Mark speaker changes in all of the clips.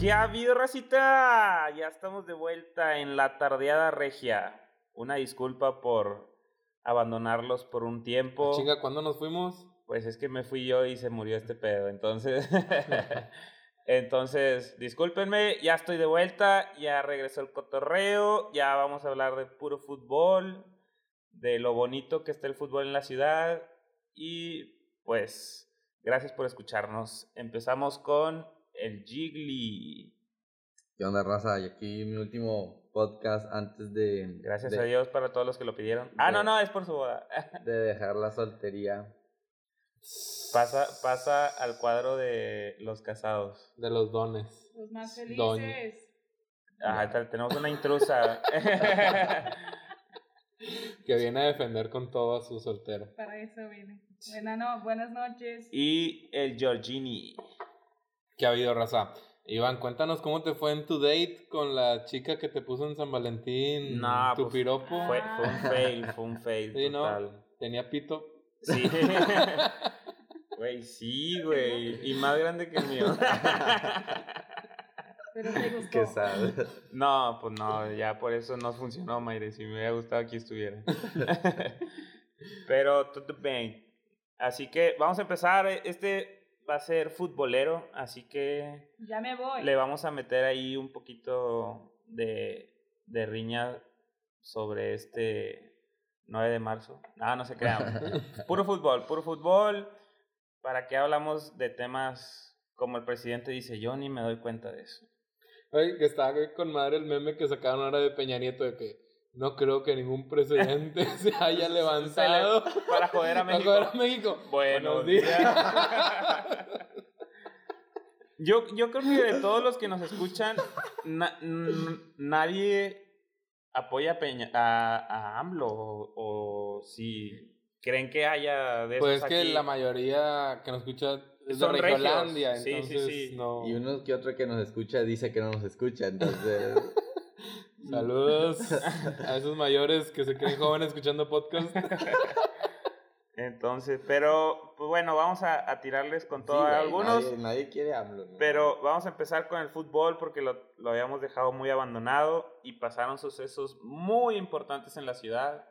Speaker 1: ¿Qué ha habido, racita? Ya estamos de vuelta en la tardeada regia. Una disculpa por abandonarlos por un tiempo.
Speaker 2: Ah, Chinga, ¿cuándo nos fuimos?
Speaker 1: Pues es que me fui yo y se murió este pedo. Entonces, entonces, discúlpenme, ya estoy de vuelta, ya regresó el cotorreo, ya vamos a hablar de puro fútbol, de lo bonito que está el fútbol en la ciudad y pues gracias por escucharnos. Empezamos con el Jiggly.
Speaker 3: ¿Qué onda, raza? Y aquí mi último podcast antes de...
Speaker 1: Gracias
Speaker 3: de-
Speaker 1: a Dios para todos los que lo pidieron. Ah,
Speaker 3: de-
Speaker 1: no, no, es por su boda.
Speaker 3: De dejar la soltería.
Speaker 1: Pasa, pasa al cuadro de los casados.
Speaker 2: De los dones.
Speaker 4: Los más felices.
Speaker 2: Doña.
Speaker 1: Ajá, tal- tenemos una intrusa.
Speaker 2: Que viene a defender con todo a su soltero.
Speaker 4: Para eso viene. Buena no, buenas noches.
Speaker 1: y el Giorgini.
Speaker 2: ¿Qué ha habido, raza? Iván, cuéntanos cómo te fue en tu date con la chica que te puso en San Valentín.
Speaker 1: No,
Speaker 2: Mm, tu
Speaker 1: pues,
Speaker 2: piropo.
Speaker 1: Fue, fue un fail, fue un fail
Speaker 2: Sí, ¿no?
Speaker 1: total.
Speaker 2: Tenía pito.
Speaker 1: Sí. Güey, sí, güey. Y más grande que el mío.
Speaker 4: Pero te gustó.
Speaker 3: ¿Qué sabes?
Speaker 1: No, pues no, ya por eso no funcionó, Mayre. Si me hubiera gustado aquí estuviera. Pero todo bien. Así que vamos a empezar. Este va a ser futbolero, así que
Speaker 4: Ya me voy.
Speaker 1: le vamos a meter ahí un poquito de, de riña sobre este 9 de marzo. Ah, no se crean. puro fútbol, puro fútbol. ¿Para qué hablamos de temas como el presidente dice? Yo ni me doy cuenta de eso.
Speaker 2: Ay, que estaba güey, con madre el meme que sacaron ahora de Peña Nieto de que no creo que ningún presidente se haya levantado
Speaker 1: Se le- para joder a
Speaker 2: para
Speaker 1: México.
Speaker 2: joder a México.
Speaker 1: Buenos
Speaker 2: Buenos días.
Speaker 1: Yo, yo creo que de todos los que nos escuchan, na- n- nadie apoya a, Peña- a, a AMLO o, o si creen que haya de
Speaker 2: Pues es
Speaker 1: esos
Speaker 2: que
Speaker 1: aquí.
Speaker 2: la mayoría que nos escucha es de
Speaker 1: Son regios.
Speaker 2: Regiolandia,
Speaker 1: Sí, sí,
Speaker 2: entonces
Speaker 1: sí.
Speaker 2: no.
Speaker 3: Y uno que otro que nos escucha dice que no nos escucha, entonces...
Speaker 2: Saludos a esos mayores que se creen jóvenes escuchando podcast.
Speaker 1: Entonces, pero pues bueno, vamos a, a tirarles con todo.
Speaker 3: Sí, güey,
Speaker 1: Algunos
Speaker 3: Nadie, nadie quiere hablar.
Speaker 1: Pero vamos a empezar con el fútbol porque lo, lo habíamos dejado muy abandonado y pasaron sucesos muy importantes en la ciudad.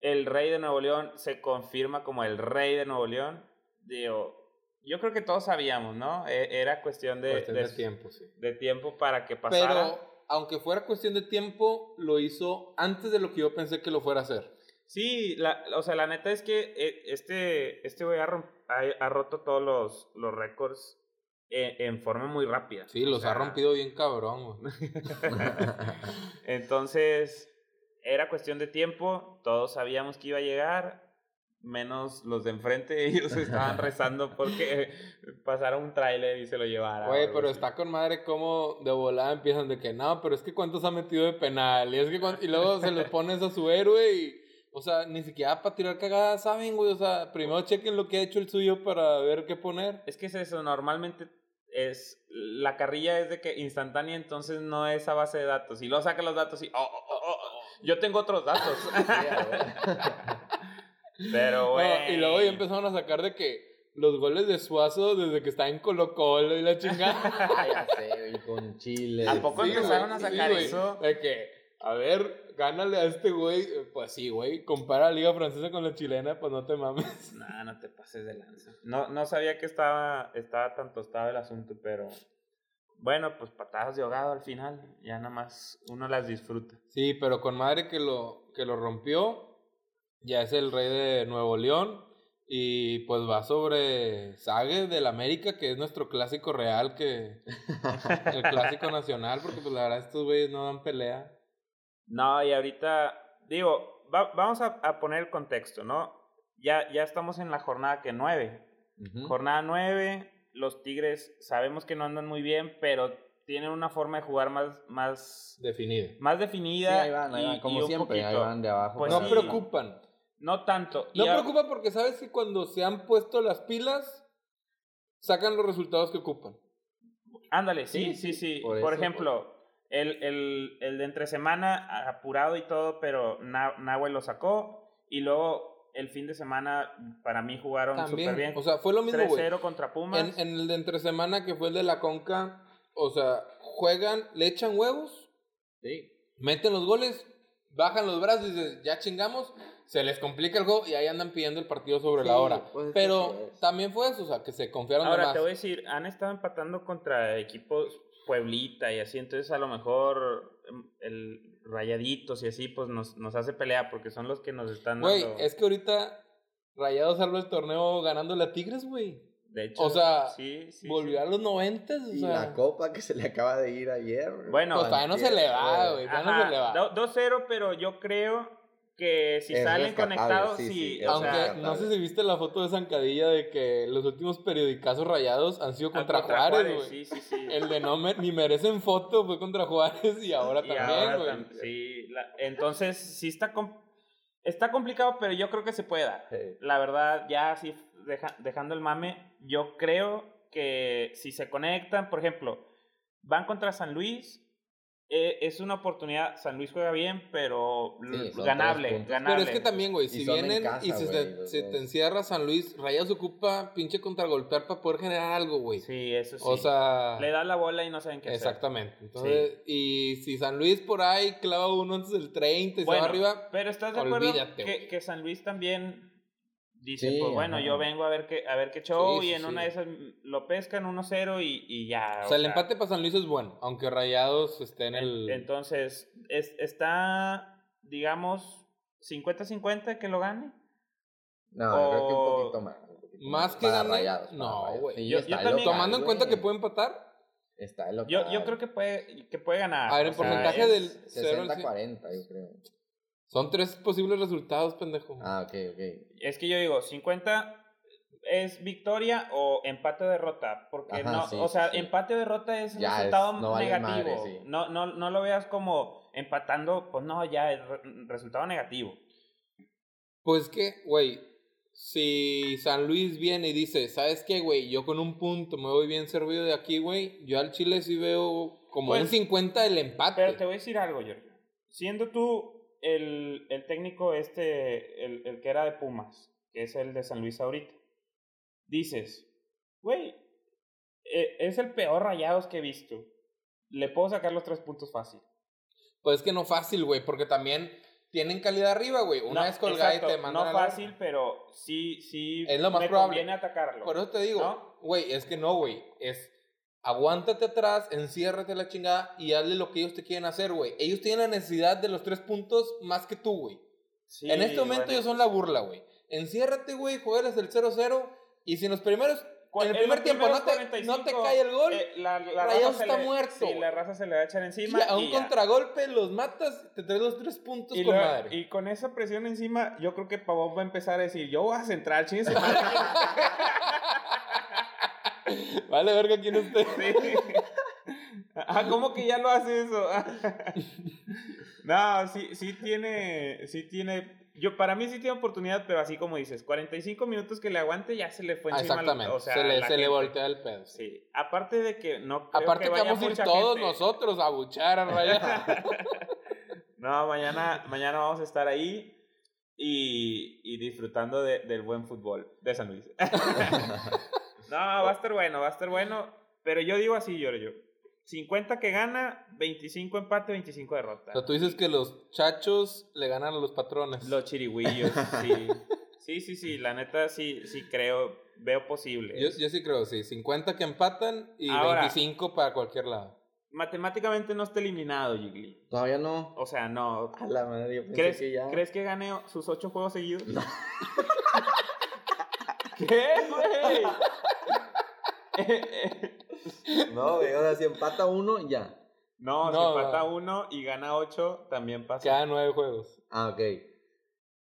Speaker 1: El rey de Nuevo León se confirma como el rey de Nuevo León. Digo, yo creo que todos sabíamos, ¿no? E- Era cuestión de,
Speaker 2: Cuestión
Speaker 1: de-
Speaker 2: de tiempo, sí.
Speaker 1: de tiempo para que pasara.
Speaker 2: Pero aunque fuera cuestión de tiempo, lo hizo antes de lo que yo pensé que lo fuera a hacer.
Speaker 1: Sí, la, o sea, la neta es que eh, este, este güey ha, rom- ha- ha roto todos los, los récords en, en forma muy rápida.
Speaker 2: Sí,
Speaker 1: O
Speaker 2: los
Speaker 1: sea,
Speaker 2: ha rompido bien cabrón. güey.
Speaker 1: Entonces, era cuestión de tiempo, todos sabíamos que iba a llegar, menos los de enfrente, ellos estaban rezando porque pasara un tráiler y se lo llevara. o
Speaker 2: Güey,
Speaker 1: algo
Speaker 2: pero
Speaker 1: así.
Speaker 2: está con madre como de volada empiezan de que no, pero es que cuántos ha metido de penal. Y, es que cuán- y luego se los pones a su héroe y, o sea, ni siquiera para tirar cagadas saben, güey. O sea, primero chequen lo que ha hecho el suyo para ver qué poner.
Speaker 1: Es que es eso, normalmente es la carrilla es de que instantánea, entonces no es a base de datos. Y luego saca los datos y oh, oh, oh, oh, oh, yo tengo otros datos. pero
Speaker 2: No,
Speaker 1: bueno.
Speaker 2: y luego ya empezaron a sacar de que los goles de Suazo desde que está en Colo Colo y la chingada.
Speaker 3: Ay, ya sé, güey, con Chile.
Speaker 1: ¿A poco
Speaker 2: Sí,
Speaker 1: empezaron
Speaker 2: güey,
Speaker 1: a
Speaker 2: sí,
Speaker 1: sacar
Speaker 2: güey.
Speaker 1: eso?
Speaker 2: De que, a ver, gánale a este güey. Pues sí, güey, compara la liga francesa con la chilena, pues no te mames.
Speaker 1: No, no te pases de lanza. No, no sabía que estaba, estaba tan tostado el asunto, pero bueno, pues patadas de ahogado al final. Ya nada más uno las disfruta.
Speaker 2: Sí, pero con madre que lo, que lo rompió, ya es el rey de Nuevo León. Y pues va sobre Sague del América, que es nuestro clásico real, que el clásico nacional, porque pues la verdad estos güeyes no dan pelea.
Speaker 1: No, y ahorita, digo, va- vamos a, a poner el contexto, ¿no? Ya, ya estamos en la jornada que nueve.
Speaker 3: Ujú.
Speaker 1: Jornada nueve, los Tigres sabemos que no andan muy bien, pero tienen una forma de jugar más, más,
Speaker 2: Definido.
Speaker 1: más
Speaker 3: Sí,
Speaker 1: definida.
Speaker 3: ahí van, ahí
Speaker 1: y-
Speaker 3: van,
Speaker 1: y
Speaker 3: como
Speaker 1: un
Speaker 3: siempre, ahí
Speaker 1: poquito-
Speaker 3: van de abajo.
Speaker 1: Pues
Speaker 3: para
Speaker 2: no
Speaker 1: sí.
Speaker 3: arriba.
Speaker 2: preocupan.
Speaker 1: No tanto. y
Speaker 2: No
Speaker 1: ahora-
Speaker 2: preocupa porque sabes que cuando se han puesto las pilas, sacan los resultados que ocupan.
Speaker 1: Ándale, sí, sí, sí.
Speaker 3: Sí, sí,
Speaker 1: Por,
Speaker 3: por eso,
Speaker 1: ejemplo, el, el, el de entre semana, apurado y todo, pero Na- Nahuel lo sacó. Y luego el fin de semana, para mí jugaron súper
Speaker 2: También.
Speaker 1: bien.
Speaker 2: O sea, fue lo mismo, güey.
Speaker 1: 3-0 contra Pumas.
Speaker 2: En, en el de entre semana que fue el de la Conca, o sea, juegan, le echan huevos,
Speaker 3: Sí.
Speaker 2: meten los goles, bajan los brazos y dices, ya chingamos, se les complica el juego y ahí andan pidiendo el partido sobre la
Speaker 3: Sí,
Speaker 2: hora.
Speaker 3: pues, es que sí
Speaker 2: Pero
Speaker 3: es.
Speaker 2: también fue eso, o sea, que se confiaron de
Speaker 1: Ahora
Speaker 2: más.
Speaker 1: te voy a decir, han estado empatando contra equipos Pueblita y así, entonces a lo mejor em, el Rayaditos y así, pues nos, nos hace pelea porque son los que nos están
Speaker 2: Güey,
Speaker 1: dando.
Speaker 2: es que ahorita Rayados salvó el torneo ganándole a Tigres, güey.
Speaker 1: de hecho,
Speaker 2: o sea,
Speaker 1: sí, sí, sí.
Speaker 2: Volvió a los noventas, o
Speaker 3: Y
Speaker 2: sea.
Speaker 3: la copa que se le acaba de ir ayer. güey.
Speaker 1: Bueno,
Speaker 2: Pues todavía no se le va, güey. todavía no se le
Speaker 1: Ajá, do-
Speaker 2: va.
Speaker 1: 2-0, pero yo creo que si
Speaker 3: Es
Speaker 1: salen
Speaker 3: rescatable,
Speaker 1: conectados, sí.
Speaker 3: sí, sí,
Speaker 1: o
Speaker 3: es
Speaker 2: Aunque
Speaker 1: sea,
Speaker 3: rescatable.
Speaker 2: no sé si viste la foto de Zancadilla de que los últimos periodicazos rayados han sido contra,
Speaker 1: Ah, contra
Speaker 2: Juárez, güey.
Speaker 1: Sí, sí, sí.
Speaker 2: El de no me- ni merecen foto fue contra Juárez y ahora
Speaker 1: Y ahora
Speaker 2: también, güey.
Speaker 1: tam- sí, la- entonces sí está, com- está complicado, pero yo creo que se puede dar.
Speaker 3: Sí.
Speaker 1: La verdad, ya así deja- dejando el mame, yo creo que si se conectan, por ejemplo, van contra San Luis, eh, es una oportunidad. San Luis juega bien, pero l-
Speaker 3: son tres
Speaker 1: ganable,
Speaker 3: puntos.
Speaker 1: ganable.
Speaker 2: Pero es que también, güey, si
Speaker 3: son en
Speaker 2: vienen
Speaker 3: casa,
Speaker 2: y se, te-
Speaker 3: güey, los
Speaker 2: se te
Speaker 3: dos.
Speaker 2: encierra San Luis, Rayados ocupa pinche contragolpear para poder generar algo, güey.
Speaker 1: Sí, eso sí.
Speaker 2: O sea,
Speaker 1: Le da la bola y no saben qué hacer.
Speaker 2: exactamente. Entonces, y si San Luis por ahí clava uno antes del 30 y
Speaker 1: Bueno,
Speaker 2: se va arriba,
Speaker 1: Pero estás de acuerdo
Speaker 2: Olvídate,
Speaker 1: que,
Speaker 2: güey.
Speaker 1: que San Luis también dice,
Speaker 3: Sí,
Speaker 1: pues bueno,
Speaker 3: ajá.
Speaker 1: yo vengo a ver qué, a ver qué show
Speaker 2: Sí,
Speaker 1: y
Speaker 2: sí,
Speaker 1: en
Speaker 2: sí.
Speaker 1: una de esas lo pescan 1-0 y, y ya.
Speaker 2: o sea, el empate para San Luis es bueno, aunque Rayados esté en el
Speaker 1: Entonces, es- está, digamos, 50-50 que lo gane.
Speaker 3: No, yo creo que
Speaker 1: O-
Speaker 3: un poquito más. un poquito
Speaker 2: Más que
Speaker 3: Para
Speaker 2: gane-
Speaker 3: Rayados, para
Speaker 2: no,
Speaker 3: Rayados.
Speaker 2: güey.
Speaker 3: Sí,
Speaker 1: Yo-
Speaker 3: está
Speaker 1: yo
Speaker 3: el
Speaker 1: también-
Speaker 3: local,
Speaker 2: Tomando en cuenta que
Speaker 3: güey.
Speaker 2: pueden empatar,
Speaker 3: Está el local.
Speaker 1: Yo, yo creo que puede, que puede ganar.
Speaker 2: a ver,
Speaker 1: Ah, o
Speaker 2: en
Speaker 1: sea,
Speaker 2: porcentaje
Speaker 1: es-
Speaker 2: del 0 al 100.
Speaker 3: 60-40, yo creo.
Speaker 2: Son tres posibles resultados, pendejo.
Speaker 3: Ah, ok, ok.
Speaker 1: Es que yo digo, 50 es victoria o empate o derrota. Porque
Speaker 3: Ajá,
Speaker 1: no,
Speaker 3: sí,
Speaker 1: o
Speaker 3: sí,
Speaker 1: sea,
Speaker 3: sí.
Speaker 1: empate o derrota es un
Speaker 3: Ya es-
Speaker 1: resultado
Speaker 3: no vale
Speaker 1: negativo.
Speaker 3: madre, sí.
Speaker 1: no, no, no lo veas como empatando, pues no, ya es re- resultado negativo.
Speaker 2: Pues que, güey, si San Luis viene y dice, ¿sabes qué, güey? Yo con un punto me voy bien servido de aquí, güey. Yo al Chile sí veo como
Speaker 1: Pues,
Speaker 2: un 50 del
Speaker 1: Pero te
Speaker 2: empate.
Speaker 1: voy a decir algo, Jorge. Siendo tú el, el técnico este, el, el que era de Pumas, que es el de San Luis ahorita, dices, güey, e- es el peor rayados que he visto. Le puedo sacar los tres puntos fácil.
Speaker 2: Pues que no fácil, güey, porque también tienen calidad arriba, güey.
Speaker 1: No,
Speaker 2: Una vez colgada y
Speaker 1: exacto,
Speaker 2: te mandan
Speaker 1: No
Speaker 2: a la-
Speaker 1: fácil, pero sí, sí.
Speaker 2: Es lo más
Speaker 1: me
Speaker 2: probable.
Speaker 1: conviene atacarlo.
Speaker 2: Por eso te digo,
Speaker 1: ¿No?
Speaker 2: güey, es que no, güey. Es aguántate atrás, enciérrate la chingada y hazle lo que ellos te quieren hacer, güey. Ellos tienen la necesidad de los tres puntos más que tú, güey.
Speaker 1: Sí,
Speaker 2: en este momento
Speaker 1: bueno.
Speaker 2: ellos son la burla, güey. Enciérrate, güey, juegas el 0-0 y si en los primeros,
Speaker 1: Cu-
Speaker 2: en el
Speaker 1: en
Speaker 2: primer
Speaker 1: los
Speaker 2: tiempo no te,
Speaker 1: primeros
Speaker 2: no te
Speaker 1: 45,
Speaker 2: cae el gol,
Speaker 1: eh, la, la
Speaker 2: Rayados
Speaker 1: raza se
Speaker 2: está
Speaker 1: le-
Speaker 2: muerto,
Speaker 1: Sí,
Speaker 2: güey.
Speaker 1: la raza se le va a echar
Speaker 2: y
Speaker 1: encima.
Speaker 2: a un
Speaker 1: y ya.
Speaker 2: contragolpe los matas, te traes los tres puntos
Speaker 1: Y,
Speaker 2: con
Speaker 1: luego-
Speaker 2: madre.
Speaker 1: y con esa presión encima, yo creo que Pavón va a empezar a decir, yo voy a centrar, chingue su madre".
Speaker 2: Vale, verga, ¿quién es este. usted?
Speaker 1: Sí. Ah, ¿cómo que ya lo hace eso? no, sí, sí tiene, sí tiene, yo para mí sí tiene oportunidad, pero así como dices, 45 minutos que le aguante ya se le fue
Speaker 2: Ah,
Speaker 1: encima. la-
Speaker 2: exactamente,
Speaker 1: o sea,
Speaker 2: se, le,
Speaker 1: la
Speaker 2: se le
Speaker 1: gente.
Speaker 2: voltea el pedo.
Speaker 1: Sí, aparte de que no creo
Speaker 2: Aparte que
Speaker 1: vaya
Speaker 2: vamos a ir
Speaker 1: mucha
Speaker 2: todos
Speaker 1: gente.
Speaker 2: nosotros a buchar a Rayados.
Speaker 1: No, mañana, mañana vamos a estar ahí y, y disfrutando de- del buen fútbol de San Luis. no, va a estar bueno, va a estar bueno. Pero yo digo así, Giorgio. 50 que gana, 25 empate, 25 derrota.
Speaker 2: O sea, tú dices que los chachos le ganan a los patrones.
Speaker 1: Los chirigüillos, sí. Sí, sí, sí, la neta sí, sí creo, veo posible.
Speaker 2: Yo, yo sí creo, sí. 50 que empatan y
Speaker 1: Ahora.
Speaker 2: 25 para cualquier lado.
Speaker 1: Matemáticamente no está eliminado, Gigli.
Speaker 3: Todavía no.
Speaker 1: O sea, no.
Speaker 3: A la madre, yo pensé
Speaker 1: ¿Crees,
Speaker 3: que ya.
Speaker 1: crees que gane sus ocho juegos seguidos? ¿Qué, güey? Eh, eh,
Speaker 3: No, güey, o sea, si empata uno, ya.
Speaker 1: no,
Speaker 2: No,
Speaker 1: si empata
Speaker 2: no.
Speaker 1: uno y gana ocho, también pasa.
Speaker 2: Cada nueve juegos.
Speaker 3: Ah, ok.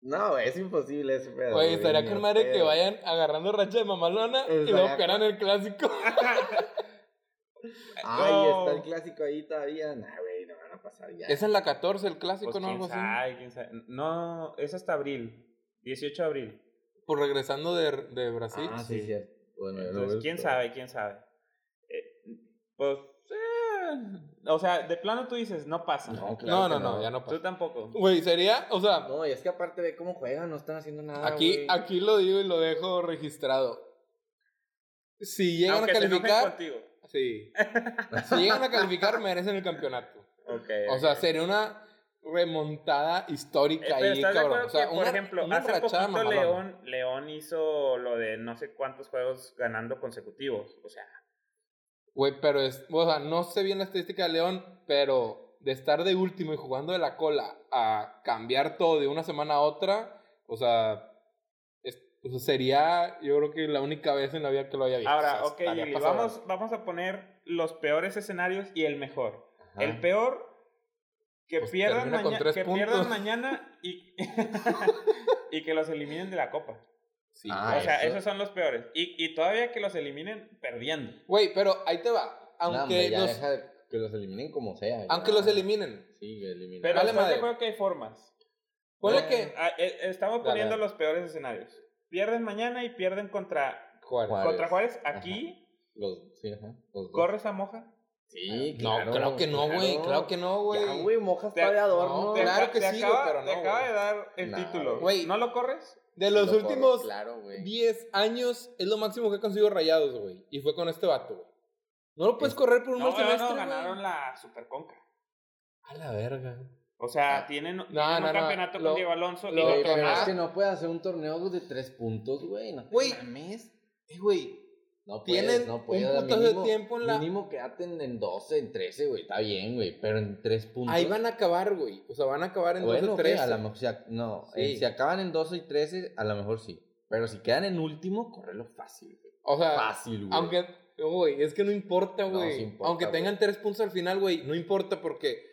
Speaker 3: No, güey, es imposible ese pedo.
Speaker 2: Oye,
Speaker 3: güey,
Speaker 2: estaría
Speaker 3: ni
Speaker 2: con
Speaker 3: a
Speaker 2: madre que
Speaker 3: pedo.
Speaker 2: vayan agarrando racha de mamalona y
Speaker 3: Estaría
Speaker 2: luego
Speaker 3: con-
Speaker 2: ganan el clásico.
Speaker 3: Ay,
Speaker 1: No.
Speaker 3: está el clásico ahí todavía. Nah, güey, no van a pasar ya.
Speaker 2: Esa es la 14, el
Speaker 1: Pues,
Speaker 2: clásico, ¿no?
Speaker 1: quién
Speaker 2: Algo así.
Speaker 1: sabe, quién sabe. No, es hasta abril. 18 de abril.
Speaker 2: Por Pues regresando de, de Brasil.
Speaker 3: Ah, sí,
Speaker 1: Sí.
Speaker 3: cierto. Bueno, yo lo
Speaker 1: Entonces,
Speaker 3: veo
Speaker 1: quién
Speaker 3: todo.
Speaker 1: sabe, quién sabe. Eh, pues, eh, o sea, de plano tú dices, no pasa.
Speaker 3: No,
Speaker 2: no,
Speaker 3: claro.
Speaker 2: no,
Speaker 3: que
Speaker 2: no,
Speaker 3: no.
Speaker 2: ya no
Speaker 1: Tú
Speaker 2: pasa.
Speaker 1: tampoco.
Speaker 2: Güey, sería, o sea,
Speaker 3: No, y es que aparte ve cómo juegan, no están haciendo
Speaker 1: Ah,
Speaker 3: nada.
Speaker 2: aquí,
Speaker 3: güey.
Speaker 2: aquí lo digo y lo dejo registrado. Si llegan
Speaker 1: Aunque
Speaker 2: a
Speaker 1: se enojen
Speaker 2: calificar,
Speaker 1: contigo.
Speaker 2: Sí. Si llegan a calificar, merecen el campeonato.
Speaker 1: Ok.
Speaker 2: O sea, sería una remontada histórica
Speaker 1: Eh, pero
Speaker 2: ahí,
Speaker 1: ¿estás de
Speaker 2: cabrón.
Speaker 1: acuerdo
Speaker 2: O sea,
Speaker 1: que,
Speaker 2: una,
Speaker 1: por ejemplo,
Speaker 2: una
Speaker 1: hace
Speaker 2: rachada
Speaker 1: poquito
Speaker 2: mamalona.
Speaker 1: León, León hizo lo de no sé cuántos juegos ganando consecutivos. O sea,
Speaker 2: Güey, pero es. O sea, no sé bien la estadística de León, pero de estar de último y jugando de la cola a cambiar todo de una semana a otra, o sea. es- o sea, sería, yo creo que la única vez en la vida que lo haya visto. O
Speaker 1: ahora,
Speaker 2: sea,
Speaker 1: ok,
Speaker 2: estaría
Speaker 1: Yuli,
Speaker 2: pasado.
Speaker 1: vamos, vamos a poner los peores escenarios y el mejor.
Speaker 3: Ajá.
Speaker 1: El peor, que,
Speaker 2: Pues
Speaker 1: pierdan,
Speaker 2: termina con
Speaker 1: maña-
Speaker 2: tres
Speaker 1: que
Speaker 2: puntos.
Speaker 1: pierdan mañana y, y que los eliminen de la copa.
Speaker 2: Sí,
Speaker 3: Ah,
Speaker 1: o
Speaker 2: güey.
Speaker 1: sea,
Speaker 3: eso-
Speaker 1: esos son los peores. Y, y todavía que los eliminen perdiendo.
Speaker 2: Güey, pero ahí te va.
Speaker 3: No, hombre,
Speaker 2: Aunque,
Speaker 3: ya
Speaker 2: los,
Speaker 3: deja de- que los eliminen como sea. ya.
Speaker 2: aunque los eliminen,
Speaker 3: Sí, que eliminen. Ah,
Speaker 1: Pero
Speaker 2: Vale
Speaker 1: ¿estás de
Speaker 2: madre.
Speaker 1: acuerdo que hay formas.
Speaker 2: ponle
Speaker 3: No.
Speaker 2: que.
Speaker 1: Ah, eh, Estamos
Speaker 2: Dale,
Speaker 1: poniendo
Speaker 2: dale.
Speaker 1: los peores escenarios. Pierden mañana y pierden contra
Speaker 2: Juárez.
Speaker 3: Juárez.
Speaker 1: Contra Juárez, aquí,
Speaker 3: Los, sí, ajá. Los dos.
Speaker 1: corres a moja.
Speaker 3: Sí,
Speaker 2: No,
Speaker 3: claro.
Speaker 2: creo que no, güey. Claro. que no, güey.
Speaker 3: Ya, güey, mojas
Speaker 1: Te-
Speaker 3: está de
Speaker 2: no,
Speaker 3: adorno.
Speaker 2: te- claro
Speaker 1: aca-
Speaker 2: que sí, güey,
Speaker 1: acaba,
Speaker 2: pero no,
Speaker 1: Te acaba
Speaker 2: güey.
Speaker 1: de dar el
Speaker 3: Nah,
Speaker 1: título.
Speaker 2: güey.
Speaker 1: ¿No lo corres?
Speaker 2: De los
Speaker 3: Lo corro,
Speaker 2: últimos
Speaker 3: Claro, güey.
Speaker 2: 10 años es lo máximo que ha conseguido Rayados, güey. Y fue con este vato, güey. No lo puedes correr por un
Speaker 1: No,
Speaker 2: mal
Speaker 1: no,
Speaker 2: semestre,
Speaker 1: no,
Speaker 2: güey.
Speaker 1: ganaron la Superconca.
Speaker 2: A la verga.
Speaker 1: O sea,
Speaker 3: Ah.
Speaker 1: tienen, tienen
Speaker 2: no,
Speaker 1: un
Speaker 2: no.
Speaker 1: campeonato con
Speaker 2: Lo-
Speaker 1: Diego Alonso y
Speaker 2: lo-
Speaker 1: lo
Speaker 3: Güey, pero
Speaker 1: tronaron.
Speaker 3: es que no puedes hacer un torneo de tres puntos, güey. No te
Speaker 2: Güey.
Speaker 3: mames.
Speaker 2: Eh, güey.
Speaker 3: No puedes,
Speaker 2: Tienen
Speaker 3: no puedes.
Speaker 2: un
Speaker 3: a
Speaker 2: putazo de
Speaker 3: mínimo,
Speaker 2: tiempo en la-
Speaker 3: Mínimo quédate en, en 12, en 13, güey. Está bien, güey. Pero en tres puntos.
Speaker 2: Ahí van a acabar, güey. O sea, van a acabar en 12
Speaker 3: Bueno, ok,
Speaker 2: 3
Speaker 3: a lo mejor. Si ac- no,
Speaker 2: Sí.
Speaker 3: eh, si acaban en 12 y 13, a lo mejor sí. Pero si quedan en último, correlo fácil, güey.
Speaker 2: O sea,
Speaker 3: Fácil, güey.
Speaker 2: aunque. Güey, es que no importa,
Speaker 3: No,
Speaker 2: güey.
Speaker 3: sí importa,
Speaker 2: Aunque
Speaker 3: güey.
Speaker 2: tengan 3 puntos al final, güey. No importa porque.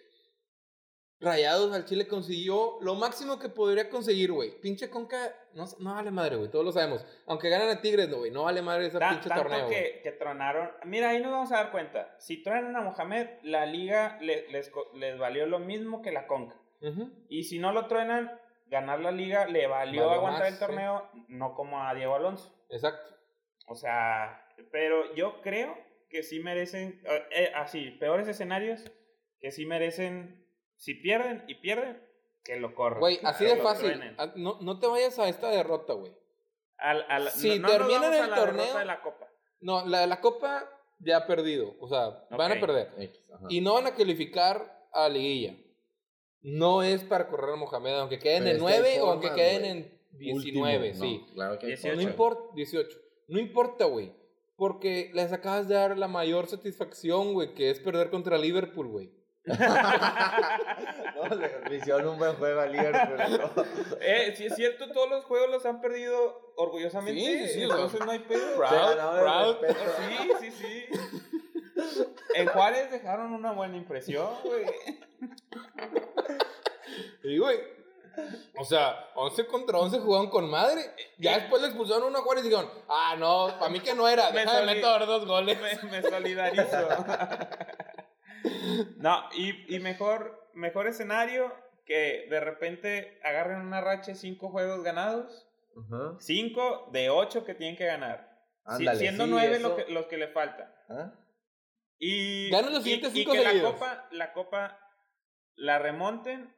Speaker 2: Rayados al Chile consiguió lo máximo que podría conseguir, güey. Pinche conca. No, sé- no vale madre, güey. Todos lo sabemos. Aunque ganan a Tigres, no, güey. No vale madre ese
Speaker 1: Tan-
Speaker 2: pinche
Speaker 1: tanto
Speaker 2: torneo, güey.
Speaker 1: que, que tronaron. Mira, ahí nos vamos a dar cuenta. Si tronan a Mohamed, la liga le- les, co- les valió lo mismo que la Conca.
Speaker 2: Ujú.
Speaker 1: Y si no lo truenan, ganar la liga le valió
Speaker 2: Valió
Speaker 1: aguantar
Speaker 2: más,
Speaker 1: el
Speaker 2: sí.
Speaker 1: torneo, no como a Diego Alonso.
Speaker 2: Exacto.
Speaker 1: O sea, pero yo creo que sí merecen, eh, eh, así, peores escenarios, que sí merecen, si pierden y pierden, que lo corran.
Speaker 2: Güey, así
Speaker 1: Que
Speaker 2: de
Speaker 1: lo
Speaker 2: fácil.
Speaker 1: truenen.
Speaker 2: Ah, No, no te vayas a esta derrota, güey.
Speaker 1: Al- al-
Speaker 2: si
Speaker 1: no- no nos
Speaker 2: terminan
Speaker 1: vamos a
Speaker 2: el
Speaker 1: la
Speaker 2: torneo-
Speaker 1: derrota de la copa.
Speaker 2: No, la de la Copa ya ha perdido. O sea, van a
Speaker 1: Ok.
Speaker 2: perder.
Speaker 3: X, ajá.
Speaker 2: Y no van a calificar a Liguilla. No es para correr a Mohamed, aunque queden
Speaker 3: Pero
Speaker 2: en
Speaker 3: es que hay
Speaker 2: 9 o
Speaker 3: formas,
Speaker 2: aunque queden
Speaker 3: güey.
Speaker 2: en
Speaker 3: Último,
Speaker 2: 19,
Speaker 3: no,
Speaker 2: sí.
Speaker 3: Claro que hay
Speaker 1: 18.
Speaker 2: No
Speaker 3: formas.
Speaker 2: importa, 18. No importa, güey. Porque les acabas de dar la mayor satisfacción, güey, que es perder contra Liverpool, güey.
Speaker 3: no, le, le hicieron un buen juego a Liverpool.
Speaker 1: Eh, si es cierto, todos los juegos los han perdido orgullosamente.
Speaker 2: Sí, sí, sí,
Speaker 1: entonces no hay pedo.
Speaker 3: Se ganaron el
Speaker 2: proud.
Speaker 3: respeto.
Speaker 1: Sí, sí, sí. En Juárez dejaron una buena impresión, güey.
Speaker 2: Y, güey. O sea, 11 contra 11 jugaron con madre. Ya después le expulsaron uno a Juárez y dijeron, ah, no, para mí que no era.
Speaker 1: Me
Speaker 2: Déjame
Speaker 1: sali-
Speaker 2: meter dos goles.
Speaker 1: Me, me solidarizo. No, y, y mejor, mejor escenario que de repente agarren una racha de cinco juegos ganados.
Speaker 3: Ajá.
Speaker 1: Cinco de ocho que tienen que ganar. Si-
Speaker 3: Ándale,
Speaker 1: siendo
Speaker 3: sí,
Speaker 1: nueve
Speaker 3: eso.
Speaker 1: lo que, los que le faltan.
Speaker 3: ¿Ah?
Speaker 1: Y,
Speaker 2: Ganan los
Speaker 1: y-
Speaker 2: siguientes
Speaker 1: y
Speaker 2: cinco
Speaker 1: que la
Speaker 2: seguidos.
Speaker 1: copa, la copa la remonten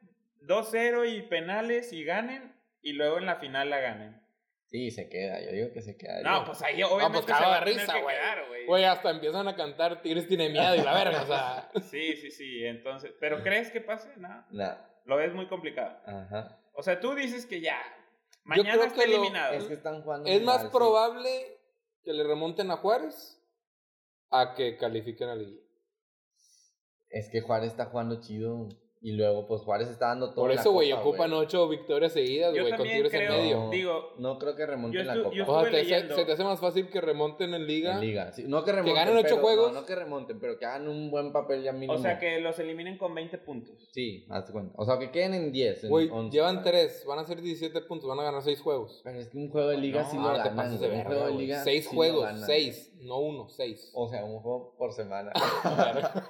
Speaker 1: 2-0 y penales y ganen. Y luego en la final la ganen.
Speaker 3: Sí, se queda. Yo digo que se queda.
Speaker 1: No,
Speaker 3: Yo-
Speaker 1: pues ahí obviamente
Speaker 2: pues, cago
Speaker 1: se va
Speaker 2: de
Speaker 1: a tener
Speaker 2: risa,
Speaker 1: que
Speaker 2: güey.
Speaker 1: quedar, güey.
Speaker 2: Güey, hasta empiezan a cantar Tigres tiene miedo y la verga, o sea.
Speaker 1: Sí, sí, sí. Entonces, ¿pero crees que pase? No.
Speaker 3: Nah,
Speaker 1: Lo ves muy complicado.
Speaker 3: Ajá.
Speaker 1: O sea, tú dices que ya. Mañana
Speaker 2: creo
Speaker 1: está
Speaker 2: que lo-
Speaker 1: eliminado.
Speaker 3: Es que están jugando.
Speaker 2: Es
Speaker 3: muy
Speaker 2: más
Speaker 3: mal, Ah, sí.
Speaker 2: probable que le remonten a Juárez a que califiquen a Liguilla.
Speaker 3: Es que Juárez está jugando chido. Y luego, pues Juárez está dando todo.
Speaker 2: Por
Speaker 3: en la
Speaker 2: eso, güey,
Speaker 3: copa,
Speaker 2: ocupan ocho victorias seguidas,
Speaker 1: Yo
Speaker 2: güey, con
Speaker 1: también
Speaker 2: Tigres
Speaker 1: creo,
Speaker 2: en medio.
Speaker 3: No.
Speaker 1: digo,
Speaker 3: No creo que remonten
Speaker 1: Yo
Speaker 3: la
Speaker 1: estuve-
Speaker 3: copa.
Speaker 1: yo
Speaker 2: O sea, te-
Speaker 1: estuve
Speaker 2: se,
Speaker 1: leyendo.
Speaker 2: se te hace más fácil que remonten en Liga.
Speaker 3: En Liga. sí. No que remonten.
Speaker 2: ganen ocho
Speaker 3: pero-
Speaker 2: juegos.
Speaker 3: No, no que remonten, pero que hagan un buen papel ya mínimo.
Speaker 1: o sea, que los eliminen con 20 puntos.
Speaker 3: Sí, haz cuenta. O sea, que queden en 10. en
Speaker 2: Güey,
Speaker 3: 11,
Speaker 2: llevan
Speaker 3: ¿sabes?
Speaker 2: tres, van a ser 17 puntos, van a ganar seis juegos.
Speaker 3: Pero es que un juego de liga
Speaker 1: No,
Speaker 3: sí
Speaker 2: Ah,
Speaker 3: lo
Speaker 2: te
Speaker 3: ganan.
Speaker 2: pasas de
Speaker 3: güey. Un
Speaker 2: verga,
Speaker 3: juego de
Speaker 2: güey.
Speaker 3: liga
Speaker 2: Seis
Speaker 3: sí lo
Speaker 2: juegos,
Speaker 3: ganan.
Speaker 2: seis, no uno, seis.
Speaker 3: O sea, un juego por semana.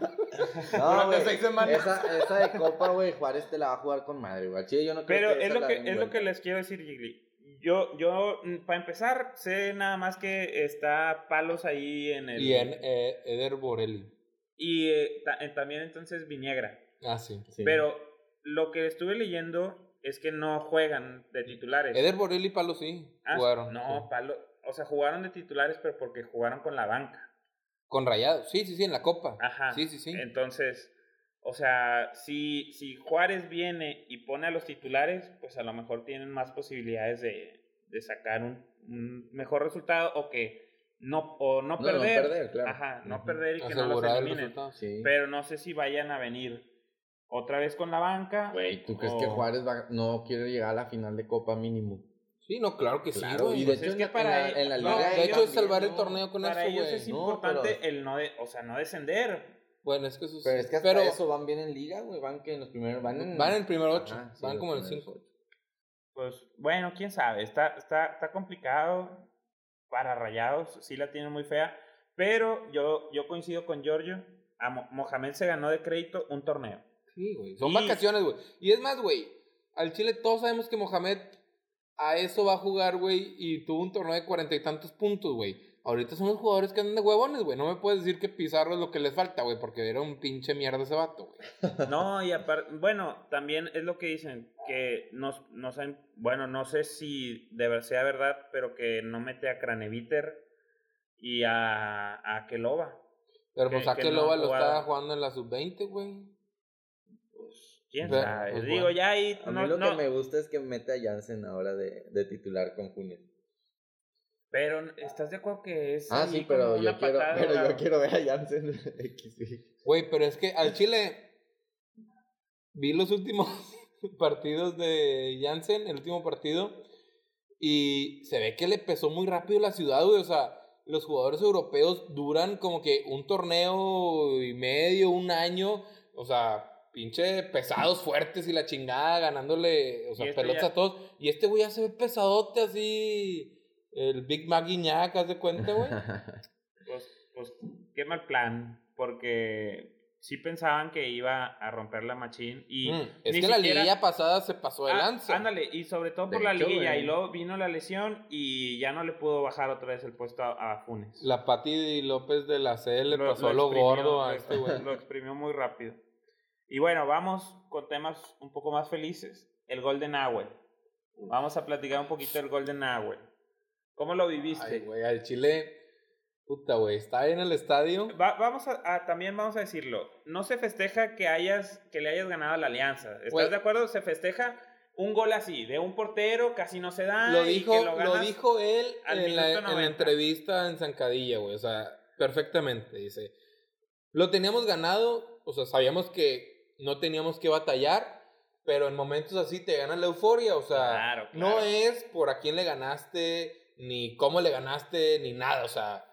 Speaker 2: Durante
Speaker 3: güey,
Speaker 2: seis semanas.
Speaker 3: Esa, esa de copa, güey, Juárez te la va a jugar con madre, güey. Al Chile yo no creo
Speaker 1: Pero
Speaker 3: que
Speaker 1: es
Speaker 3: esa
Speaker 1: lo
Speaker 3: la
Speaker 1: que,
Speaker 3: den
Speaker 1: es lo que
Speaker 3: vuelta.
Speaker 1: les quiero decir, Gigli. Yo, yo, mm, para empezar, sé nada más que está Palos ahí en el...
Speaker 2: Y en eh, Eder Borelli.
Speaker 1: y, eh, ta- eh, también entonces Viniegra.
Speaker 2: Ah, sí.
Speaker 3: Sí.
Speaker 1: Pero lo que estuve leyendo es que no juegan de titulares.
Speaker 2: Eder Borelli y Palo sí
Speaker 1: Ah,
Speaker 2: jugaron.
Speaker 1: No,
Speaker 2: sí.
Speaker 1: Palo... O sea, jugaron de titulares, pero porque jugaron con la banca.
Speaker 2: Con Rayados. Sí, sí, sí, en la Copa.
Speaker 1: Ajá.
Speaker 2: Sí, sí, sí.
Speaker 1: Entonces, o sea, si, si Juárez viene y pone a los titulares, pues a lo mejor tienen más posibilidades de, de sacar un, un mejor resultado o que no, o no,
Speaker 3: No, no
Speaker 1: perder.
Speaker 3: perder, claro.
Speaker 1: Ajá, no
Speaker 3: Ujú.
Speaker 1: perder y que no los
Speaker 2: Asegurar el
Speaker 1: eliminen.
Speaker 2: resultado.
Speaker 3: Sí.
Speaker 1: Pero no sé si vayan a venir otra vez con la banca.
Speaker 3: Güey, ¿tú crees que
Speaker 1: o-
Speaker 3: Juárez va- no quiere llegar a la final de Copa mínimo?
Speaker 2: Sí, no, claro que sí.
Speaker 3: Claro,
Speaker 2: güey.
Speaker 3: y de
Speaker 1: Pues
Speaker 3: hecho
Speaker 1: es
Speaker 3: en
Speaker 1: que
Speaker 3: la-
Speaker 1: para
Speaker 3: en la, en la
Speaker 1: ellos-
Speaker 3: liga
Speaker 2: No,
Speaker 1: Para
Speaker 2: de hecho, es
Speaker 3: también,
Speaker 2: salvar el
Speaker 3: ¿no?
Speaker 2: torneo con
Speaker 1: Para
Speaker 2: eso,
Speaker 1: ellos
Speaker 2: güey.
Speaker 1: es
Speaker 3: No,
Speaker 1: importante
Speaker 3: pero-
Speaker 1: el no, de, o sea, no descender.
Speaker 2: Bueno, es que eso sí.
Speaker 3: Pero es que hasta
Speaker 2: Pero
Speaker 3: eso van bien en liga, güey. Van que en los primeros. Van en,
Speaker 2: van en el primer 8.
Speaker 3: Ajá, Ah, sí,
Speaker 2: van
Speaker 3: los
Speaker 2: como en el
Speaker 3: primeros
Speaker 2: 5.
Speaker 3: ocho.
Speaker 1: Pues bueno, quién sabe, está, está, está complicado para Rayados, sí la tienen muy fea, pero yo, yo coincido con Giorgio, a Mo- Mohamed se ganó de crédito un torneo.
Speaker 2: Sí, güey. Son
Speaker 1: Y-
Speaker 2: vacaciones, güey. Y es más, güey. Al Chile todos sabemos que Mohamed a eso va a jugar, güey. Y tuvo un torneo de cuarenta y tantos puntos, güey. Ahorita son los jugadores que andan de huevones, güey. No me puedes decir que Pizarro es lo que les falta, güey. Porque era un pinche mierda ese vato, güey.
Speaker 1: No, y aparte, bueno, también es lo que dicen, que nos, nos han- bueno, no sé si de ver- sea verdad, pero que no mete a Craneviter y a, a Keloba.
Speaker 2: Pero
Speaker 1: Que-
Speaker 2: pues a
Speaker 1: que
Speaker 2: que
Speaker 1: no
Speaker 2: Loba lo
Speaker 1: jugaba.
Speaker 2: estaba jugando en la sub-20, güey.
Speaker 1: Pues, quién
Speaker 2: Ve-
Speaker 1: sabe.
Speaker 2: pues,
Speaker 1: Digo,
Speaker 2: bueno.
Speaker 1: ya ahí
Speaker 3: A mí
Speaker 1: no,
Speaker 3: lo
Speaker 1: no-
Speaker 3: que me gusta es que mete a Jansen ahora de, de titular con Funes.
Speaker 1: Pero, ¿estás de acuerdo que es
Speaker 3: Ah,
Speaker 1: ahí
Speaker 3: sí, pero,
Speaker 1: como
Speaker 3: yo
Speaker 1: una
Speaker 3: quiero,
Speaker 1: patada,
Speaker 3: pero
Speaker 1: claro?
Speaker 3: yo quiero ver a Jansen XY.
Speaker 2: Güey, pero es que al Chile vi los últimos partidos de Jansen, el último partido, y se ve que le pesó muy rápido la ciudad, güey. O sea, los jugadores europeos duran como que un torneo y medio, un año, o sea, pinche pesados, fuertes y la chingada, ganándole, o sea,
Speaker 1: Y este
Speaker 2: pelotas
Speaker 1: ya-
Speaker 2: a todos. Y este güey ya se ve pesadote así, el Big Mac Guiñac, haz de cuenta, ¿Este güey.
Speaker 1: Pues, pues qué mal plan, porque sí pensaban que iba a romper la machín y
Speaker 2: Mm, Es
Speaker 1: ni
Speaker 2: que la
Speaker 1: siquiera-
Speaker 2: liguilla pasada se pasó de
Speaker 1: Ah,
Speaker 2: lanza.
Speaker 1: ándale, y sobre todo
Speaker 3: De
Speaker 1: por la
Speaker 3: hecho,
Speaker 1: liguilla
Speaker 3: güey.
Speaker 1: y luego vino la lesión y ya no le pudo bajar otra vez el puesto a, a Funes.
Speaker 2: La Pati López de la C le pasó lo,
Speaker 1: exprimió,
Speaker 2: gordo a
Speaker 1: lo-
Speaker 2: este güey.
Speaker 1: Lo exprimió muy rápido. Y bueno, vamos con temas un poco más felices. El gol de Nahuel. Vamos a platicar un poquito del gol de Nahuel. ¿Cómo lo viviste?
Speaker 2: Ay, güey, al Chile. Puta, güey, está en el estadio.
Speaker 1: Va- vamos a, a- también vamos a decirlo. No se festeja que hayas que le hayas ganado a la Alianza. ¿Estás
Speaker 2: Güey.
Speaker 1: de acuerdo? Se festeja un gol así de un portero casi no se da.
Speaker 2: Lo
Speaker 1: y
Speaker 2: dijo,
Speaker 1: que
Speaker 2: lo,
Speaker 1: ganas.
Speaker 2: dijo él
Speaker 1: al
Speaker 2: en la,
Speaker 1: minuto
Speaker 2: en la
Speaker 1: 90.
Speaker 2: entrevista en Zancadilla, güey. O sea, perfectamente. Dice, lo teníamos ganado, o sea, sabíamos que no teníamos que batallar, pero en momentos así te gana la euforia. O sea,
Speaker 1: Claro, claro.
Speaker 2: no es por a quién le ganaste, ni cómo le ganaste, ni nada. O sea,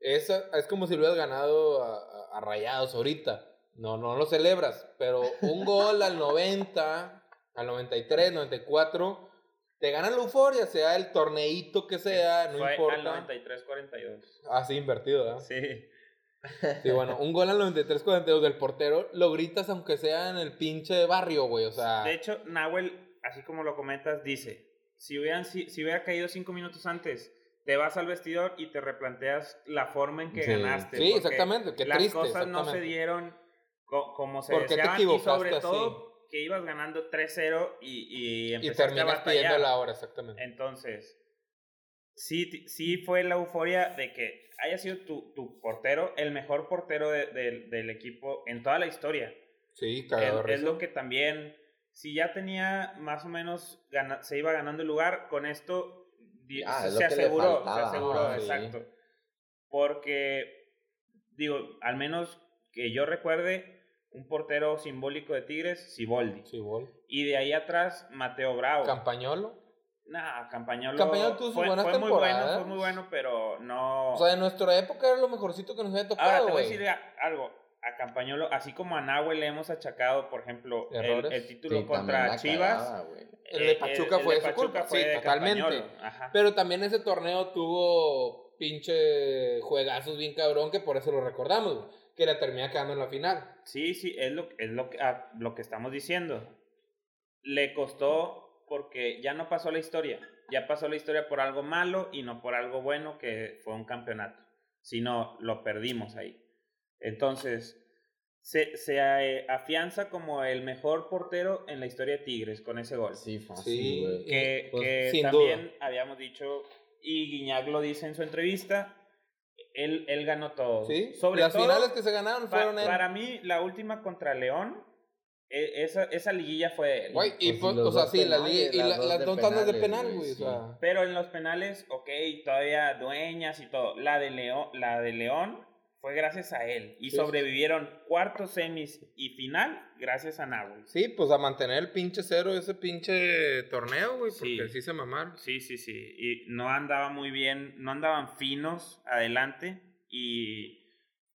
Speaker 2: es, es como si lo hubieras ganado a, a- a rayados ahorita. No, no lo celebras, pero un gol al 90, al 93, 94, te gana la euforia, sea el torneito que sea, no
Speaker 1: Fue al
Speaker 2: importa.
Speaker 1: 93-42.
Speaker 2: Ah, sí, invertido, ¿verdad?
Speaker 1: Sí.
Speaker 2: Sí, bueno, un gol al 93-42 del portero, lo gritas aunque sea en el pinche barrio, güey, o sea...
Speaker 1: De hecho, Nahuel, así como lo comentas, dice: si, hubieran, si, si hubiera caído cinco minutos antes, te vas al vestidor y te replanteas la forma en que
Speaker 3: Sí.
Speaker 1: ganaste.
Speaker 2: sí,
Speaker 1: porque-
Speaker 2: exactamente, qué
Speaker 1: las
Speaker 2: triste.
Speaker 1: cosas no se
Speaker 2: exactamente.
Speaker 1: dieron co- como se
Speaker 2: ¿Por qué te
Speaker 1: deseaban y
Speaker 2: equivocaste
Speaker 1: sobre
Speaker 2: así?
Speaker 1: todo que ibas ganando 3-0 y, y
Speaker 2: Y
Speaker 1: empezaste a
Speaker 2: terminas
Speaker 1: batallar.
Speaker 2: pidiendo la hora, exactamente.
Speaker 1: Entonces, sí, ti- sí fue la euforia de que haya sido tu, tu portero el mejor portero de- del- del equipo en toda la historia.
Speaker 2: Sí,
Speaker 1: Es,
Speaker 2: cagado de
Speaker 1: es
Speaker 2: risa.
Speaker 1: lo que también, si ya tenía más o menos, gana- se iba ganando el lugar, con esto di-
Speaker 3: Ah,
Speaker 1: se,
Speaker 3: es lo
Speaker 1: se
Speaker 3: que le
Speaker 1: aseguró,
Speaker 3: faltaba,
Speaker 1: se aseguró,
Speaker 2: ah, sí.
Speaker 1: exacto. Porque, digo, al menos que yo recuerde, un portero simbólico de Tigres, Siboldi.
Speaker 2: Sí, gol.
Speaker 1: Y de ahí atrás, Mateo Bravo.
Speaker 2: Campañolo.
Speaker 1: nah, Campañolo,
Speaker 2: Campañolo tuvo sus
Speaker 1: fue,
Speaker 2: buenas
Speaker 1: fue muy bueno,
Speaker 2: temporadas.
Speaker 1: fue muy bueno, pero no...
Speaker 2: O sea, en nuestra época era lo mejorcito que nos había
Speaker 1: Ahora
Speaker 2: tocado,
Speaker 1: te voy a
Speaker 2: güey.
Speaker 1: decir a- algo. A Campañolo, así como a Nahuel le hemos achacado, por ejemplo, el,
Speaker 2: Errores.
Speaker 1: el título
Speaker 3: Sí, también
Speaker 1: contra
Speaker 3: la
Speaker 1: Chivas.
Speaker 3: cagaba, güey.
Speaker 2: El de
Speaker 1: eh,
Speaker 2: Pachuca fue de su culpa, sí,
Speaker 1: de
Speaker 2: totalmente.
Speaker 1: Campañolo, ajá.
Speaker 2: Pero también ese torneo tuvo pinche juegazos bien cabrón que por eso lo recordamos, güey, Que la termina quedando en la final.
Speaker 1: Sí, sí, es lo, es lo, que- ah, lo que estamos diciendo. Le costó porque ya no pasó la historia. Ya pasó la historia por algo malo y no por algo bueno que fue un campeonato. Sino lo perdimos ahí. Entonces, se, se eh, afianza como el mejor portero en la historia de Tigres con ese gol.
Speaker 3: Sí, fácil,
Speaker 2: Ah, Sí.
Speaker 3: güey.
Speaker 1: que,
Speaker 2: Pues,
Speaker 1: que
Speaker 2: sin
Speaker 1: también habíamos dicho, y Guiñac lo dice en su entrevista, Él, él ganó todo.
Speaker 2: ¿Sí?
Speaker 1: Sobre
Speaker 2: Las
Speaker 1: todo,
Speaker 2: finales que se ganaron
Speaker 1: pa-
Speaker 2: fueron él.
Speaker 1: para mí, la última contra León, e- esa, esa liguilla fue de él.
Speaker 2: Güey, y
Speaker 3: Pues,
Speaker 2: pues,
Speaker 3: y los
Speaker 2: o sea,
Speaker 3: dos
Speaker 2: sí, la
Speaker 3: penales,
Speaker 2: liga- y
Speaker 3: las
Speaker 2: la-
Speaker 3: dos
Speaker 2: las
Speaker 3: de
Speaker 2: dos tandas de
Speaker 3: penales,
Speaker 2: penal,
Speaker 3: güey,
Speaker 2: güey. O
Speaker 3: sí.
Speaker 2: sea,
Speaker 1: Pero en los penales, ok, todavía dueñas y todo. La de León, la de León fue gracias a él. Y
Speaker 2: Sí, sí.
Speaker 1: sobrevivieron cuartos, semis y final gracias a Nahuel.
Speaker 2: sí, pues a mantener el pinche cero de ese pinche torneo, güey, porque
Speaker 1: Sí.
Speaker 2: sí se mamaron.
Speaker 1: Sí, sí, sí. Y no andaba muy bien, no andaban finos adelante y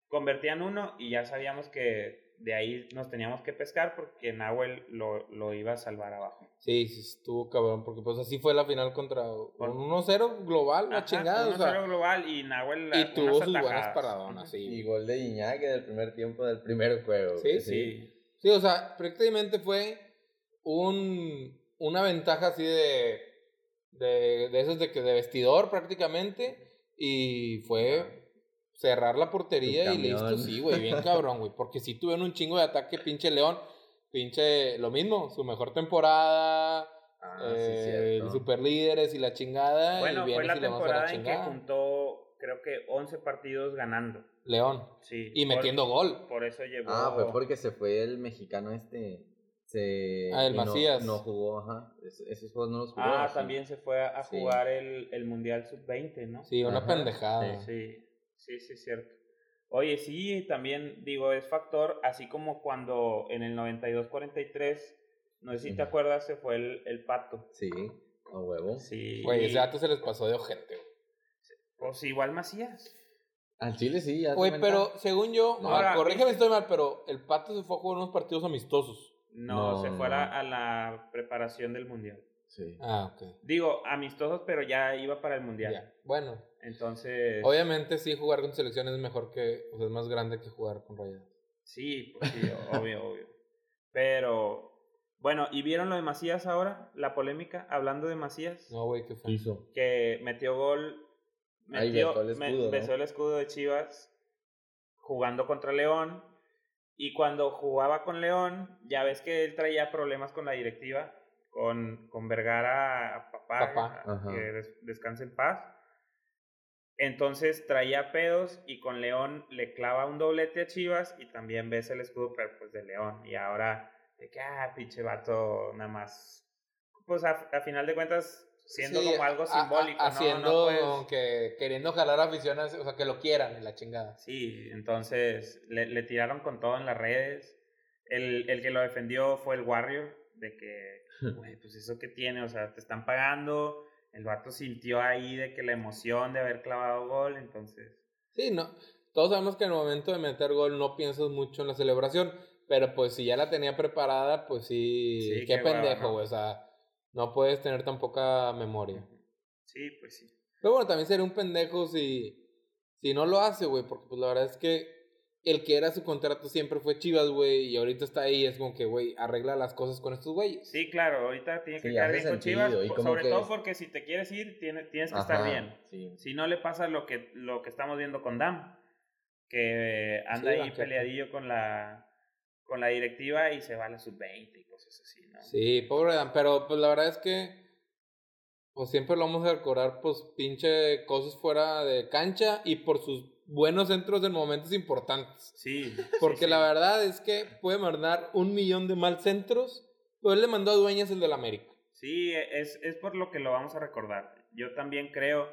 Speaker 1: convertían uno y ya sabíamos que de ahí nos teníamos que pescar porque Nahuel lo, lo iba a salvar abajo.
Speaker 2: Sí, sí, estuvo cabrón, porque pues así fue la final contra un
Speaker 1: Con-
Speaker 2: 1-0 global, la
Speaker 1: Ajá,
Speaker 2: chingada, o
Speaker 1: 1-0
Speaker 2: sea,
Speaker 1: global y Nahuel
Speaker 2: y tuvo sus buenas
Speaker 1: atajadas.
Speaker 2: paradonas,
Speaker 3: Y
Speaker 2: sí.
Speaker 3: gol de Iñaki del primer tiempo del primer juego.
Speaker 2: Sí,
Speaker 3: güey,
Speaker 1: Sí.
Speaker 2: Sí, o sea, prácticamente fue un, una ventaja así de, de, de esos de, que- de vestidor prácticamente, y fue... Cerrar la portería
Speaker 3: Tu
Speaker 2: y listo,
Speaker 3: camión.
Speaker 2: sí, güey, bien cabrón, güey. Porque sí tuvieron un chingo de ataque, pinche León. Pinche, lo mismo, su mejor temporada,
Speaker 3: Ah, sí,
Speaker 2: eh,
Speaker 3: cierto.
Speaker 2: super líderes y la chingada.
Speaker 1: Bueno,
Speaker 2: y
Speaker 1: fue
Speaker 2: vienes
Speaker 1: la
Speaker 2: y le mandas a
Speaker 1: temporada en que
Speaker 2: chingada.
Speaker 1: juntó, creo que 11 partidos ganando.
Speaker 2: León.
Speaker 1: Sí.
Speaker 2: Y
Speaker 1: Por-
Speaker 2: metiendo
Speaker 1: Por,
Speaker 2: gol.
Speaker 1: eso llevó.
Speaker 3: Ah, fue porque se fue el mexicano este. Se,
Speaker 2: Ah, el
Speaker 3: y no-
Speaker 2: Macías.
Speaker 3: No, jugó, ajá. Es- esos juegos no los jugó.
Speaker 1: Ah,
Speaker 3: sí.
Speaker 1: también se fue a, a
Speaker 3: Sí.
Speaker 1: jugar el, el Mundial Sub-20, ¿no?
Speaker 2: Sí, una
Speaker 3: Ajá,
Speaker 2: pendejada.
Speaker 1: Sí, sí, sí, es cierto. Oye, sí, también digo, es factor, así como cuando en el 92-43, no sé si te
Speaker 3: Ujú.
Speaker 1: acuerdas, se fue el, el pato.
Speaker 3: Sí, a huevo.
Speaker 1: Sí.
Speaker 2: Güey, ese dato se les pasó de ojete. güey.
Speaker 1: Pues igual Macías.
Speaker 3: Al Chile sí, ya.
Speaker 2: Güey, pero según yo,
Speaker 3: No.
Speaker 2: ah,
Speaker 1: Ahora,
Speaker 2: corrígeme si estoy mal, pero el Pato se fue a jugar unos partidos amistosos.
Speaker 1: No,
Speaker 3: No,
Speaker 1: se fue a la-
Speaker 3: no.
Speaker 1: a la preparación del Mundial.
Speaker 3: Sí.
Speaker 2: Ah, ok.
Speaker 1: Digo, amistosos, pero ya iba para el Mundial.
Speaker 2: Ya. Bueno,
Speaker 1: Entonces,
Speaker 2: obviamente sí, jugar con selección es mejor que. O sea, es más grande que jugar con Rayados.
Speaker 1: sí, pues sí, obvio, obvio. Pero, bueno, ¿y vieron lo de Macías ahora? La polémica, hablando de Macías.
Speaker 2: No, güey, qué fue.
Speaker 3: Hizo.
Speaker 1: que metió gol,
Speaker 3: Ahí
Speaker 1: metió,
Speaker 3: besó el
Speaker 1: me-
Speaker 3: escudo, ¿no?
Speaker 1: besó el escudo de Chivas jugando contra León. Y cuando jugaba con León, ya ves que él traía problemas con la directiva, con, con Vergara, a papá,
Speaker 2: Papá,
Speaker 1: a-
Speaker 3: ajá.
Speaker 1: que des- descanse en paz. Entonces traía pedos y con León le clava un doblete a Chivas y también besa el escudo, pero pues de León. Y ahora, de que, ah, pinche vato, nada más. Pues a, a final de cuentas, siendo
Speaker 2: Sí,
Speaker 1: como algo
Speaker 2: a- a-
Speaker 1: simbólico, ¿no?
Speaker 2: haciendo
Speaker 1: no, pues, puedes-
Speaker 2: que queriendo jalar aficiones, o sea, que lo quieran y la chingada.
Speaker 1: Sí, entonces le, le tiraron con todo en las redes. El, el que lo defendió fue el Warrior, de que, güey, pues eso que tiene, o sea, te están pagando. El vato sintió ahí de que la emoción de haber clavado gol, entonces.
Speaker 2: Sí, no. Todos sabemos que en el momento de meter gol no piensas mucho en la celebración, pero pues si ya la tenía preparada, pues sí,
Speaker 1: Sí,
Speaker 2: qué,
Speaker 1: qué hueva,
Speaker 2: pendejo,
Speaker 1: ¿no?
Speaker 2: güey, o sea, no puedes tener tan poca memoria.
Speaker 1: Sí, pues sí.
Speaker 2: Pero bueno, también sería un pendejo si si no lo hace, güey, porque pues la verdad es que el que era su contrato siempre fue Chivas, güey, y ahorita está ahí, es como que, güey, arregla las cosas con estos güeyes.
Speaker 1: Sí, claro, ahorita tiene que
Speaker 3: Sí,
Speaker 1: estar
Speaker 3: hace
Speaker 1: bien con
Speaker 3: sentido,
Speaker 1: Chivas,
Speaker 3: y
Speaker 1: por-
Speaker 3: como
Speaker 1: sobre
Speaker 3: que-
Speaker 1: todo porque si te quieres ir, tiene- tienes que estar
Speaker 3: Ajá,
Speaker 1: bien.
Speaker 3: Sí.
Speaker 1: Si no le pasa lo que, lo que estamos viendo con Dam, que anda
Speaker 2: Sí,
Speaker 1: ahí
Speaker 2: banqueta.
Speaker 1: peleadillo con la, con la directiva y se va a la sub-20 y cosas así, ¿no?
Speaker 2: Sí, pobre Dan, pero pues la verdad es que pues siempre lo vamos a recordar pues pinche cosas fuera de cancha y por sus buenos centros en momentos importantes.
Speaker 1: Sí.
Speaker 2: Porque
Speaker 1: sí, sí.
Speaker 2: la verdad es que puede mandar un millón de mal centros, pero él le mandó a Dueñas el del América.
Speaker 1: Sí, es, es por lo que lo vamos a recordar. Yo también creo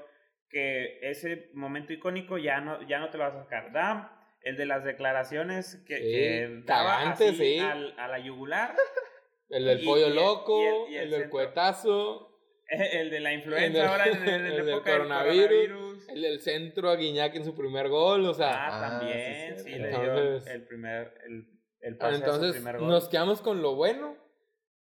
Speaker 1: que ese momento icónico ya no, ya no te lo vas a sacar. Dam, el de las declaraciones que,
Speaker 2: Sí,
Speaker 1: que daba
Speaker 2: cagante,
Speaker 1: así
Speaker 2: sí.
Speaker 1: al- a la yugular,
Speaker 2: El del
Speaker 1: Y-
Speaker 2: pollo
Speaker 1: y el-
Speaker 2: loco,
Speaker 1: y
Speaker 2: el,
Speaker 1: el- y el
Speaker 2: del
Speaker 1: centro.
Speaker 2: cuetazo,
Speaker 1: el de la influenza
Speaker 2: El del-
Speaker 1: ahora en, en- en
Speaker 2: el del
Speaker 1: época del
Speaker 2: coronavirus.
Speaker 1: coronavirus.
Speaker 2: el del centro a Guiñac en su primer gol, o sea,
Speaker 1: Ah,
Speaker 3: Ah, sí,
Speaker 1: también, sí,
Speaker 3: cierto.
Speaker 1: le dio el,
Speaker 2: Entonces-
Speaker 1: el primer, el, Ah, el pase a su
Speaker 2: entonces
Speaker 1: primer gol.
Speaker 2: nos quedamos con lo bueno.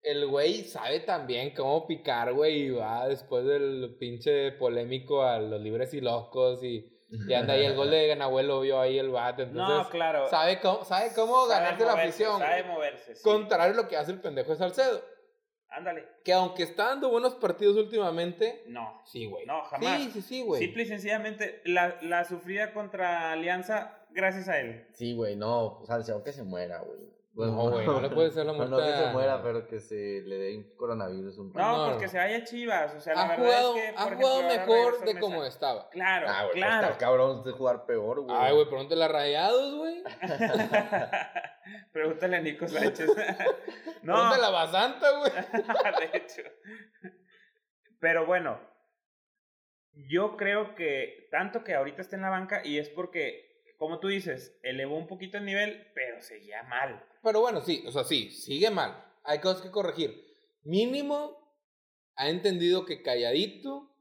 Speaker 2: El güey sabe también cómo picar, güey, y va después del pinche polémico a los libres y locos y, y anda ahí el gol de Ganabuel lo vio ahí el bat, entonces
Speaker 1: no, claro.
Speaker 2: sabe cómo sabe cómo
Speaker 1: Sabe
Speaker 2: ganarse la
Speaker 1: moverse,
Speaker 2: afición. güey.
Speaker 1: Sabe moverse, sí.
Speaker 2: Contrario a lo que hace el pendejo de Salcedo.
Speaker 1: Ándale.
Speaker 2: Que aunque está dando buenos partidos últimamente.
Speaker 1: No,
Speaker 2: Sí, güey.
Speaker 1: No, jamás.
Speaker 2: Sí, sí, sí, güey.
Speaker 1: Simple y sencillamente, la, la sufrida contra Alianza, gracias a él.
Speaker 3: Sí, güey, no. Salcedo que se muera, güey. Bueno,
Speaker 2: no, güey, no le puede ser la
Speaker 3: Pues No,
Speaker 2: muerte.
Speaker 3: no que se
Speaker 2: a-
Speaker 3: muera, pero que se le dé coronavirus un
Speaker 1: No,
Speaker 2: No,
Speaker 1: pues
Speaker 2: no.
Speaker 1: que se vaya a Chivas. O sea, la
Speaker 2: ha
Speaker 1: verdad
Speaker 2: jugado,
Speaker 1: es que.
Speaker 2: ha
Speaker 1: por
Speaker 2: jugado
Speaker 1: ejemplo, ahora
Speaker 2: mejor
Speaker 1: regresó
Speaker 2: de
Speaker 1: Mesa.
Speaker 2: como estaba.
Speaker 1: Claro,
Speaker 3: Ah, güey, pues,
Speaker 1: claro.
Speaker 3: está cabrón de jugar peor, güey.
Speaker 2: Ay, güey, pregúntale a Rayados, güey.
Speaker 1: Pregúntale a Nico Sánchez. no,
Speaker 2: Pregúntale a Basanta, güey.
Speaker 1: de hecho. Pero bueno, yo creo que tanto que ahorita está en la banca y es porque, como tú dices, elevó un poquito el nivel, pero seguía mal.
Speaker 2: Pero bueno, sí, o sea, sí, sigue mal. Hay cosas que corregir. Mínimo, ha entendido que calladito,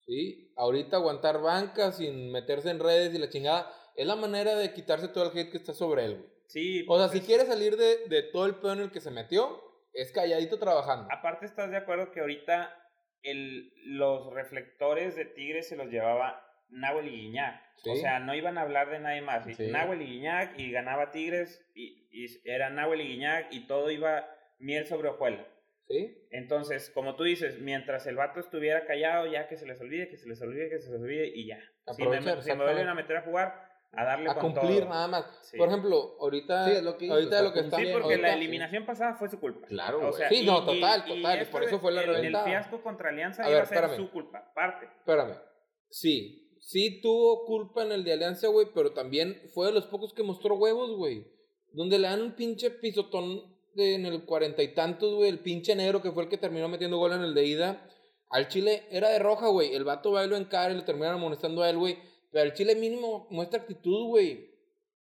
Speaker 2: ¿sí? Ahorita aguantar banca sin meterse en redes y la chingada, es la manera de quitarse todo el hate que está sobre él, güey.
Speaker 1: Sí,
Speaker 2: O sea,
Speaker 1: pues,
Speaker 2: si quiere salir de, de todo el pedo en el que se metió, es calladito trabajando.
Speaker 1: Aparte, ¿estás de acuerdo que ahorita el, los reflectores de Tigres se los llevaba Nahuel y Guiñac? O
Speaker 2: Sí.
Speaker 1: sea, no iban a hablar de nadie más. Y
Speaker 3: Sí.
Speaker 1: Nahuel y Guiñac y ganaba Tigres y, y era Nahuel y Guiñac y todo iba miel sobre hojuela.
Speaker 2: ¿Sí?
Speaker 1: Entonces, como tú dices, mientras el vato estuviera callado, ya que se les olvide, que se les olvide, que se les olvide y ya. Si me,
Speaker 2: Aprovechar,
Speaker 1: si me vuelven
Speaker 2: exactamente.
Speaker 1: a meter a jugar, a darle
Speaker 2: A
Speaker 1: con
Speaker 2: cumplir
Speaker 1: todo.
Speaker 2: nada más.
Speaker 1: Sí.
Speaker 2: Por ejemplo, ahorita,
Speaker 3: Sí, es lo que hizo,
Speaker 2: ahorita
Speaker 3: está
Speaker 2: lo que está
Speaker 1: Sí,
Speaker 3: cumpliendo.
Speaker 1: porque la
Speaker 2: ahorita- eh,
Speaker 1: eliminación pasada fue su culpa.
Speaker 3: Claro,
Speaker 1: O
Speaker 3: güey.
Speaker 1: sea,
Speaker 2: Sí, no, total, total, y
Speaker 1: esto
Speaker 2: por eso fue la
Speaker 1: el- El
Speaker 2: reventada.
Speaker 1: fiasco contra Alianza
Speaker 2: A
Speaker 1: iba
Speaker 2: ver,
Speaker 1: a ser
Speaker 2: espérame.
Speaker 1: su culpa, parte.
Speaker 2: Espérame. Sí, sí tuvo culpa en el de Alianza, güey, pero también fue de los pocos que mostró huevos, güey. Donde le dan un pinche pisotón de- en el cuarenta y tantos, güey. El pinche negro que fue el que terminó metiendo gol en el de ida. Al Chile era de roja, güey. El vato va y lo encara y le terminan amonestando a él, güey. Pero al Chile mínimo muestra actitud, güey.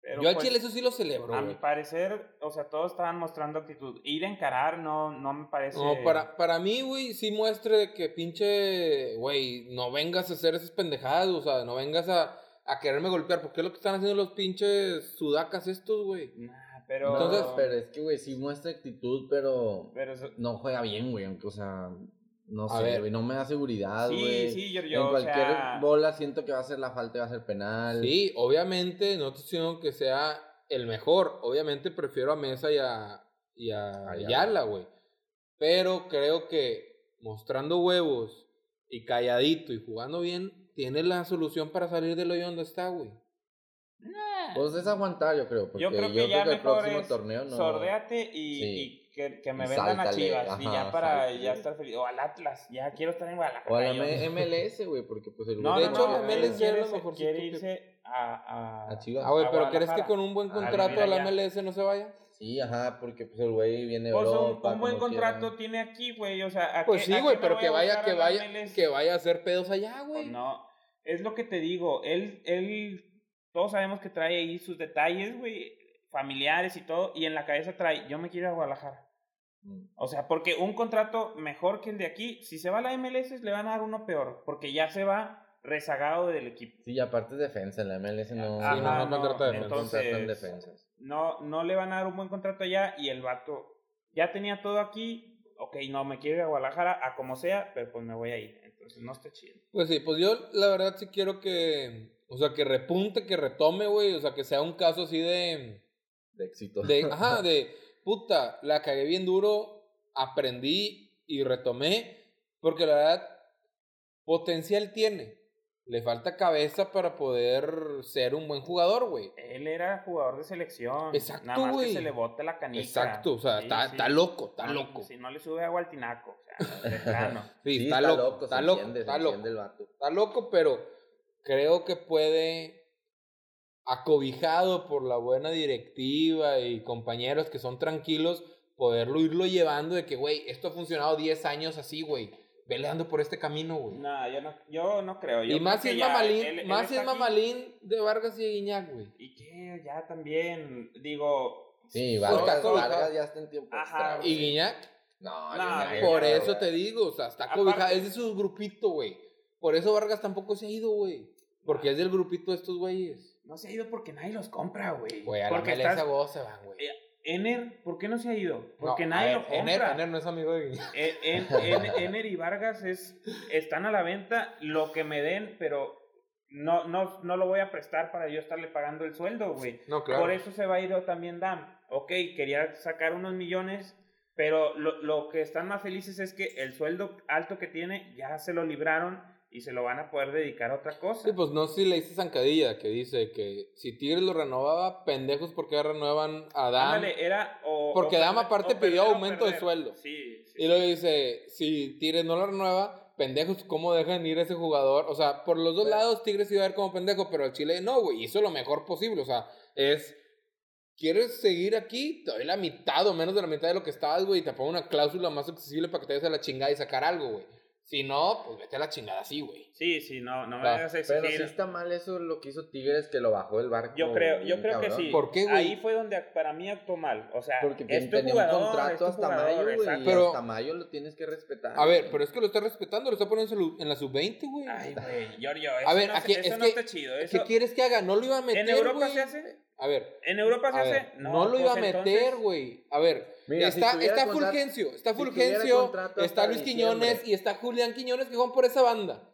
Speaker 1: Pero
Speaker 2: Yo al
Speaker 1: pues,
Speaker 2: Chile eso sí lo celebro,
Speaker 1: a
Speaker 2: güey.
Speaker 1: mi parecer, o sea, todos estaban mostrando actitud. Ir a encarar no, no me parece.
Speaker 2: No, para, para mí, güey, sí muestra de que pinche, güey, no vengas a hacer esas pendejadas, o sea, no vengas a, a quererme golpear, porque es lo que están haciendo los pinches sudacas estos, güey.
Speaker 1: Nah, pero.
Speaker 2: Entonces,
Speaker 3: No, pero es que, güey, sí muestra actitud, pero
Speaker 1: pero eso-
Speaker 3: no juega bien, güey. Aunque, o sea, no
Speaker 2: A
Speaker 3: sé,
Speaker 2: ver.
Speaker 3: güey, no me da seguridad,
Speaker 1: sí,
Speaker 3: güey.
Speaker 1: sí, yo,
Speaker 3: en
Speaker 1: yo, o
Speaker 3: cualquier
Speaker 1: sea,
Speaker 3: bola siento que va a ser la falta y va a ser penal.
Speaker 2: Sí, obviamente, no te estoy diciendo que sea el mejor, obviamente prefiero a Mesa y a, y a
Speaker 3: A Ayala.
Speaker 2: Ayala, güey. Pero creo que mostrando huevos y calladito y jugando bien, tiene la solución para salir del hoyo donde está, güey.
Speaker 4: Nah.
Speaker 3: Pues es aguantar, yo creo. Porque
Speaker 1: yo creo que ya
Speaker 3: el
Speaker 1: mejor
Speaker 3: próximo
Speaker 1: es
Speaker 3: torneo no.
Speaker 1: sordeate y,
Speaker 3: Sí.
Speaker 1: y que, que me
Speaker 3: Y
Speaker 1: vendan a
Speaker 3: sáltale,
Speaker 1: Chivas y ya
Speaker 3: ajá,
Speaker 1: para
Speaker 3: sáltale.
Speaker 1: ya estar feliz. O al Atlas, ya quiero estar en Guadalajara.
Speaker 3: O a la
Speaker 1: yo.
Speaker 3: M- MLS, güey, porque pues el
Speaker 1: No,
Speaker 2: De
Speaker 1: no,
Speaker 2: hecho,
Speaker 1: no,
Speaker 2: la
Speaker 1: él
Speaker 2: MLS ya
Speaker 1: quiere
Speaker 2: es lo
Speaker 1: se-
Speaker 2: mejor,
Speaker 1: Quiere
Speaker 2: sí, tú que-
Speaker 1: irse a, a,
Speaker 3: A Chivas.
Speaker 2: Ah, güey,
Speaker 1: A
Speaker 2: pero ¿crees que
Speaker 1: Guadalajara.
Speaker 2: con un buen
Speaker 3: A
Speaker 2: contrato a
Speaker 1: vivir
Speaker 2: la
Speaker 1: allá.
Speaker 2: MLS no se vaya?
Speaker 3: Sí, ajá, porque pues el güey viene de
Speaker 1: O sea, un-
Speaker 3: Europa.
Speaker 1: un, buen
Speaker 3: como
Speaker 1: contrato
Speaker 3: quiera.
Speaker 1: tiene aquí, güey. O sea, ¿a
Speaker 2: Pues
Speaker 1: qué-
Speaker 2: sí,
Speaker 1: a qué
Speaker 2: güey,
Speaker 1: Eh, me
Speaker 2: pero
Speaker 1: voy
Speaker 2: que
Speaker 1: a
Speaker 2: vaya,
Speaker 1: buscar
Speaker 2: que
Speaker 1: a la
Speaker 2: vaya,
Speaker 1: MLS?
Speaker 2: que vaya a hacer pedos allá,
Speaker 1: Pues
Speaker 2: güey.
Speaker 1: No, es lo que te digo. Él, él, todos sabemos que trae ahí sus detalles, güey, familiares y todo. Y en la cabeza trae, yo me quiero ir a Guadalajara.
Speaker 3: Mm.
Speaker 1: O sea, porque un contrato mejor que el de aquí, si se va a la MLS, le van a dar uno peor. Porque ya se va rezagado del equipo.
Speaker 3: Sí, y aparte es defensa, en la MLS no.
Speaker 1: Ajá,
Speaker 2: Sí, no, no contrata defensa.
Speaker 1: Entonces,
Speaker 3: contratan defensas.
Speaker 1: no, no le van a dar un buen contrato allá y el vato ya tenía todo aquí. Ok, no, me quiero ir a Guadalajara, a como sea, pero pues me voy a ir. Entonces no está chido.
Speaker 2: Pues sí, pues yo la verdad sí quiero que, o sea, que repunte, que retome, güey, o sea, que sea un caso así de,
Speaker 3: De éxito.
Speaker 2: de ajá, de, puta, la cagué bien duro, aprendí y retomé, porque la verdad, potencial tiene. Le falta cabeza para poder ser un buen jugador, güey.
Speaker 1: Él era jugador de selección.
Speaker 2: Exacto,
Speaker 1: Nada más
Speaker 2: güey.
Speaker 1: que se le bota la canica.
Speaker 2: Exacto, o sea,
Speaker 1: Sí,
Speaker 2: está,
Speaker 1: sí.
Speaker 2: está loco, está
Speaker 1: No,
Speaker 2: loco.
Speaker 1: Si no le sube agua al tinaco. O sea, de plano.
Speaker 2: Sí, está, loco, está
Speaker 3: se
Speaker 2: loco,
Speaker 3: entiende, se
Speaker 2: está loco.
Speaker 3: entiende el vato.
Speaker 2: está loco, pero creo que puede, acobijado por la buena directiva y compañeros que son tranquilos, poderlo irlo llevando de que, güey, esto ha funcionado 10 años así, güey. Vele ando por este camino, güey.
Speaker 1: No, yo no, yo no creo. Yo
Speaker 2: y más si
Speaker 1: creo
Speaker 2: es
Speaker 1: que ya
Speaker 2: mamalín,
Speaker 1: él- él
Speaker 2: más si
Speaker 1: está
Speaker 2: es
Speaker 1: aquí.
Speaker 2: mamalín de Vargas y de Guiñac, güey.
Speaker 1: Y que ya también, digo.
Speaker 3: Sí,
Speaker 1: Pues,
Speaker 3: Vargas,
Speaker 2: Cazorla.
Speaker 3: Vargas ya está en tiempo
Speaker 1: Ajá, pues
Speaker 3: extra. güey.
Speaker 2: Y Guiñac,
Speaker 3: No,
Speaker 1: Nah,
Speaker 3: yo no,
Speaker 2: por
Speaker 3: yo no,
Speaker 2: eso
Speaker 3: güey.
Speaker 2: te digo, o sea, está
Speaker 1: Aparte-
Speaker 2: acobijado, es de su grupito, güey. Por eso Vargas tampoco se ha ido, güey.
Speaker 1: Ah.
Speaker 2: Porque es del grupito de estos güeyes.
Speaker 1: No se ha ido porque nadie los compra, güey.
Speaker 2: Güey, a la
Speaker 1: porque
Speaker 2: MLS
Speaker 1: estás...
Speaker 2: a huevo se van, güey.
Speaker 1: Ener, ¿por qué no se ha ido?
Speaker 2: No,
Speaker 1: Porque
Speaker 2: a
Speaker 1: nadie
Speaker 2: ver,
Speaker 1: lo compra.
Speaker 2: Ener, Ener no es amigo de Guiñac.
Speaker 1: En- en- en- Ener y Vargas es, están a la venta lo que me den, pero no, no, no lo voy a prestar para yo estarle pagando el sueldo, güey.
Speaker 2: No, claro.
Speaker 1: Por eso se va a ir también Dam. Ok, quería sacar unos millones, pero lo, lo que están más felices es que el sueldo alto que tiene ya se lo libraron y se lo van a poder dedicar a otra cosa.
Speaker 2: Sí, pues no sé si le hice zancadilla que dice que si Tigres lo renovaba, pendejos, ¿por qué renuevan a Dan?
Speaker 1: Ándale, era o-
Speaker 2: Porque
Speaker 1: o
Speaker 2: Dam
Speaker 1: perder-
Speaker 2: aparte
Speaker 1: o
Speaker 2: pidió
Speaker 1: perder o
Speaker 2: aumento de
Speaker 1: perder.
Speaker 2: sueldo.
Speaker 1: Sí, sí,
Speaker 2: Y luego
Speaker 1: sí.
Speaker 2: dice, si Tigres no lo renueva, pendejos, ¿cómo dejan ir a ese jugador? O sea, por los dos
Speaker 1: Pero-
Speaker 2: lados Tigres iba a ver como pendejo, pero el Chile no, güey, hizo lo mejor posible. O sea, es, ¿quieres seguir aquí? Te doy la mitad o menos de la mitad de lo que estabas, güey, y te pongo una cláusula más accesible para que te des a la chingada y sacar algo, güey. Si no, pues vete a la chingada así, güey.
Speaker 1: Sí, sí, no, no me
Speaker 2: Va,
Speaker 1: hagas
Speaker 3: Pero sí
Speaker 1: exigir.
Speaker 3: está mal eso lo que hizo Tigres que lo bajó el barco.
Speaker 1: Yo creo, yo
Speaker 3: bien
Speaker 1: creo que
Speaker 3: cabrón.
Speaker 1: sí.
Speaker 2: ¿Por qué, güey?
Speaker 1: Ahí fue donde para mí actuó mal. O sea,
Speaker 3: Porque
Speaker 1: es tu
Speaker 3: tenía
Speaker 1: jugador,
Speaker 3: un
Speaker 1: es
Speaker 3: contrato
Speaker 1: tu
Speaker 3: hasta
Speaker 1: jugador,
Speaker 3: mayo, güey.
Speaker 1: exacto.
Speaker 3: y
Speaker 2: Pero-
Speaker 3: hasta mayo lo tienes que respetar.
Speaker 2: A ver,
Speaker 3: güey.
Speaker 2: pero es que lo está respetando, lo está poniendo en su- en la sub-20, güey.
Speaker 1: Ay, güey, Giorgio, eso,
Speaker 2: A ver,
Speaker 1: no,
Speaker 2: aquí-
Speaker 1: se- eso
Speaker 2: es
Speaker 1: no
Speaker 2: que-
Speaker 1: está chido.
Speaker 2: ¿Qué
Speaker 1: Eso,
Speaker 2: quieres que haga? No lo iba a
Speaker 1: ¿En
Speaker 2: meter,
Speaker 1: Europa
Speaker 2: güey.
Speaker 1: se hace?
Speaker 2: A ver,
Speaker 1: ¿En Europa se
Speaker 2: a ver,
Speaker 1: hace?
Speaker 2: no, lo iba a
Speaker 1: pues,
Speaker 2: meter,
Speaker 1: entonces-
Speaker 2: güey. A ver,
Speaker 3: Mira, si
Speaker 2: está,
Speaker 3: tuviera
Speaker 2: está
Speaker 3: contrato-
Speaker 2: Fulgencio, está
Speaker 3: si tuviera
Speaker 2: Fulgencio,
Speaker 3: contrato
Speaker 2: está
Speaker 3: hasta
Speaker 2: Luis
Speaker 3: diciembre.
Speaker 2: Quiñones y está Julián Quiñones que van por esa banda.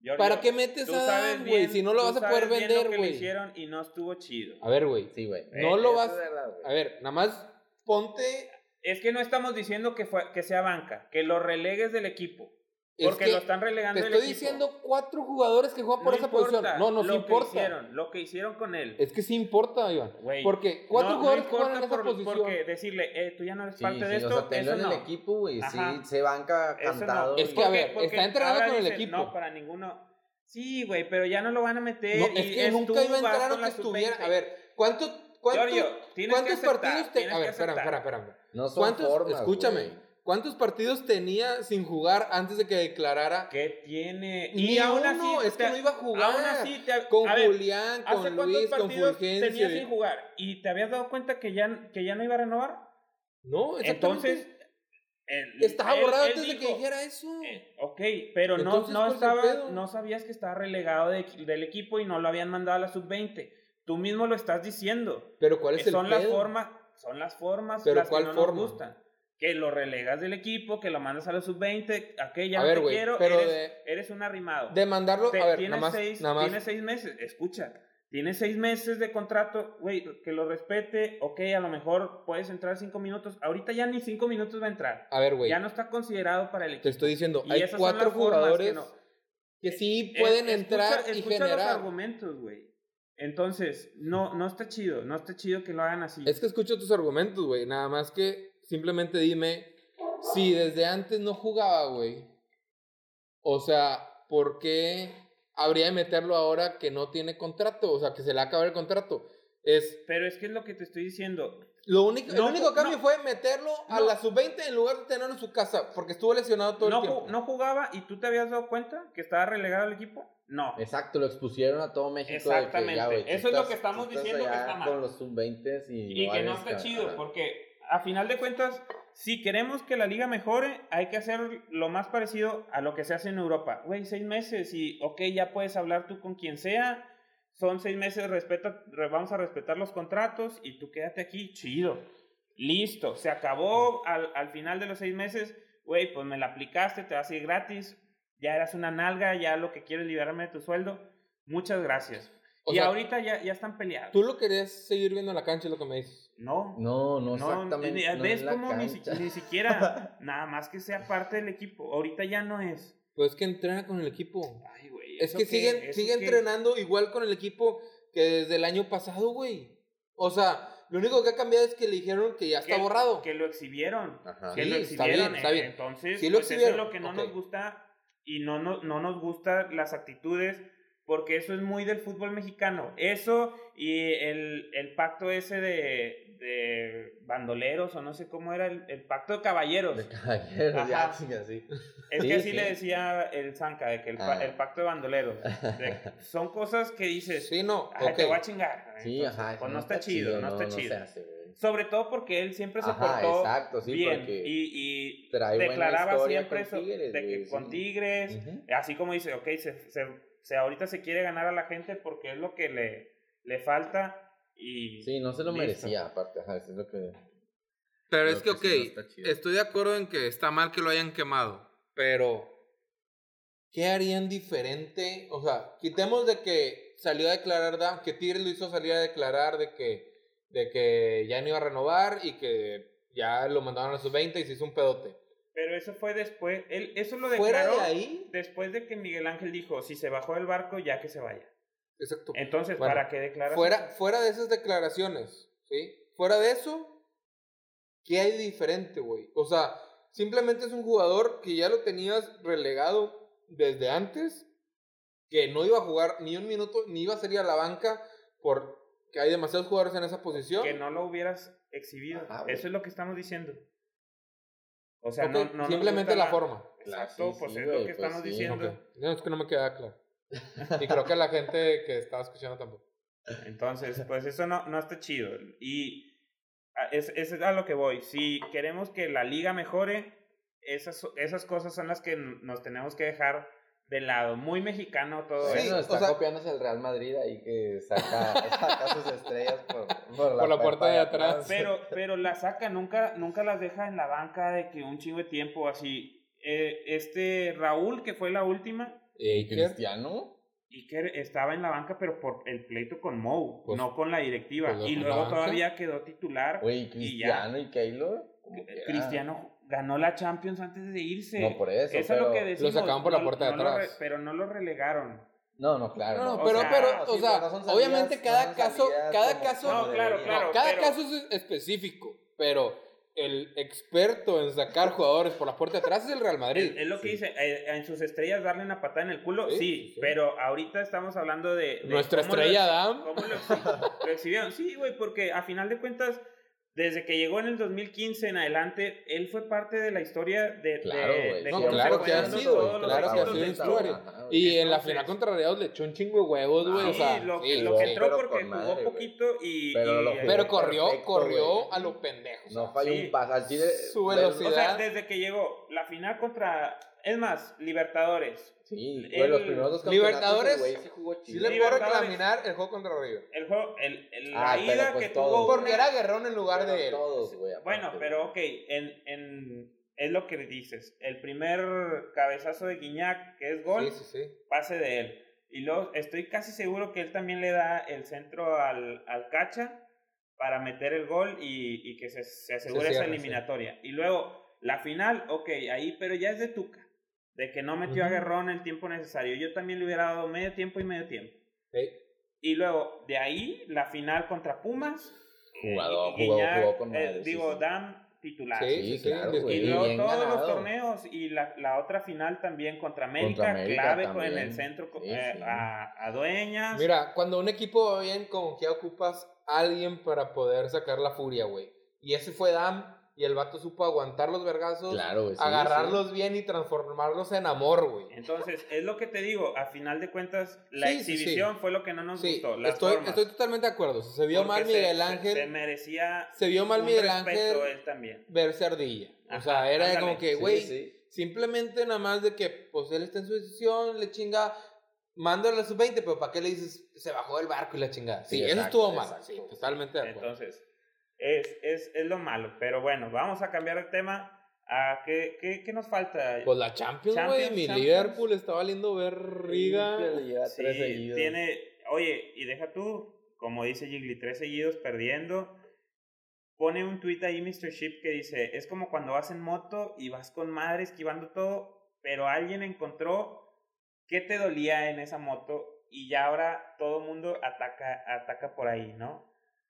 Speaker 1: Giorgio,
Speaker 2: ¿Para qué metes
Speaker 1: tú
Speaker 2: a
Speaker 1: sabes
Speaker 2: Dan, güey?
Speaker 1: bien-
Speaker 2: Si no lo
Speaker 1: tú
Speaker 2: vas a
Speaker 1: sabes
Speaker 2: poder
Speaker 1: bien lo
Speaker 2: vender,
Speaker 1: que le
Speaker 2: güey.
Speaker 1: hicieron y no estuvo chido.
Speaker 2: A ver, güey.
Speaker 3: Sí, güey.
Speaker 2: No lo
Speaker 3: eso
Speaker 2: vas-
Speaker 3: es verdad, güey.
Speaker 2: A ver, nada más ponte.
Speaker 1: Es que no estamos diciendo que, fue- que sea banca, que lo relegues del equipo.
Speaker 2: es
Speaker 1: Porque
Speaker 2: que
Speaker 1: lo están relegando
Speaker 2: te
Speaker 1: del
Speaker 2: estoy
Speaker 1: equipo.
Speaker 2: diciendo cuatro jugadores que juegan por
Speaker 1: No
Speaker 2: esa
Speaker 1: importa
Speaker 2: posición. No, no sí
Speaker 1: lo
Speaker 2: importa.
Speaker 1: Que hicieron, lo que hicieron con él.
Speaker 2: Es que sí importa, Iván.
Speaker 1: Güey,
Speaker 2: porque cuatro
Speaker 1: No- no
Speaker 2: jugadores que
Speaker 1: importa
Speaker 2: juegan en esa
Speaker 1: por-
Speaker 2: posición.
Speaker 1: Porque decirle, eh, tú ya no eres
Speaker 3: Sí,
Speaker 1: parte de
Speaker 3: sí,
Speaker 1: esto,
Speaker 3: o sea, tenlo
Speaker 1: eso
Speaker 3: en
Speaker 1: no.
Speaker 3: el equipo, güey. Sí,
Speaker 1: Ajá.
Speaker 3: se banca
Speaker 1: Eso no.
Speaker 3: cantado.
Speaker 2: Es
Speaker 3: y-
Speaker 2: que, a ver, está entrenado
Speaker 1: ahora
Speaker 2: con el
Speaker 1: dicen,
Speaker 2: equipo.
Speaker 1: No, para ninguno. Sí, güey, pero ya no lo van a meter.
Speaker 2: No,
Speaker 1: y
Speaker 2: es que
Speaker 1: tú
Speaker 2: nunca iba a
Speaker 1: vas
Speaker 2: entrar
Speaker 1: con
Speaker 2: aunque
Speaker 1: la
Speaker 2: estuviera.
Speaker 1: sub-veinte.
Speaker 2: A ver, ¿cuánto, cuánto,
Speaker 1: Giorgio, tienes que
Speaker 2: ¿cuántos
Speaker 1: aceptar,
Speaker 2: partidos te-
Speaker 1: tienes
Speaker 2: A
Speaker 1: que
Speaker 2: ver, espera,
Speaker 1: aceptar.
Speaker 2: espera, espera.
Speaker 3: No son
Speaker 2: ¿Cuántos,
Speaker 3: formas,
Speaker 2: escúchame,
Speaker 3: güey.
Speaker 2: ¿cuántos partidos tenía sin jugar antes de que declarara?
Speaker 1: ¿Qué tiene?
Speaker 2: Ni uno, es que
Speaker 1: te-
Speaker 2: no iba a jugar.
Speaker 1: Aún así, te,
Speaker 2: Con
Speaker 1: a ver,
Speaker 2: Julián,
Speaker 1: ¿hace
Speaker 2: con
Speaker 1: cuántos
Speaker 2: Luis, con
Speaker 1: partidos
Speaker 2: Fulgencio.
Speaker 1: tenías sin jugar? ¿Y te habías dado cuenta que ya, que ya no iba a renovar?
Speaker 2: No, exactamente.
Speaker 1: Entonces, el-
Speaker 2: estaba
Speaker 1: él-
Speaker 2: borrado
Speaker 1: él
Speaker 2: antes de que
Speaker 1: dijo,
Speaker 2: dijera eso.
Speaker 1: Eh, Ok, pero no,
Speaker 2: Entonces,
Speaker 1: no,
Speaker 2: ¿cuál es el
Speaker 1: estaba-
Speaker 2: pedo?
Speaker 1: no sabías que estaba relegado de- del equipo y no lo habían mandado a la sub-20. Tú mismo lo estás diciendo.
Speaker 2: Pero ¿cuál
Speaker 1: Eh,
Speaker 2: es el
Speaker 1: son, las
Speaker 2: pedo?
Speaker 1: formas, son las formas
Speaker 2: ¿Pero
Speaker 1: las
Speaker 2: cuál
Speaker 1: que no
Speaker 2: forma?
Speaker 1: nos gustan. Que lo relegas del equipo, que lo mandas a la sub-20. Ok, ya
Speaker 2: A
Speaker 1: no
Speaker 2: ver,
Speaker 1: te
Speaker 2: güey,
Speaker 1: quiero,
Speaker 2: pero
Speaker 1: eres,
Speaker 2: de-
Speaker 1: eres un arrimado.
Speaker 2: De mandarlo,
Speaker 1: Te-
Speaker 2: a ver,
Speaker 1: tienes,
Speaker 2: nada más,
Speaker 1: seis,
Speaker 2: nada más.
Speaker 1: tienes seis meses, escucha. Tienes seis meses de contrato, güey, que lo respete. Ok, a lo mejor puedes entrar cinco minutos. Ahorita ya ni cinco minutos va a entrar.
Speaker 2: A ver, güey,
Speaker 1: Ya no está considerado para el equipo.
Speaker 2: te estoy diciendo,
Speaker 1: Y
Speaker 2: hay
Speaker 1: esas son
Speaker 2: cuatro
Speaker 1: las formas
Speaker 2: jugadores
Speaker 1: que no.
Speaker 2: que sí
Speaker 1: Eh,
Speaker 2: pueden
Speaker 1: escucha-
Speaker 2: entrar y
Speaker 1: escucha los
Speaker 2: generar.
Speaker 1: argumentos, güey. Entonces, no, no está chido, no está chido que lo hagan así.
Speaker 2: Es que escucho tus argumentos, güey. Nada más que simplemente dime si desde antes no jugaba, güey. O sea, ¿por qué habría de meterlo ahora que no tiene contrato? O sea, que se le acaba el contrato. Es
Speaker 1: Pero es que es lo que te estoy diciendo.
Speaker 2: lo único,
Speaker 1: No,
Speaker 2: el único cambio
Speaker 1: no.
Speaker 2: fue meterlo a
Speaker 1: No.
Speaker 2: la sub-20 en lugar de tenerlo en su casa, porque estuvo lesionado todo
Speaker 1: No,
Speaker 2: el tiempo.
Speaker 1: ju- no jugaba y tú te habías dado cuenta que estaba relegado el equipo. No.
Speaker 3: Exacto, lo expusieron a todo México. de que ya,
Speaker 1: Exactamente,
Speaker 3: güey, tú
Speaker 1: eso es lo
Speaker 3: estás-
Speaker 1: que estamos
Speaker 3: tú estás
Speaker 1: diciendo que
Speaker 3: allá
Speaker 1: está mal.
Speaker 3: Con los sub-20 y.
Speaker 1: y que no
Speaker 3: vales
Speaker 1: está
Speaker 3: ca-
Speaker 1: chido,
Speaker 3: ah,
Speaker 1: porque a final de cuentas, si queremos que la liga mejore, hay que hacer lo más parecido a lo que se hace en Europa. Güey, seis meses y, ok, ya puedes hablar tú con quien sea. Son seis meses, respeta, re- vamos a respetar los contratos y tú quédate aquí, chido. Listo, se acabó al, al final de los seis meses. Güey, pues me la aplicaste, te vas a ir gratis. Ya eras una nalga, ya lo que quieres liberarme de tu sueldo. Muchas gracias.
Speaker 2: O
Speaker 1: y
Speaker 2: sea,
Speaker 1: ahorita ya, ya están peleados.
Speaker 2: Tú lo querías seguir viendo en la cancha, es lo que me dices.
Speaker 1: No,
Speaker 3: No,
Speaker 1: no,
Speaker 3: no, exactamente.
Speaker 1: eh,
Speaker 3: no
Speaker 1: ves
Speaker 3: en la
Speaker 1: cómo ni, si-
Speaker 3: cancha.
Speaker 1: ni siquiera, nada más que sea parte del equipo. Ahorita ya no es.
Speaker 2: Pues que entrena con el equipo.
Speaker 1: Ay, güey.
Speaker 2: Es
Speaker 1: ¿eso
Speaker 2: que
Speaker 1: qué?
Speaker 2: siguen,
Speaker 1: ¿Eso
Speaker 2: siguen
Speaker 1: qué?
Speaker 2: entrenando igual con el equipo que desde el año pasado, güey. O sea, lo único que ha cambiado es que le dijeron que ya está
Speaker 1: Que-
Speaker 2: borrado.
Speaker 1: Que lo exhibieron.
Speaker 3: Ajá.
Speaker 1: Que lo
Speaker 2: Ah, Sí, está bien,
Speaker 1: exhibieron.
Speaker 2: está
Speaker 1: eh,
Speaker 2: bien.
Speaker 1: Entonces,
Speaker 2: Sí lo
Speaker 1: pues, eso
Speaker 2: exhibieron,
Speaker 1: es lo que no
Speaker 2: ok.
Speaker 1: nos gusta y no, no, no nos gustan las actitudes. Porque eso es muy del fútbol mexicano. Eso y el, el pacto ese de, de bandoleros, o no sé cómo era, el, el pacto de caballeros.
Speaker 3: De caballero, ya,
Speaker 1: Ajá.
Speaker 3: sí, así.
Speaker 1: Es
Speaker 3: Sí,
Speaker 1: que así
Speaker 3: sí.
Speaker 1: le decía el Zanca, de que el, pa-
Speaker 3: Ah.
Speaker 1: el pacto de bandoleros. de- son cosas que dices,
Speaker 2: Sí, no,
Speaker 1: "Ay, te
Speaker 2: ok.
Speaker 1: voy a chingar.
Speaker 3: Sí,
Speaker 1: Entonces,
Speaker 3: ajá.
Speaker 1: Pues no está chido, no está
Speaker 3: se
Speaker 1: chido.
Speaker 3: hace, güey.
Speaker 1: Sobre todo porque él siempre se
Speaker 3: Ajá,
Speaker 1: portó
Speaker 3: exacto, sí,
Speaker 1: bien
Speaker 3: porque
Speaker 1: y, y
Speaker 3: trae buena
Speaker 1: declaraba
Speaker 3: historia
Speaker 1: siempre
Speaker 3: con
Speaker 1: eso,
Speaker 3: Tigres,
Speaker 1: de que
Speaker 3: güey,
Speaker 1: con
Speaker 3: sí.
Speaker 1: Tigres,
Speaker 3: Ujú.
Speaker 1: así como dice, ok, se, se- se- ahorita se quiere ganar a la gente porque es lo que le, le falta y...
Speaker 3: Sí, no se lo
Speaker 1: Listo.
Speaker 3: merecía, aparte, ajá, eso es lo que.
Speaker 2: Pero es que,
Speaker 3: Creo
Speaker 2: ok,
Speaker 3: que sí, no está chido.
Speaker 2: estoy de acuerdo en que está mal que lo hayan quemado, pero ¿qué harían diferente? O sea, quitemos de que salió a declarar, Dan- que Tigres lo hizo salir a declarar de que, de que ya no iba a renovar y que ya lo mandaron a sus 20 y se hizo un pedote.
Speaker 1: Pero eso fue después. Él, eso lo
Speaker 5: Fuera
Speaker 1: declaró
Speaker 5: de ahí,
Speaker 1: después de que Miguel Ángel dijo: si se bajó del barco, ya que se vaya.
Speaker 2: Exacto.
Speaker 1: Entonces,
Speaker 2: Bueno,
Speaker 1: ¿para qué declaras?
Speaker 5: fuera,
Speaker 2: Fuera de esas declaraciones, ¿sí? Fuera de eso, ¿qué hay de diferente, güey? O sea, simplemente es un jugador que ya lo tenías relegado desde antes, que no iba a jugar ni un minuto, ni iba a salir a la banca, porque hay demasiados jugadores en esa posición.
Speaker 1: que no lo hubieras exhibido.
Speaker 5: Ah, güey.
Speaker 1: Eso es lo que estamos diciendo. O sea,
Speaker 2: Ok,
Speaker 1: no, no nos
Speaker 2: simplemente
Speaker 1: gusta
Speaker 2: la
Speaker 1: na-
Speaker 2: forma.
Speaker 1: Exacto,
Speaker 3: Sí, sí,
Speaker 1: pues
Speaker 3: sí,
Speaker 1: es
Speaker 3: güey,
Speaker 1: lo que
Speaker 3: pues
Speaker 1: estamos
Speaker 3: sí.
Speaker 1: diciendo.
Speaker 2: Ok. No, es que no me queda claro. Y creo que la gente que estaba escuchando tampoco.
Speaker 1: Entonces, pues eso no, no está chido. Y a- es, es a lo que voy. Si queremos que la liga mejore, esas, esas cosas son las que n- nos tenemos que dejar de lado. Muy mexicano todo
Speaker 5: Sí,
Speaker 1: eso.
Speaker 3: Bueno, está
Speaker 5: o sea-
Speaker 3: copiándose el Real Madrid ahí que saca, saca sus estrellas por,
Speaker 2: Por la
Speaker 3: pe-
Speaker 2: puerta
Speaker 3: para
Speaker 2: de atrás.
Speaker 1: Pero, pero la saca, nunca, nunca las deja en la banca de que un chingo de tiempo así. Eh, este Raúl, que fue la última,
Speaker 3: Eh,
Speaker 2: ¿Qué?
Speaker 3: Cristiano.
Speaker 1: Iker estaba en la banca, pero por el pleito con Mou,
Speaker 2: Pues-
Speaker 1: no con la directiva.
Speaker 2: pues,
Speaker 1: y
Speaker 2: la
Speaker 1: luego
Speaker 2: banca.
Speaker 1: todavía quedó titular.
Speaker 3: Güey,
Speaker 1: Y ya.
Speaker 3: Cristiano y, Keylor. como que era.
Speaker 1: Cristiano ganó la Champions antes de irse.
Speaker 3: No, por eso.
Speaker 1: Eso es lo
Speaker 3: pero-
Speaker 1: que decimos.
Speaker 2: Lo sacaban por la
Speaker 1: no-
Speaker 2: puerta de
Speaker 1: no lo
Speaker 2: atrás.
Speaker 1: re- pero no lo relegaron.
Speaker 3: No, no, claro.
Speaker 2: No,
Speaker 1: no,
Speaker 2: pero,
Speaker 1: o sea,
Speaker 2: pero, o
Speaker 3: sí,
Speaker 2: sea,
Speaker 3: pero no son salidas-
Speaker 2: obviamente cada
Speaker 3: no son
Speaker 2: caso,
Speaker 3: salidas
Speaker 2: cada
Speaker 3: como-
Speaker 2: caso,
Speaker 1: No,
Speaker 2: no,
Speaker 1: claro,
Speaker 3: debería.
Speaker 1: claro.
Speaker 2: cada
Speaker 1: pero-
Speaker 2: caso es específico, pero el experto en sacar jugadores por la puerta de atrás es el Real Madrid.
Speaker 1: Es, es lo que
Speaker 2: Sí.
Speaker 1: dice, eh, en sus estrellas darle una patada en el culo, sí,
Speaker 2: Sí, sí, sí.
Speaker 1: pero ahorita estamos hablando de... de
Speaker 2: Nuestra
Speaker 1: cómo lo-
Speaker 2: estrella Adam.
Speaker 1: ¿Cómo lo, exhi- lo exhibieron? Sí, güey, porque a final de cuentas, desde que llegó en el 2015 en adelante, él fue parte de la historia de...
Speaker 3: Claro,
Speaker 1: de-
Speaker 3: güey.
Speaker 1: de
Speaker 3: No,
Speaker 1: cómo se
Speaker 2: claro que ha
Speaker 1: fueron
Speaker 2: sido,
Speaker 1: todos los
Speaker 2: claro que ha
Speaker 1: éxitos
Speaker 2: sido
Speaker 1: del
Speaker 2: un
Speaker 1: club.
Speaker 2: historia. Y en la final contra Rayados le echó un chingo de huevos, güey. o
Speaker 1: pues. Sí,
Speaker 2: sea,
Speaker 1: lo,
Speaker 2: sí,
Speaker 1: lo
Speaker 2: sí.
Speaker 1: que entró
Speaker 3: Pero
Speaker 1: porque
Speaker 3: con
Speaker 1: jugó
Speaker 3: madre, güey.
Speaker 1: poquito y...
Speaker 3: Pero
Speaker 1: y-
Speaker 3: lo jugó.
Speaker 2: Pero corrió,
Speaker 3: Perfecto,
Speaker 2: corrió
Speaker 3: güey.
Speaker 2: a lo pendejo. o sea,
Speaker 3: No falló
Speaker 1: sí.
Speaker 3: un pase. Al Chile.
Speaker 2: Su
Speaker 3: del-
Speaker 2: velocidad.
Speaker 1: o sea, desde que llegó la final contra... Es más, Libertadores.
Speaker 3: Sí,
Speaker 1: El-
Speaker 3: güey, los primeros dos campeonatos,
Speaker 2: Libertadores,
Speaker 3: el güey, sí jugó chido.
Speaker 2: Sí le puedo
Speaker 1: Libertadores.
Speaker 2: reclaminar el juego contra River.
Speaker 1: El juego, el, el-
Speaker 3: Ah,
Speaker 1: la
Speaker 3: pero
Speaker 1: ida
Speaker 3: pues
Speaker 1: que
Speaker 3: todo.
Speaker 1: tuvo...
Speaker 2: Porque
Speaker 1: una-
Speaker 2: era Guerrón en lugar
Speaker 3: Pero
Speaker 2: de él.
Speaker 3: todos, güey, aparte,
Speaker 1: Bueno, pero
Speaker 3: güey.
Speaker 1: ok, en, en, es lo que dices. El primer cabezazo de Guiñac, que es gol,
Speaker 2: Sí, sí, sí.
Speaker 1: pase de él. Y luego estoy casi seguro que él también le da el centro al, al Cacha para meter el gol y, y que se, se asegure
Speaker 2: Se
Speaker 1: esa
Speaker 2: cierra, sí.
Speaker 1: eliminatoria. Y luego la final, ok, ahí, pero ya es de Tuca. De que no metió a
Speaker 2: Ujú.
Speaker 1: Guerrón el tiempo necesario. Yo también le hubiera dado medio tiempo y medio tiempo.
Speaker 2: Ey.
Speaker 1: Y luego, de ahí, la final contra Pumas.
Speaker 3: Jugador,
Speaker 1: Gui-
Speaker 3: jugó-
Speaker 1: Guiñac,
Speaker 3: jugó con
Speaker 1: eh,
Speaker 3: madre, sí,
Speaker 1: digo,
Speaker 3: sí.
Speaker 1: Dam titular.
Speaker 2: Sí,
Speaker 3: Sí,
Speaker 2: sí,
Speaker 3: claro,
Speaker 2: sí,
Speaker 3: güey,
Speaker 1: Y luego
Speaker 3: bien
Speaker 1: todos los
Speaker 3: ganado.
Speaker 1: torneos y la, la otra final también contra América,
Speaker 3: América
Speaker 1: clave
Speaker 3: también.
Speaker 1: con el centro co-
Speaker 3: Sí,
Speaker 1: eh,
Speaker 3: sí.
Speaker 1: A, a Dueñas.
Speaker 2: Mira, cuando un equipo va bien, como que ocupas a alguien para poder sacar la furia, güey. Y ese fue Dam, y el vato supo aguantar los vergazos,
Speaker 3: Claro, güey, Pues sí,
Speaker 2: agarrarlos bien y transformarlos en amor, güey.
Speaker 1: Entonces, es lo que te digo, a final de cuentas, la
Speaker 2: Sí, sí,
Speaker 1: exhibición fue lo que no nos
Speaker 2: Sí,
Speaker 1: gustó. las
Speaker 2: estoy,
Speaker 1: formas.
Speaker 2: estoy totalmente de acuerdo. Se vio
Speaker 1: Porque
Speaker 2: mal
Speaker 1: se-
Speaker 2: Miguel
Speaker 1: se-
Speaker 2: Ángel,
Speaker 1: Se
Speaker 2: se,
Speaker 1: merecía
Speaker 2: vio mal
Speaker 1: un
Speaker 2: Miguel
Speaker 1: respeto
Speaker 2: Ángel
Speaker 1: él también.
Speaker 2: verse ardilla. O
Speaker 1: Ajá,
Speaker 2: sea, era
Speaker 1: ándale.
Speaker 2: como que,
Speaker 3: Sí,
Speaker 2: güey,
Speaker 3: sí.
Speaker 2: Simplemente nada más de que, pues él está en su decisión, le chinga, mándale a sus 20, pero ¿para qué le dices, se bajó del barco y la chingada? Sí,
Speaker 3: Sí,
Speaker 2: eso
Speaker 3: exacto,
Speaker 2: estuvo mal.
Speaker 3: exacto.
Speaker 2: Sí, totalmente de acuerdo.
Speaker 1: Entonces, es, es, es lo malo. Pero bueno, vamos a cambiar de tema. ¿A qué, qué, qué nos falta?
Speaker 2: pues la Champions, güey,
Speaker 1: Champions,
Speaker 2: mi
Speaker 1: Champions.
Speaker 2: Liverpool está valiendo verriga.
Speaker 3: Híjole, lleva
Speaker 1: Sí,
Speaker 3: tres seguidos.
Speaker 1: tiene. Oye, y deja tú, como dice Gigli, tres seguidos perdiendo. Pone un tuit ahí, Mr. Ship, que dice: Es como cuando vas en moto y vas con madre esquivando todo, pero alguien encontró qué te dolía en esa moto y ya ahora todo mundo ataca, ataca por ahí, ¿no?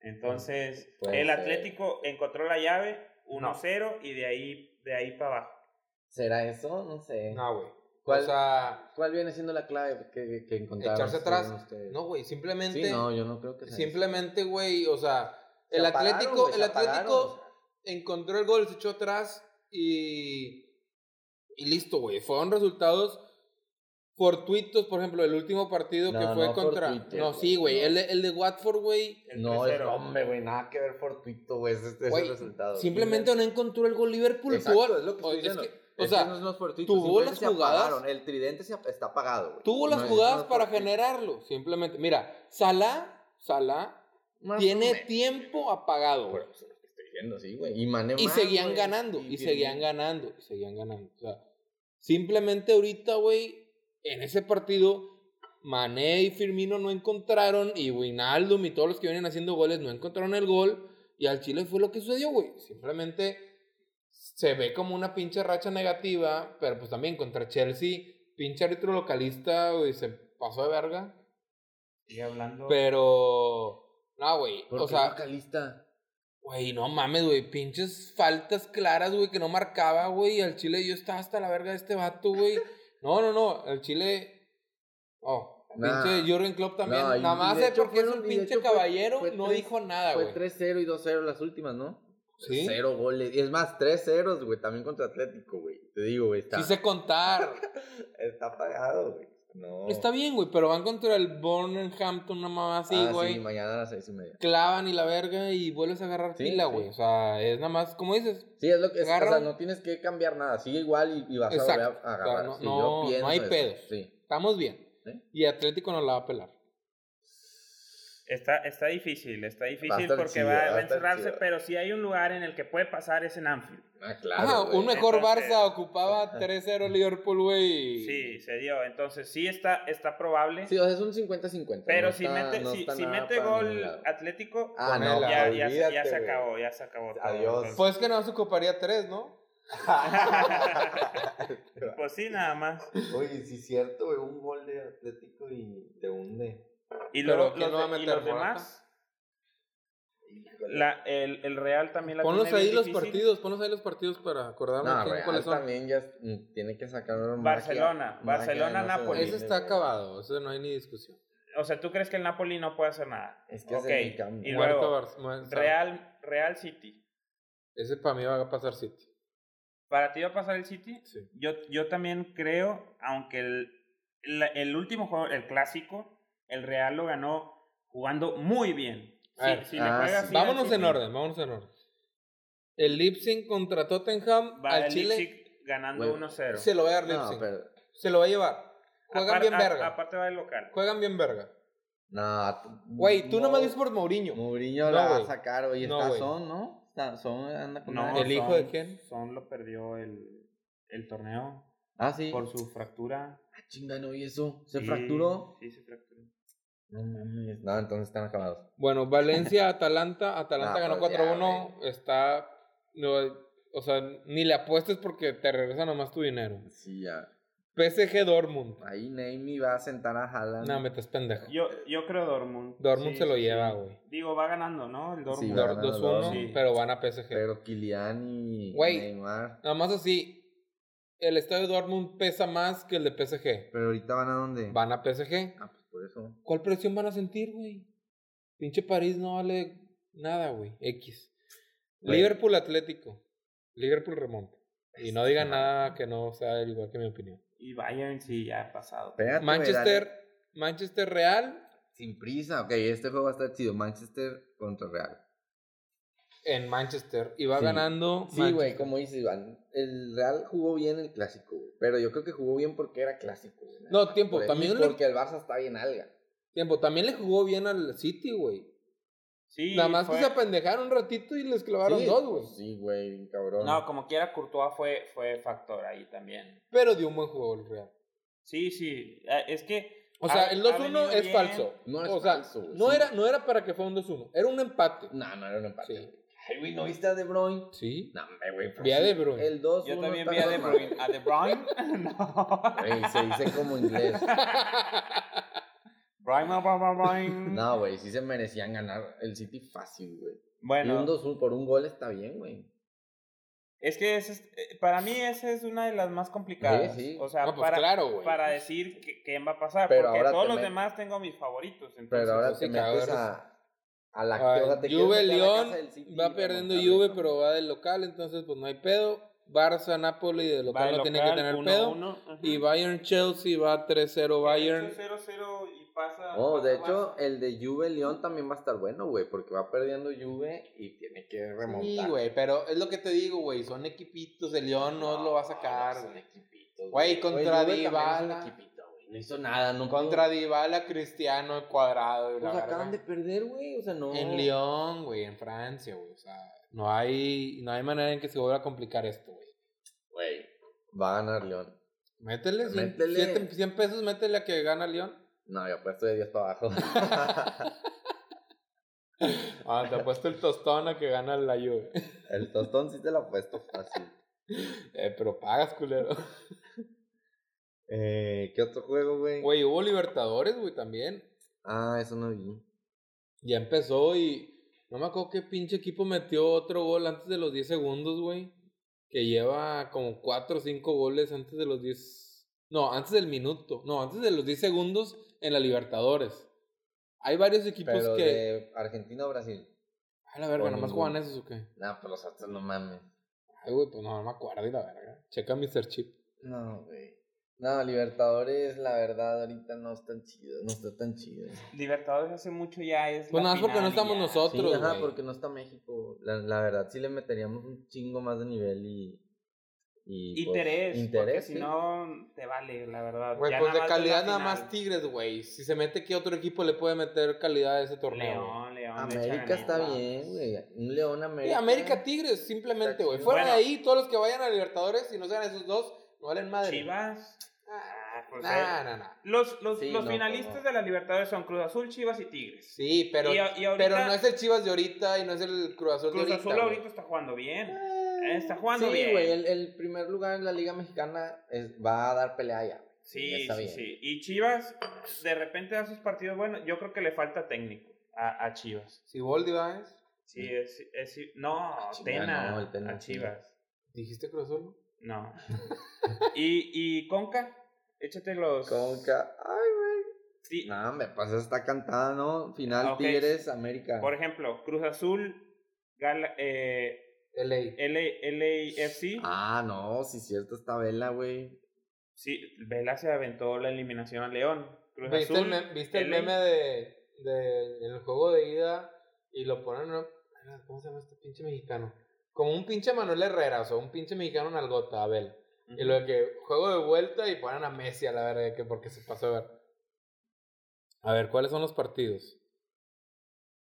Speaker 1: Entonces,
Speaker 3: Puede
Speaker 1: el
Speaker 3: ser.
Speaker 1: Atlético encontró la llave 1-0 y de ahí, de ahí para abajo.
Speaker 3: ¿Será eso? No sé.
Speaker 2: No, güey.
Speaker 3: ¿Cuál,
Speaker 2: O sea,
Speaker 3: ¿Cuál viene siendo la clave que, que encontraron?
Speaker 2: echarse atrás.
Speaker 3: según ustedes?
Speaker 2: No, güey, simplemente,
Speaker 3: Sí, no, yo no creo que sea eso.
Speaker 2: simplemente, güey, o sea,
Speaker 3: Se
Speaker 2: el
Speaker 3: apagaron,
Speaker 2: Atlético,
Speaker 3: güey, se
Speaker 2: el Atlético
Speaker 3: apagaron.
Speaker 2: encontró el gol, se echó atrás y. Y listo, güey. Fueron resultados fortuitos, por ejemplo, el último partido que
Speaker 3: No,
Speaker 2: fue
Speaker 3: no
Speaker 2: contra.
Speaker 3: fortuitos,
Speaker 2: no,
Speaker 3: güey,
Speaker 2: sí, güey.
Speaker 3: no.
Speaker 2: El, de- el de Watford, güey.
Speaker 1: El
Speaker 3: No, es
Speaker 1: 3-0.
Speaker 3: hombre, güey, nada que ver fortuito, güey, ese es
Speaker 2: Güey,
Speaker 3: el resultado.
Speaker 2: Simplemente no encontró el gol Liverpool.
Speaker 3: Exacto,
Speaker 2: tuvo-
Speaker 3: es lo que estoy
Speaker 2: o- es
Speaker 3: diciendo.
Speaker 2: que-
Speaker 3: o
Speaker 2: o sea,
Speaker 3: no es más fortuito,
Speaker 2: tuvo
Speaker 3: simplemente
Speaker 2: las
Speaker 3: se
Speaker 2: jugadas-
Speaker 3: apagaron, El tridente se ap- está apagado, güey.
Speaker 2: tuvo las
Speaker 3: No es- no
Speaker 2: jugadas
Speaker 3: es
Speaker 2: para
Speaker 3: fortuito.
Speaker 2: generarlo. Simplemente. Mira, Salah, Salah
Speaker 3: Más o
Speaker 2: tiene
Speaker 3: menos.
Speaker 2: tiempo apagado, güey.
Speaker 3: Por eso es lo que estoy diciendo, sí, güey. Y Mané
Speaker 2: Y
Speaker 3: más,
Speaker 2: seguían
Speaker 3: güey,
Speaker 2: ganando, y seguían
Speaker 3: Firmino.
Speaker 2: ganando, y seguían ganando. O sea, simplemente ahorita, güey, en ese partido, Mané y Firmino no encontraron, y Wijnaldum y todos los que vienen haciendo goles no encontraron el gol, y al Chile fue lo que sucedió, güey. Simplemente se ve como una pinche racha negativa, pero pues también contra Chelsea, pinche árbitro localista, güey, se pasó de verga.
Speaker 1: Y hablando.
Speaker 2: Pero, no, güey,
Speaker 3: ¿Por
Speaker 2: o
Speaker 3: qué
Speaker 2: sea,
Speaker 3: localista?
Speaker 2: güey, no mames, güey, pinches faltas claras, güey, que no marcaba, güey, y al Chile yo estaba hasta la verga de este vato, güey. No, no, no, al Chile, oh, el
Speaker 3: Nah.
Speaker 2: pinche Jurgen Klopp también,
Speaker 3: No, y-
Speaker 2: nada más
Speaker 3: y de
Speaker 2: eh,
Speaker 3: hecho
Speaker 2: porque es
Speaker 3: fueron-
Speaker 2: un
Speaker 3: y de
Speaker 2: pinche
Speaker 3: hecho fue-
Speaker 2: caballero,
Speaker 3: fue
Speaker 2: no
Speaker 3: tres-
Speaker 2: dijo nada,
Speaker 3: Fue
Speaker 2: Ah, güey.
Speaker 3: 3-0 y 2-0 las últimas, ¿no?
Speaker 2: Sí.
Speaker 3: Cero goles. Y es más, 3-0, güey. También contra Atlético, güey. Te digo, güey. Está,
Speaker 2: Sí sé contar.
Speaker 3: está pagado, güey. No.
Speaker 2: Está bien, güey, pero van contra el Bornhampton, una mamá así,
Speaker 3: Ah,
Speaker 2: güey.
Speaker 3: Sí, mañana a las 6 y media.
Speaker 2: clavan y la verga y vuelves a agarrar
Speaker 3: Sí,
Speaker 2: pila,
Speaker 3: sí.
Speaker 2: güey. O sea, es nada más, como dices,
Speaker 3: Sí, es lo que es.
Speaker 2: Agarra
Speaker 3: O sea,
Speaker 2: un-
Speaker 3: no tienes que cambiar nada. Sigue igual y, y vas a volver
Speaker 2: Exacto.
Speaker 3: a
Speaker 2: O sea,
Speaker 3: agarrar.
Speaker 2: no-
Speaker 3: Sí,
Speaker 2: no-
Speaker 3: yo
Speaker 2: no
Speaker 3: pienso
Speaker 2: hay
Speaker 3: eso.
Speaker 2: pedos.
Speaker 3: Sí.
Speaker 2: estamos bien.
Speaker 3: ¿Sí?
Speaker 2: Y Atlético nos la va a pelar.
Speaker 1: Está, está difícil, está
Speaker 3: Va a
Speaker 1: difícil
Speaker 3: estar
Speaker 1: porque
Speaker 3: chido,
Speaker 1: va,
Speaker 3: va a
Speaker 1: a
Speaker 3: estar
Speaker 1: encerrarse,
Speaker 3: chido.
Speaker 1: pero si hay un lugar en el que puede pasar es en Anfield.
Speaker 3: Ah, claro.
Speaker 2: Ajá,
Speaker 3: güey.
Speaker 2: un mejor
Speaker 1: Entonces-
Speaker 2: Barça ocupaba 3-0 Liverpool, güey. y-
Speaker 1: Sí, se dio. Entonces sí está, está probable.
Speaker 3: Sí, o sea, es un 50-50.
Speaker 1: pero
Speaker 3: no
Speaker 1: si
Speaker 3: está-
Speaker 1: mete,
Speaker 3: no
Speaker 1: si,
Speaker 3: está
Speaker 1: si
Speaker 3: nada
Speaker 1: mete
Speaker 3: para ningún
Speaker 1: gol
Speaker 3: lado.
Speaker 1: Atlético,
Speaker 3: Ah,
Speaker 2: con
Speaker 3: no.
Speaker 2: él,
Speaker 1: ya, ya, se- ya
Speaker 3: olvídate,
Speaker 1: se
Speaker 3: güey.
Speaker 1: acabó, ya se acabó. todo.
Speaker 3: Adiós.
Speaker 1: Entonces,
Speaker 2: Pues que no se ocuparía 3, ¿no?
Speaker 1: pues sí, nada más.
Speaker 3: Oye, sí es cierto, güey, un gol de Atlético y te hunde.
Speaker 1: Y
Speaker 2: Pero
Speaker 1: luego
Speaker 2: ¿quién
Speaker 1: los,
Speaker 2: no va a
Speaker 1: de- y
Speaker 2: meter
Speaker 1: los
Speaker 2: Morata?
Speaker 1: demás, la- el, el Real también la
Speaker 2: Ponlos
Speaker 1: tiene
Speaker 2: ahí
Speaker 1: bien
Speaker 2: los
Speaker 1: difícil.
Speaker 2: partidos, ponlos ahí los partidos para acordarme
Speaker 3: No,
Speaker 2: quién-
Speaker 3: Real
Speaker 2: cuáles son.
Speaker 3: también ya es- mm, tiene que sacar un
Speaker 1: Barcelona,
Speaker 3: magia-
Speaker 1: Barcelona,
Speaker 3: magia, no se
Speaker 1: Napoli.
Speaker 3: defiende,
Speaker 2: Ese está
Speaker 3: güey.
Speaker 2: acabado, eso no hay ni discusión.
Speaker 1: O sea, ¿tú crees que el Napoli no puede hacer nada?
Speaker 3: Es que es
Speaker 1: Ok,
Speaker 3: el cambio.
Speaker 1: Y
Speaker 2: Muerto
Speaker 1: luego,
Speaker 2: Barça- Barça-
Speaker 1: Real, Real City.
Speaker 2: Ese para mí va a pasar City.
Speaker 1: ¿Para ti va a pasar el City?
Speaker 2: Sí.
Speaker 1: Yo, yo también creo, aunque el, la- el último juego, el clásico, el Real lo ganó jugando muy bien.
Speaker 2: A
Speaker 1: Sí,
Speaker 2: ver,
Speaker 1: si le
Speaker 3: ah,
Speaker 1: juega
Speaker 3: sí.
Speaker 1: así al
Speaker 2: Vámonos
Speaker 1: City,
Speaker 2: en orden, vámonos en orden. El Leipzig contra Tottenham
Speaker 1: Va
Speaker 2: al
Speaker 1: el
Speaker 2: Chile
Speaker 1: Leipzig ganando
Speaker 3: Bueno,
Speaker 1: 1-0.
Speaker 2: se lo va a dar
Speaker 3: No,
Speaker 2: Leipzig.
Speaker 3: pero.
Speaker 2: Se lo va a llevar. Juegan
Speaker 1: Apar-
Speaker 2: bien
Speaker 1: a-
Speaker 2: verga.
Speaker 1: Aparte va el local.
Speaker 2: Juegan bien verga.
Speaker 3: No. t-
Speaker 2: Güey, tú
Speaker 3: no-
Speaker 2: nomás dices por Mourinho.
Speaker 3: Mourinho
Speaker 2: No,
Speaker 3: la va
Speaker 2: güey.
Speaker 3: a sacar, oye.
Speaker 2: No,
Speaker 3: está
Speaker 2: güey.
Speaker 3: Son, ¿no? Está Son anda con
Speaker 1: No,
Speaker 3: una-
Speaker 2: ¿El hijo
Speaker 1: Son-
Speaker 2: de quién?
Speaker 1: Son lo perdió el, el torneo
Speaker 3: Ah, sí.
Speaker 1: por su fractura.
Speaker 3: Ah, Chinga, no, y eso. ¿Se
Speaker 1: Sí,
Speaker 3: fracturó?
Speaker 1: Sí, se fracturó.
Speaker 3: No mames. No, entonces están acabados.
Speaker 2: Bueno, Valencia, Atalanta. Atalanta
Speaker 3: Ah,
Speaker 2: ganó
Speaker 3: pues ya,
Speaker 2: 4-1. Está. no, o sea, ni le apuestes porque te regresa nomás tu dinero.
Speaker 3: Sí, ya.
Speaker 2: PSG Dortmund.
Speaker 3: Ahí Neymי va a sentar a Haaland.
Speaker 2: No, me estás pendejo.
Speaker 1: Yo, yo creo Dortmund.
Speaker 2: Dortmund
Speaker 1: Sí,
Speaker 2: se lo
Speaker 1: sí,
Speaker 2: lleva,
Speaker 1: sí.
Speaker 2: güey.
Speaker 1: Digo, va ganando, ¿no? El Dortmund.
Speaker 3: Sí,
Speaker 2: Dor-
Speaker 3: ganando
Speaker 2: 2-1,
Speaker 1: Dortmund.
Speaker 2: pero van a PSG.
Speaker 3: Pero Kylian y
Speaker 2: Güey.
Speaker 3: Neymar.
Speaker 2: Nada más así. El estadio Dortmund pesa más que el de PSG.
Speaker 3: Pero ahorita van a dónde?
Speaker 2: Van a PSG.
Speaker 3: Ah, pues por eso.
Speaker 2: ¿Cuál presión van a sentir, güey? Pinche París no vale nada, güey. X.
Speaker 3: Güey.
Speaker 2: Liverpool Atlético. Liverpool remonta. Y no digan
Speaker 3: Este,
Speaker 2: nada que no sea igual que mi opinión.
Speaker 1: Y Bayern sí, ya ha pasado.
Speaker 3: Espérate, güey, dale.
Speaker 2: Manchester, Manchester Real
Speaker 3: Sin prisa, ok, este juego va a estar chido. Manchester contra Real.
Speaker 2: en Manchester. Y va
Speaker 3: Sí.
Speaker 2: ganando.
Speaker 3: Sí, güey,
Speaker 2: Manchester.
Speaker 3: como dice Iván, el Real jugó bien el clásico, güey, pero yo creo que jugó bien porque era clásico. güey, nada
Speaker 2: No,
Speaker 3: más,
Speaker 2: tiempo,
Speaker 3: güey, y
Speaker 2: también le-
Speaker 3: Porque el Barça está bien alga.
Speaker 2: Tiempo. También le jugó bien al City, güey.
Speaker 1: Sí,
Speaker 2: Nada más
Speaker 1: fue-
Speaker 2: que se apendejaron un ratito y les clavaron
Speaker 3: Sí,
Speaker 2: dos, güey.
Speaker 3: Sí, güey, cabrón.
Speaker 1: No, como quiera, Courtois fue, fue factor ahí también.
Speaker 2: Pero dio un buen juego el Real.
Speaker 1: Sí, sí. eh, Es que.
Speaker 2: O
Speaker 1: Ha-
Speaker 2: sea, el
Speaker 1: ha
Speaker 2: 2-1
Speaker 1: venido
Speaker 2: es
Speaker 1: bien.
Speaker 2: falso.
Speaker 3: No es
Speaker 2: o sea,
Speaker 3: falso, güey,
Speaker 2: no,
Speaker 3: sí.
Speaker 2: era, no era para que fuera un 2-1. Era un empate.
Speaker 3: no, no era un empate.
Speaker 2: Sí.
Speaker 3: güey. Ay, güey, ¿no viste a De Bruyne?
Speaker 2: Sí.
Speaker 3: No, hombre, güey. pero
Speaker 2: Vi a
Speaker 3: sí,
Speaker 2: De Bruyne.
Speaker 3: El 2
Speaker 1: Yo también vi a De Bruyne. ¿A De Bruyne? No.
Speaker 3: Güey, se dice como inglés.
Speaker 1: Bruyne, Bruyne, Bruyne.
Speaker 3: No, güey, sí se merecían ganar el City fácil, güey. Y
Speaker 1: Bueno,
Speaker 3: un 2-1 por un gol está bien, güey.
Speaker 1: es que ese es- eh, para mí esa es una de las más complicadas.
Speaker 3: Sí, sí.
Speaker 1: O sea,
Speaker 2: No, pues
Speaker 1: para,
Speaker 2: claro, güey.
Speaker 1: para decir que- quién va a pasar.
Speaker 3: Pero
Speaker 1: porque
Speaker 3: ahora
Speaker 1: todos
Speaker 3: te
Speaker 1: los
Speaker 3: met-
Speaker 1: demás tengo mis favoritos. entonces-
Speaker 3: Pero ahora
Speaker 2: pues, sí,
Speaker 3: te metes
Speaker 2: cabrón.
Speaker 3: a, a la
Speaker 2: Ay,
Speaker 3: ahora te quieres
Speaker 2: Juve
Speaker 3: meter a la
Speaker 2: León
Speaker 3: casa del City y
Speaker 2: va perdiendo
Speaker 3: remontarle,
Speaker 2: Juve,
Speaker 3: ¿no?
Speaker 2: pero va del local, entonces pues no hay pedo. Barça, Napoli de
Speaker 1: Va
Speaker 2: local
Speaker 1: el
Speaker 2: no tiene que
Speaker 1: local,
Speaker 2: tener
Speaker 1: uno,
Speaker 2: pedo.
Speaker 1: uno, ajá.
Speaker 2: Y Bayern Chelsea va 3-0 Bayern.
Speaker 1: Eso es 0-0 y pasa.
Speaker 3: Oh, de
Speaker 1: pasa
Speaker 3: hecho,
Speaker 1: Barça.
Speaker 3: el de Juve León también va a estar bueno, güey, porque va perdiendo Juve y tiene que remontar.
Speaker 2: Sí, güey, pero es lo que te digo, güey, son equipitos, el León no, lo va a sacar,
Speaker 3: son
Speaker 2: güey.
Speaker 3: equipitos,
Speaker 2: Güey, contra
Speaker 3: Juve también es un
Speaker 2: Dybala.
Speaker 3: equipito, güey, No hizo nada, no
Speaker 2: Contra Dybala, Cristiano, Cuadrado, y la
Speaker 3: Pues acaban
Speaker 2: verga.
Speaker 3: de perder, güey, o sea, no.
Speaker 2: En Lyon, güey, en Francia, güey, o sea, no hay, no hay manera en que se vuelva a complicar esto, güey.
Speaker 3: Güey, va a ganar León.
Speaker 2: Métele, cien-
Speaker 3: Métele.
Speaker 2: siete- 100 pesos, métele a que gana León.
Speaker 3: No, yo apuesto de 10 para abajo.
Speaker 2: Ah, te apuesto el tostón a que gana la Juve.
Speaker 3: El tostón sí te lo ha puesto fácil.
Speaker 2: Eh, pero pagas, culero.
Speaker 3: Eh, ¿Qué otro juego, güey?
Speaker 2: Güey, hubo Libertadores, güey, también.
Speaker 3: Ah, eso no vi.
Speaker 2: Ya empezó y no me acuerdo qué pinche equipo metió otro gol antes de los 10 segundos, güey. Que lleva como 4 o 5 goles antes de los 10. No, antes del minuto. No, antes de los 10 segundos en la Libertadores. Hay varios equipos
Speaker 3: Pero
Speaker 2: que.
Speaker 3: de Argentina o Brasil.
Speaker 2: A la verga,
Speaker 3: o
Speaker 2: ¿nomás más
Speaker 3: ninguno.
Speaker 2: juegan esos o qué?
Speaker 3: Nah, pues los Astros no mames.
Speaker 2: Ay, güey, pues no, no me acuerdo y la verga. Checa Mr. Chip.
Speaker 3: No, güey. No, Libertadores, la verdad, ahorita no es tan chido. No está tan chido.
Speaker 1: Libertadores hace mucho ya es.
Speaker 2: Pues
Speaker 1: la
Speaker 2: nada más porque
Speaker 1: final
Speaker 2: no
Speaker 1: y
Speaker 2: estamos
Speaker 1: ya.
Speaker 2: nosotros.
Speaker 3: Sí, ajá,
Speaker 2: güey.
Speaker 3: porque no está México. La, la verdad, sí le meteríamos un chingo más de nivel y. y, pues,
Speaker 1: Interés, porque
Speaker 3: interés,
Speaker 1: si
Speaker 3: sí.
Speaker 1: no te vale, la verdad.
Speaker 2: Güey,
Speaker 1: Ya
Speaker 2: pues de
Speaker 1: más ves la
Speaker 2: calidad nada
Speaker 1: final.
Speaker 2: más Tigres, güey. Si se mete, ¿qué otro equipo le puede meter calidad a ese torneo?
Speaker 1: León,
Speaker 2: güey?
Speaker 1: León.
Speaker 3: América está bien, güey. Un León
Speaker 2: Y
Speaker 3: América.
Speaker 2: América Tigres, simplemente, güey.
Speaker 3: Está chido.
Speaker 2: Fuera de
Speaker 1: Bueno.
Speaker 2: ahí, todos los que vayan a Libertadores, si no sean esos dos, no valen madre.
Speaker 1: Chivas.
Speaker 2: Ah,
Speaker 1: Ah, pues,
Speaker 2: nah,
Speaker 1: eh.
Speaker 2: nah, nah.
Speaker 1: Los, los,
Speaker 3: Sí,
Speaker 1: los
Speaker 3: no,
Speaker 1: finalistas
Speaker 3: como-
Speaker 1: de la Libertadores son Cruz Azul, Chivas y Tigres.
Speaker 2: Sí, pero,
Speaker 1: Y a- y ahorita-
Speaker 2: pero no es el Chivas de ahorita y no es el Cruz Azul
Speaker 1: Cruz
Speaker 2: de
Speaker 1: Azul
Speaker 2: ahorita.
Speaker 1: ahorita,
Speaker 2: güey.
Speaker 1: está jugando bien.
Speaker 3: Eh,
Speaker 1: Está jugando
Speaker 3: sí,
Speaker 1: bien.
Speaker 3: güey. El, el primer lugar en la Liga Mexicana es, va a dar pelea ya.
Speaker 1: Sí,
Speaker 3: Está
Speaker 1: sí,
Speaker 3: bien.
Speaker 1: sí. Y Chivas, de repente da sus partidos buenos. Yo creo que le falta técnico a, a Chivas.
Speaker 2: Si Boldi va, ¿eh?
Speaker 1: Sí, es, es, no,
Speaker 3: Chivas,
Speaker 1: Tena,
Speaker 3: Ah, no, el Tena,
Speaker 1: a
Speaker 3: sí.
Speaker 1: Chivas.
Speaker 2: ¿Dijiste Cruz Azul?
Speaker 1: No. y, y Conca, échate los.
Speaker 3: Como que. Ay, güey.
Speaker 1: Sí,
Speaker 3: No, me pasa, está cantada, ¿no? Final
Speaker 1: Ok.
Speaker 3: Tigres, América.
Speaker 1: Por ejemplo, Cruz Azul, Gala, eh,
Speaker 2: LA.
Speaker 1: LA, LAFC.
Speaker 3: Ah, no, sí, cierto, esta vela, güey.
Speaker 1: Sí, Vela se aventó la eliminación a León. Cruz
Speaker 2: ¿Viste,
Speaker 1: Azul.
Speaker 2: el, mem- viste el
Speaker 1: LA?
Speaker 2: meme de, de- en el juego de ida y lo ponen, ¿no? ¿cómo se llama este pinche mexicano? Como un pinche Manuel Herrera, o sea, un pinche mexicano en algota, Abel.
Speaker 1: Ujú. Eh,
Speaker 2: Y lo de que juego de vuelta y ponen a Messi a la verga de que porque se pasó a ver. A ver, ¿cuáles son los partidos?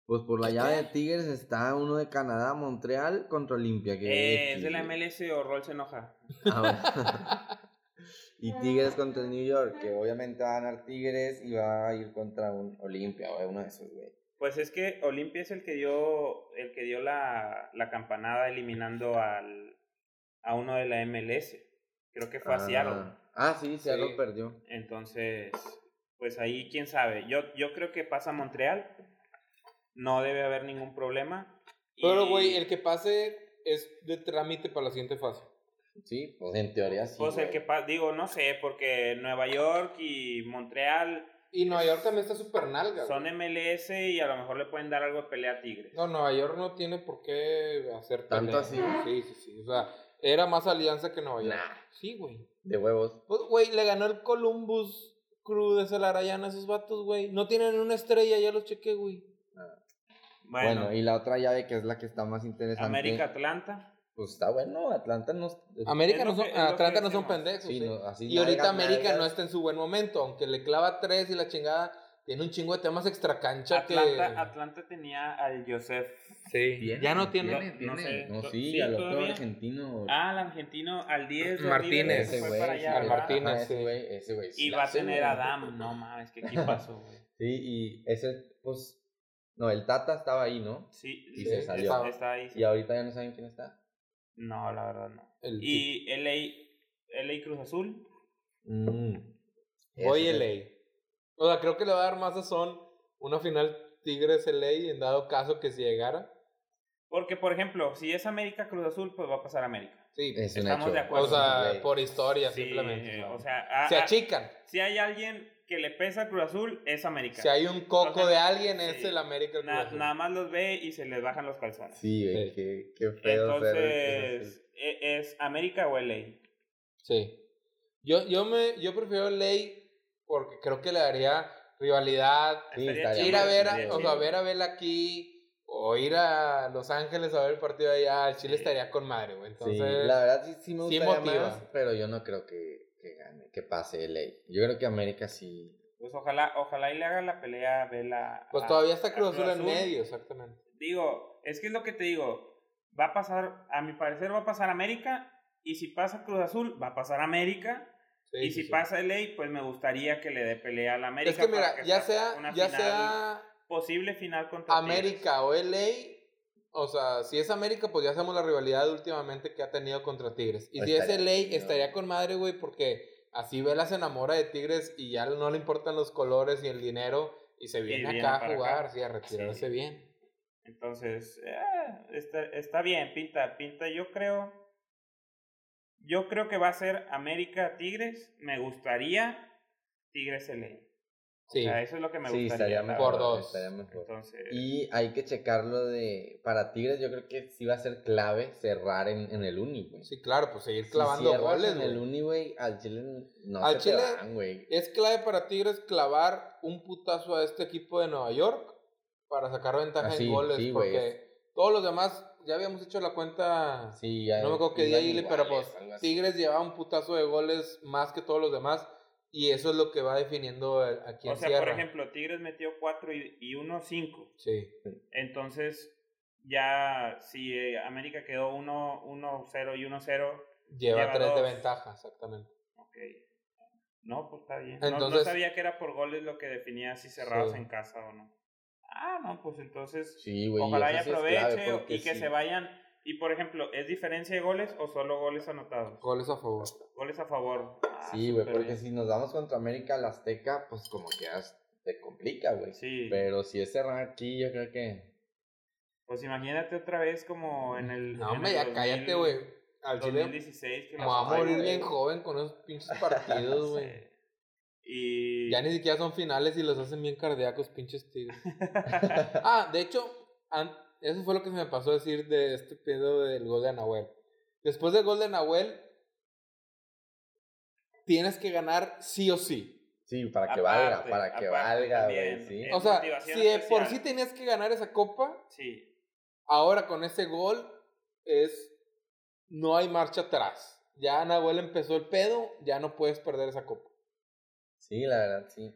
Speaker 3: Pues por la llave de Tigres está uno de Canadá, Montreal contra Olimpia. que
Speaker 1: Eh, ¿Es de la MLS o Rol se enoja?
Speaker 3: Ah, bueno. y Tigres contra el New York, que obviamente va a ganar Tigres y va a ir contra un Olimpia, güey, uno de esos, güey.
Speaker 1: Pues es que Olimpia es el que dio, el que dio la, la campanada eliminando al, a uno de la MLS. Creo que fue a Seattle.
Speaker 3: Ah, ah, sí, Seattle
Speaker 2: Sí.
Speaker 3: perdió.
Speaker 1: Entonces, pues ahí quién sabe. Yo, yo creo que pasa Montreal. No debe haber ningún problema. Y-
Speaker 2: Pero, güey, el que pase es de trámite para la siguiente fase.
Speaker 3: Sí, pues en teoría sí.
Speaker 1: Pues el
Speaker 3: güey.
Speaker 1: que pa- digo, no sé, porque Nueva York y Montreal
Speaker 2: Y Nueva York también está súper nalga.
Speaker 1: son
Speaker 2: güey.
Speaker 1: MLS y a lo mejor le pueden dar algo de pelea a Tigres.
Speaker 2: No, Nueva York no tiene por qué hacer
Speaker 3: ¿Tanto
Speaker 2: pelea,
Speaker 3: así?
Speaker 2: güey. Sí, sí, sí. O sea, era más alianza que Nueva York.
Speaker 3: Nah.
Speaker 2: Sí, güey.
Speaker 3: De huevos.
Speaker 2: Pues, güey, le ganó el Columbus Crew de Celarayán a esos vatos, güey. No tienen una estrella, ya los chequé, güey.
Speaker 1: Bueno,
Speaker 3: Bueno, y la otra llave que es la que está más interesante.
Speaker 1: América Atlanta.
Speaker 3: Pues está bueno, Atlanta no.
Speaker 2: América
Speaker 1: Es lo
Speaker 2: no son,
Speaker 1: que- es lo que
Speaker 2: Atlanta no son
Speaker 1: decimos.
Speaker 2: pendejos.
Speaker 3: Sí,
Speaker 2: eh.
Speaker 3: no, así
Speaker 2: y ahorita
Speaker 3: nalgas,
Speaker 2: América no
Speaker 3: nalgas.
Speaker 2: está en su buen momento, aunque le clava tres y la chingada tiene un chingo de temas extra cancha
Speaker 1: Atlanta,
Speaker 2: que
Speaker 1: Atlanta tenía al Joseph.
Speaker 2: sí. ya no tiene.
Speaker 1: tiene, no sé.
Speaker 3: No,
Speaker 1: To-
Speaker 3: sí,
Speaker 1: sí,
Speaker 3: al otro
Speaker 1: todavía.
Speaker 3: argentino.
Speaker 1: Ah, al argentino, al 10. de
Speaker 2: Martínez.
Speaker 1: River,
Speaker 2: ese
Speaker 1: se fue
Speaker 3: güey,
Speaker 1: para
Speaker 3: sí,
Speaker 1: allá,
Speaker 2: al
Speaker 1: ¿verdad?
Speaker 2: Martínez.
Speaker 3: Ajá, ese
Speaker 2: sí.
Speaker 3: güey, ese güey. sí
Speaker 1: Y
Speaker 3: la
Speaker 1: va a
Speaker 3: hace,
Speaker 1: tener
Speaker 3: güey.
Speaker 1: a Dam. No mames, qué equipazo, güey.
Speaker 3: Sí, y ese, pues. No, el Tata estaba ahí, ¿no?
Speaker 1: Sí,
Speaker 3: Y
Speaker 1: sí,
Speaker 3: se
Speaker 1: está-
Speaker 3: salió.
Speaker 1: está ahí. sí.
Speaker 3: Y ahorita ya no saben quién está.
Speaker 1: No, la verdad no.
Speaker 2: El-
Speaker 1: Y LA, LA Cruz Azul.
Speaker 3: Mm.
Speaker 2: Voy
Speaker 3: Ese-
Speaker 2: LA. O sea, creo que le va a dar más sazón una final Tigres LA en dado caso que si llegara.
Speaker 1: Porque, por ejemplo, si es América Cruz Azul, pues va a pasar América.
Speaker 2: Sí.
Speaker 3: Es un
Speaker 1: Estamos
Speaker 3: hecho.
Speaker 1: de
Speaker 2: o
Speaker 1: acuerdo,
Speaker 2: sea,
Speaker 3: güey.
Speaker 2: por historia
Speaker 1: Sí,
Speaker 2: simplemente.
Speaker 1: eh,
Speaker 2: ¿no?
Speaker 1: O sea, a-
Speaker 2: se
Speaker 1: a-
Speaker 2: achican.
Speaker 1: si hay alguien que le pesa a Cruz Azul, es América.
Speaker 2: Si hay un
Speaker 1: O
Speaker 2: coco
Speaker 1: sea,
Speaker 2: de alguien es
Speaker 1: sí.
Speaker 2: el América.
Speaker 1: Na-
Speaker 2: Cruz Azul.
Speaker 1: nada más los ve y se les bajan los calzones.
Speaker 3: Sí, güey,
Speaker 2: Sí.
Speaker 3: qué, qué feo ser el Cruz Azul.
Speaker 1: Entonces, e- ¿es América o LA?
Speaker 2: Sí. Yo, yo, me, yo prefiero Ley porque creo que le daría rivalidad.
Speaker 3: Sí,
Speaker 1: Estaría
Speaker 3: estaría
Speaker 1: chido,
Speaker 2: Ir a ver,
Speaker 1: estaría
Speaker 2: Pues, a, o sea,
Speaker 1: chido.
Speaker 2: ver a Bel aquí o ir a Los Ángeles a ver el partido allá. al Chile
Speaker 1: Sí.
Speaker 2: estaría con madre, güey.
Speaker 3: Sí,
Speaker 2: Entonces,
Speaker 3: la verdad sí, sí me
Speaker 2: sí
Speaker 3: gustaría
Speaker 2: motiva.
Speaker 3: más, pero yo no creo que, que gane, que pase LA. Yo creo que América sí.
Speaker 1: Pues ojalá, ojalá y le haga la pelea a Vela.
Speaker 2: pues
Speaker 1: a-
Speaker 2: todavía está
Speaker 1: a
Speaker 2: Cruz Azul en
Speaker 1: Azul.
Speaker 2: medio, exactamente.
Speaker 1: Digo, es que es lo que te digo. Va a pasar, a mi parecer va a pasar América. Y si pasa Cruz Azul, va a pasar América.
Speaker 2: Sí,
Speaker 1: y
Speaker 2: sí,
Speaker 1: si
Speaker 2: sí.
Speaker 1: pasa LA, pues me gustaría que le dé pelea a la América.
Speaker 2: Es que
Speaker 1: para
Speaker 2: mira, ya
Speaker 1: sea
Speaker 2: sea, ya sea
Speaker 1: posible final contra Tigres.
Speaker 2: América o LA. O sea, si es América, pues ya sabemos la rivalidad últimamente que ha tenido contra Tigres. Y
Speaker 3: Pues
Speaker 2: si es
Speaker 3: estaría
Speaker 2: LA,
Speaker 3: chido.
Speaker 2: estaría con madre, güey, porque así Vela se enamora de Tigres y ya no le importan los colores y el dinero y se viene
Speaker 1: viene para
Speaker 2: acá a
Speaker 1: acá.
Speaker 2: jugar, sí, a retirarse
Speaker 1: Sí.
Speaker 2: bien.
Speaker 1: Entonces, eh, está, está bien, pinta, pinta. Yo creo. Yo creo que va a ser América Tigres. Me gustaría Tigres LA.
Speaker 2: Sí,
Speaker 1: O sea, eso es lo que me
Speaker 3: sí,
Speaker 1: gustaría.
Speaker 3: estaría
Speaker 1: la
Speaker 3: mejor.
Speaker 1: verdad.
Speaker 2: dos.
Speaker 3: Estaría mejor.
Speaker 1: Entonces,
Speaker 3: Y hay que checarlo de. Para Tigres, yo creo que sí va a ser clave cerrar en, en el uni, güey.
Speaker 2: sí, claro, pues seguir
Speaker 3: Si
Speaker 2: clavando
Speaker 3: cierras
Speaker 2: goles,
Speaker 3: En el
Speaker 2: güey.
Speaker 3: uni, güey, al Chile no
Speaker 2: Al
Speaker 3: se te
Speaker 2: Chile-
Speaker 3: dan, güey.
Speaker 2: Es clave para Tigres clavar un putazo a este equipo de Nueva York para sacar ventaja
Speaker 3: Ah, sí,
Speaker 2: en goles,
Speaker 3: sí, güey.
Speaker 2: porque todos los demás ya habíamos hecho la cuenta
Speaker 3: Sí,
Speaker 2: No me acuerdo qué día Gili, pero pues
Speaker 3: Tigres.
Speaker 2: Tigres llevaba un putazo de goles más que todos los demás y eso es lo que va definiendo el- a quién
Speaker 1: o sea,
Speaker 2: cierra.
Speaker 1: por ejemplo, Tigres metió 4 y, y 1, 5.
Speaker 2: Sí,
Speaker 1: Entonces, ya si eh, América quedó 1, 1, 0 y 1, 0.
Speaker 2: lleva,
Speaker 1: Lleva
Speaker 2: tres
Speaker 1: dos.
Speaker 2: de ventaja, exactamente.
Speaker 1: Ok. No, pues está bien. No- No,
Speaker 2: Entonces-
Speaker 1: sabía que era por goles lo que definía si cerrabas
Speaker 2: Sí.
Speaker 1: en casa o no. Ah, no, pues entonces.
Speaker 3: Sí, güey.
Speaker 1: ojalá
Speaker 3: eso
Speaker 1: ya
Speaker 3: sí es
Speaker 1: aproveche
Speaker 3: clave,
Speaker 1: o-
Speaker 3: porque
Speaker 1: y que
Speaker 3: sí.
Speaker 1: se vayan. Y por ejemplo, ¿es diferencia de goles o solo goles anotados?
Speaker 2: Goles a favor.
Speaker 1: Goles a favor. Ah,
Speaker 3: Sí, güey,
Speaker 1: súper
Speaker 3: porque
Speaker 1: bien.
Speaker 3: si nos damos contra América, la Azteca, pues como que ya te complica, güey.
Speaker 1: Sí.
Speaker 3: Pero si es cerrar aquí, yo creo que.
Speaker 1: Pues imagínate otra vez como en el.
Speaker 2: No,
Speaker 1: en
Speaker 2: hombre,
Speaker 1: el
Speaker 2: ya
Speaker 1: 2000,
Speaker 2: cállate, güey. Al Chile
Speaker 1: 2016 que
Speaker 2: me
Speaker 1: la
Speaker 2: va a
Speaker 3: Ay,
Speaker 1: Ay,
Speaker 2: morir
Speaker 1: güey,
Speaker 2: bien
Speaker 3: güey.
Speaker 2: joven con esos pinches
Speaker 1: no
Speaker 2: partidos,
Speaker 1: sé.
Speaker 2: güey.
Speaker 1: Y.
Speaker 2: Ya ni siquiera son finales y los hacen bien cardíacos, pinches Tigres. Ah, de hecho, an- eso fue lo que se me pasó a decir de este pedo del gol de Nahuel. Después del gol de Nahuel, tienes que ganar sí o sí.
Speaker 3: Sí, para que
Speaker 1: Aparte,
Speaker 3: valga, para que
Speaker 1: aparte
Speaker 3: valga, güey.
Speaker 1: también,
Speaker 3: Sí.
Speaker 1: eh.
Speaker 2: O sea,
Speaker 1: motivación
Speaker 2: si de por
Speaker 1: especial.
Speaker 2: sí tenías que ganar esa copa,
Speaker 1: Sí.
Speaker 2: ahora con ese gol es no hay marcha atrás. Ya Nahuel empezó el pedo, ya no puedes perder esa copa.
Speaker 3: Sí, la verdad, sí.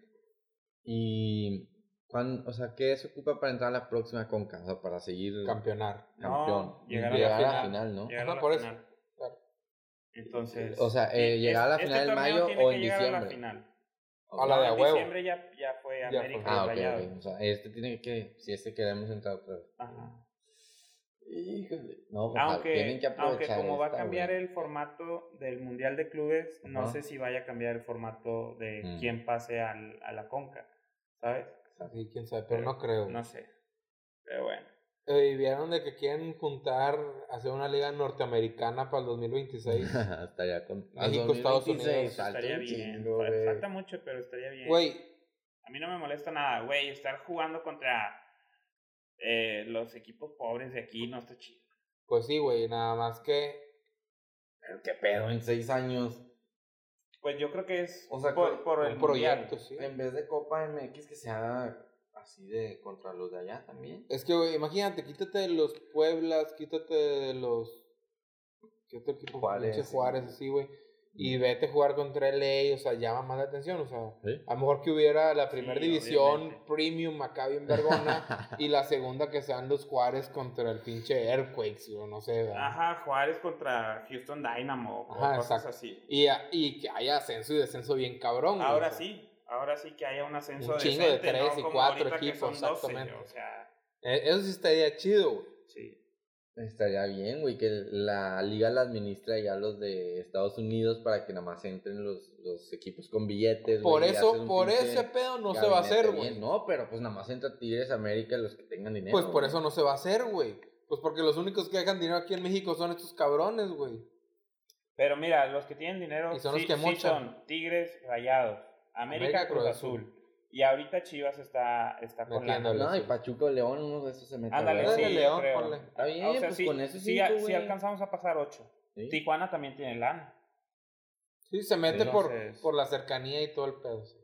Speaker 3: Y. ¿cuán- o sea, ¿qué se ocupa para entrar a la próxima conca? O sea, para seguir
Speaker 2: Campeonar.
Speaker 3: campeón.
Speaker 1: No, llegar a la
Speaker 2: final.
Speaker 3: ¿no?
Speaker 1: Llegar
Speaker 2: Ajá,
Speaker 1: a la
Speaker 2: por eso.
Speaker 1: final.
Speaker 2: Claro.
Speaker 1: Entonces.
Speaker 3: O sea, eh,
Speaker 1: sí,
Speaker 3: llegar a la
Speaker 1: este
Speaker 3: final en
Speaker 1: torneo
Speaker 3: mayo
Speaker 1: tiene
Speaker 3: o
Speaker 1: que
Speaker 3: en
Speaker 1: llegar a la
Speaker 3: diciembre.
Speaker 1: final.
Speaker 2: A la de a
Speaker 1: en
Speaker 2: huevo.
Speaker 1: diciembre ya, ya fue
Speaker 2: Ya
Speaker 1: América
Speaker 2: fue.
Speaker 1: y
Speaker 3: Ah, ok,
Speaker 1: Rayados.
Speaker 3: ok. O sea, este tiene que. Si este queremos entrar otra vez.
Speaker 1: Ajá.
Speaker 3: Híjole. No, pues, tienen
Speaker 1: Aunque, aunque
Speaker 3: que aprovechar
Speaker 1: como va a
Speaker 3: esta,
Speaker 1: cambiar
Speaker 3: güey.
Speaker 1: el formato del Mundial de Clubes, no
Speaker 3: Ajá.
Speaker 1: sé si vaya a cambiar el formato de
Speaker 3: Mm.
Speaker 1: quién pase al, a la conca, ¿sabes?
Speaker 2: Sí, quién sabe, pero no
Speaker 3: Mm.
Speaker 2: creo.
Speaker 1: No sé. Pero bueno.
Speaker 2: Eh, y vieron de que quieren juntar, hacer una liga norteamericana para el 2026.
Speaker 3: Estaría con
Speaker 2: México, Estados Unidos.
Speaker 3: Falta
Speaker 1: estaría
Speaker 3: un
Speaker 1: bien.
Speaker 3: chingo,
Speaker 1: Fa-
Speaker 3: güey.
Speaker 1: Falta mucho, pero estaría bien.
Speaker 2: Güey,
Speaker 1: A mí no me molesta nada, güey. Estar jugando contra eh, los equipos pobres de aquí no está chido.
Speaker 2: Pues sí, güey, nada más que.
Speaker 3: Pero qué pedo en seis años.
Speaker 1: Pues yo creo que es
Speaker 3: O sea,
Speaker 1: por,
Speaker 3: con-
Speaker 1: por
Speaker 2: Un
Speaker 1: el
Speaker 2: proyecto,
Speaker 1: mundial.
Speaker 2: sí.
Speaker 3: En vez de Copa MX que sea así de contra los de allá también.
Speaker 2: Es que, güey, imagínate, quítate de los Pueblas, quítate de los. ¿Qué otro equipo?
Speaker 3: Juárez, Mm.
Speaker 2: Pinche
Speaker 3: sí.
Speaker 2: Juárez, así, güey. Y vete a jugar contra LA, o sea, llama más la atención, o sea.
Speaker 3: Sí.
Speaker 2: A lo mejor que hubiera la primera
Speaker 1: Sí,
Speaker 2: división
Speaker 1: obviamente.
Speaker 2: premium acá bien vergona y la segunda que sean los Juárez contra el pinche Earthquakes, o no sé, ¿verdad?
Speaker 1: Ajá, Juárez contra Houston Dynamo o
Speaker 2: Ajá,
Speaker 1: cosas
Speaker 2: exacto.
Speaker 1: así.
Speaker 2: Y, a- y que haya ascenso y descenso bien cabrón. güey,
Speaker 1: Ahora
Speaker 2: o sea.
Speaker 1: sí, ahora sí que haya un ascenso
Speaker 2: Un chingo de
Speaker 1: decente,
Speaker 2: tres
Speaker 1: ¿no?
Speaker 2: y
Speaker 1: Como
Speaker 2: cuatro
Speaker 1: ahorita que
Speaker 2: equipos,
Speaker 1: son 12,
Speaker 2: exactamente.
Speaker 1: O sea,
Speaker 2: E- Eso sí estaría chido, güey.
Speaker 1: sí.
Speaker 3: Estaría bien, güey, que la liga la administra ya los de Estados Unidos para que nada más entren los, los equipos con billetes.
Speaker 2: Por
Speaker 3: güey, y Pues, haces
Speaker 2: eso,
Speaker 3: un
Speaker 2: por
Speaker 3: pinche
Speaker 2: ese pedo no se va a hacer,
Speaker 3: gabinete
Speaker 2: güey.
Speaker 3: bien. No, pero pues nada más entra Tigres América los que tengan dinero.
Speaker 2: Pues por
Speaker 3: güey.
Speaker 2: eso no se va a hacer, güey. Pues porque los únicos que dejan dinero aquí en México son estos cabrones, güey.
Speaker 1: Pero mira, los que tienen dinero
Speaker 2: Y son los
Speaker 1: sí-
Speaker 2: que
Speaker 1: sí
Speaker 2: mochan.
Speaker 1: son Tigres, Rayados, América,
Speaker 2: América,
Speaker 1: Cruz,
Speaker 2: Cruz
Speaker 1: Azul. Y ahorita Chivas está, está con lana.
Speaker 2: Metiéndole.
Speaker 3: No, y Pachuca o León, uno de esos se mete.
Speaker 1: Ándale,
Speaker 3: ¿verdad?
Speaker 1: sí,
Speaker 2: Dale, León,
Speaker 1: creo.
Speaker 2: ponle.
Speaker 3: Está bien,
Speaker 1: Ah, o sea,
Speaker 3: pues
Speaker 1: sí,
Speaker 3: con eso
Speaker 1: sí,
Speaker 3: sí.
Speaker 1: a- sí alcanzamos a pasar ocho. Tijuana también tiene lana.
Speaker 2: Sí, se mete
Speaker 1: Entonces-
Speaker 2: por, por la cercanía y todo el pedo. sí.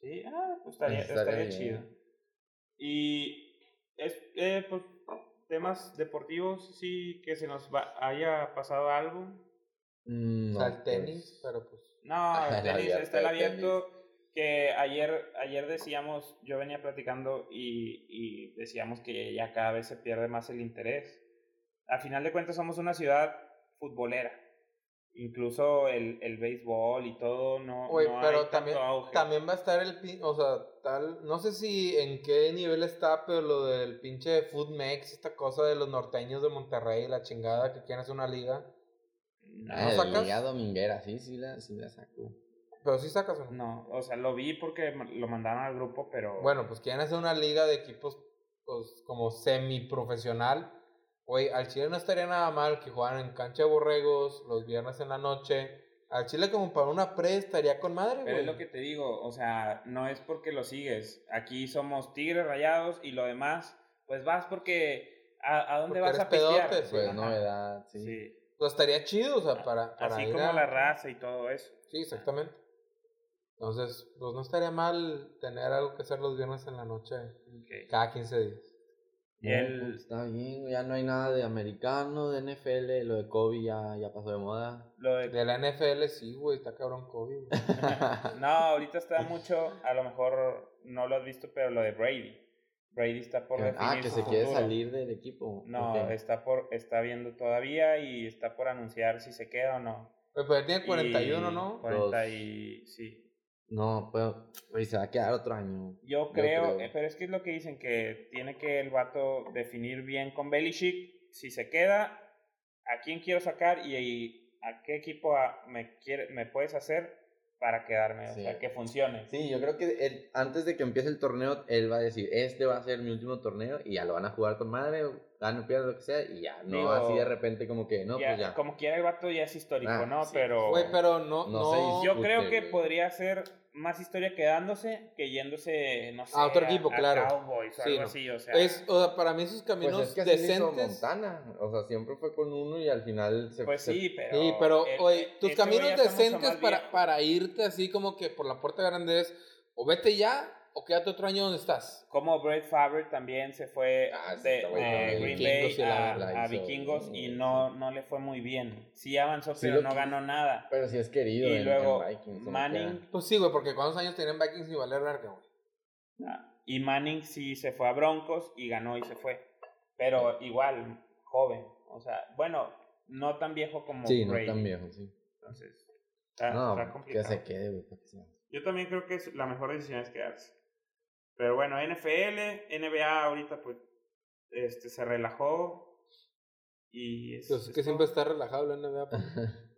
Speaker 1: Sí, ah, pues estaría,
Speaker 3: Estaría
Speaker 1: estaría
Speaker 3: bien.
Speaker 1: chido. Y es, eh, pues, temas deportivos, sí, que se nos va- haya pasado algo.
Speaker 3: Mm,
Speaker 2: O
Speaker 3: no,
Speaker 2: sea, el
Speaker 3: pues.
Speaker 2: tenis, pero pues.
Speaker 1: No, el
Speaker 3: El
Speaker 1: tenis,
Speaker 3: abierto,
Speaker 1: está el
Speaker 3: el
Speaker 1: abierto. Que ayer, ayer decíamos, yo venía platicando y, y decíamos que ya cada vez se pierde más el interés. Al final de cuentas somos una ciudad futbolera. Incluso el, el béisbol y todo no,
Speaker 2: Güey,
Speaker 1: no
Speaker 2: pero
Speaker 1: hay
Speaker 2: también,
Speaker 1: tanto auge.
Speaker 2: también va a estar el pin, o sea, tal, no sé si en qué nivel está, pero lo del pinche Food Mex, esta cosa de los norteños de Monterrey, la chingada que quieren hacer una liga.
Speaker 1: No,
Speaker 3: Ah,
Speaker 2: ¿No
Speaker 3: la
Speaker 2: sacas?
Speaker 3: Liga Dominguera, sí, sí la, sí la saco.
Speaker 2: Pero sí sacas o no.
Speaker 1: no, o sea, lo vi porque lo mandaron al grupo, pero...
Speaker 2: Bueno, pues quieren hacer una liga de equipos pues, como semiprofesional. Güey, al Chile no estaría nada mal que jugaran en cancha de borregos los viernes en la noche. Al Chile como para una pre estaría con madre,
Speaker 1: Pero es
Speaker 2: güey.
Speaker 1: lo que te digo, o sea, no es porque lo sigues. Aquí somos tigres rayados y lo demás, pues vas porque. ¿A, a dónde vas
Speaker 2: Porque
Speaker 1: a
Speaker 2: eres pedote,
Speaker 1: pistear?
Speaker 2: Sí,
Speaker 3: Pues
Speaker 2: ajá.
Speaker 3: novedad, sí.
Speaker 1: Sí.
Speaker 2: Pues, estaría chido, o sea, para... para
Speaker 1: Así
Speaker 2: ir
Speaker 1: como
Speaker 2: a-
Speaker 1: la raza y todo eso.
Speaker 2: Sí, exactamente. Entonces, pues no estaría mal tener algo que hacer los viernes en la noche,
Speaker 1: Ok.
Speaker 2: cada 15 días.
Speaker 1: Y el-
Speaker 3: pues, Está bien, güey, ya no hay nada de americano, de NFL, lo de Kobe ya, ya pasó de moda.
Speaker 1: Lo de-
Speaker 2: De la NFL, sí, güey, está cabrón COVID. güey.
Speaker 1: No, ahorita está mucho, a lo mejor no lo has visto, pero lo de Brady. Brady está por definir
Speaker 3: ah, que
Speaker 1: su
Speaker 3: se quiere
Speaker 1: futuro.
Speaker 3: salir del equipo.
Speaker 1: No,
Speaker 3: Ok.
Speaker 1: está por está viendo todavía y está por anunciar si se queda o no.
Speaker 2: Güey, pues ya tiene 41,
Speaker 1: Y
Speaker 2: ¿no?
Speaker 1: 40 y sí.
Speaker 3: No, pero güey, se va a quedar otro año.
Speaker 1: Yo creo,
Speaker 3: creo.
Speaker 1: eh, pero es que es lo que dicen, que tiene que el vato definir bien con Belichick si se queda, a quién quiero sacar y, y a qué equipo a- me, quiere, me puedes hacer para quedarme,
Speaker 3: Sí.
Speaker 1: o sea, que funcione.
Speaker 3: Sí, yo creo que él- antes de que empiece el torneo, él va a decir, este va a ser mi último torneo y ya lo van a jugar con madre, gano, pierdo, lo que sea, y ya, no
Speaker 1: Digo,
Speaker 3: así de repente como que, no,
Speaker 1: Ya,
Speaker 3: pues ya.
Speaker 1: Como quiera el vato ya es histórico,
Speaker 3: Ah,
Speaker 1: ¿no?
Speaker 3: sí.
Speaker 1: Pero,
Speaker 2: Güey, pero no,
Speaker 3: No
Speaker 2: no,
Speaker 3: sé,
Speaker 1: yo
Speaker 3: Discute,
Speaker 1: creo que
Speaker 3: güey.
Speaker 1: podría hacer más historia quedándose que yéndose, no sé,
Speaker 2: A otro equipo, claro.
Speaker 1: Cowboys o
Speaker 2: Sí,
Speaker 1: algo
Speaker 2: no.
Speaker 1: así, o sea.
Speaker 2: es, o sea, para mí esos
Speaker 3: Pues
Speaker 2: caminos
Speaker 3: es que así lo hizo
Speaker 2: decentes.
Speaker 3: Montana, o sea, siempre fue con uno y al final se...
Speaker 1: Pues
Speaker 3: se-
Speaker 1: sí, pero.
Speaker 2: Sí, pero,
Speaker 1: el-
Speaker 2: oye, tus
Speaker 1: este güey ya
Speaker 2: caminos
Speaker 1: está mucho
Speaker 2: decentes
Speaker 1: más
Speaker 2: para,
Speaker 1: viejo.
Speaker 2: para irte así como que por la puerta grande es o vete ya o quédate otro año donde estás.
Speaker 1: Como Brett Favre también se fue
Speaker 3: Ah, sí,
Speaker 1: de,
Speaker 3: está
Speaker 1: de
Speaker 3: bueno, de
Speaker 1: Green
Speaker 2: Vikingos
Speaker 1: Bay
Speaker 2: y la-
Speaker 1: a,
Speaker 3: la
Speaker 1: a
Speaker 3: hizo,
Speaker 1: Vikingos y
Speaker 3: sí.
Speaker 1: no, no le fue muy bien. Sí avanzó,
Speaker 3: Sí,
Speaker 1: pero
Speaker 3: lo
Speaker 1: no
Speaker 3: que-
Speaker 1: ganó nada.
Speaker 3: Pero sí es querido.
Speaker 1: Y
Speaker 3: en- en
Speaker 1: luego
Speaker 3: Vikings, como
Speaker 1: Manning,
Speaker 2: Pues sí, güey, porque ¿cuántos años tienen Vikings y valer verga, güey?
Speaker 1: Y Manning sí se fue a Broncos y ganó y se fue. Pero igual, joven. O sea, bueno, no tan viejo como
Speaker 3: que- Sí, no
Speaker 1: Brady.
Speaker 3: tan viejo, sí.
Speaker 1: Entonces, está,
Speaker 3: no,
Speaker 1: está
Speaker 3: que
Speaker 1: complicado.
Speaker 3: se quede, güey. para que sea.
Speaker 1: Yo también creo que es la mejor decisión es quedarse. Pero bueno, NFL, NBA ahorita pues este se relajó y es,
Speaker 2: Pues es
Speaker 1: es
Speaker 2: que
Speaker 1: todo.
Speaker 2: siempre está relajado la NBA. pues.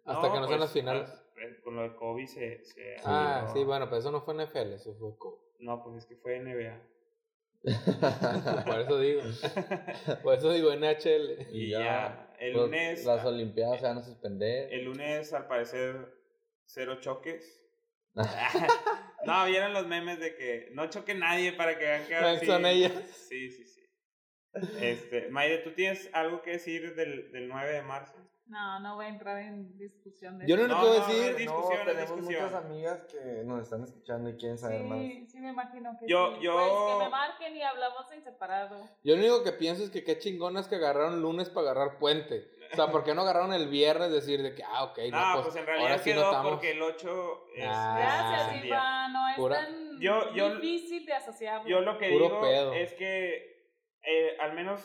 Speaker 2: Hasta que no sean
Speaker 1: pues,
Speaker 2: las finales.
Speaker 1: as- Con lo de Kobe se... se
Speaker 2: Ah,
Speaker 1: arregló.
Speaker 2: sí, bueno, pero eso no fue NFL, eso fue co-
Speaker 1: No, pues es que fue NBA.
Speaker 2: Por eso digo. Por eso digo NHL.
Speaker 1: Y,
Speaker 3: Y
Speaker 1: ya,
Speaker 3: ya,
Speaker 1: el
Speaker 3: Pues,
Speaker 1: lunes...
Speaker 3: Las Olimpiadas se van a suspender.
Speaker 1: El lunes al parecer cero choques. no, vieron los memes de que no choque nadie para que vean que...
Speaker 2: No,
Speaker 1: así-
Speaker 2: son ellas.
Speaker 1: Sí, sí, sí. Este, Maide, ¿tú tienes algo que decir del, del 9 de marzo?
Speaker 4: No, no voy a entrar en discusión de
Speaker 2: Yo
Speaker 4: eso.
Speaker 2: no,
Speaker 1: No,
Speaker 2: quiero
Speaker 1: no,
Speaker 2: decir.
Speaker 1: es discusión, es discusión.
Speaker 3: amigas que nos están escuchando y quieren
Speaker 4: Sí, sí me imagino que
Speaker 1: Yo-
Speaker 4: sí.
Speaker 1: yo-
Speaker 4: Pues que me marquen y hablamos en separado.
Speaker 2: Yo lo único que pienso es que qué chingonas que agarraron lunes para agarrar puente. O sea, ¿por qué no agarraron el viernes? Decir de que, ah, ok, no,
Speaker 1: Ah,
Speaker 2: pues,
Speaker 1: pues, en realidad
Speaker 2: ahora sí no
Speaker 1: quedó
Speaker 2: estamos.
Speaker 1: porque el este, 8 es,
Speaker 2: Ah,
Speaker 1: es
Speaker 4: Gracias,
Speaker 1: el día.
Speaker 4: Iván. No es
Speaker 2: Pura-
Speaker 4: tan
Speaker 1: Yo- yo-
Speaker 4: difícil de asociar.
Speaker 1: Yo lo que
Speaker 2: Puro
Speaker 1: digo
Speaker 2: pedo.
Speaker 1: es que, eh, al menos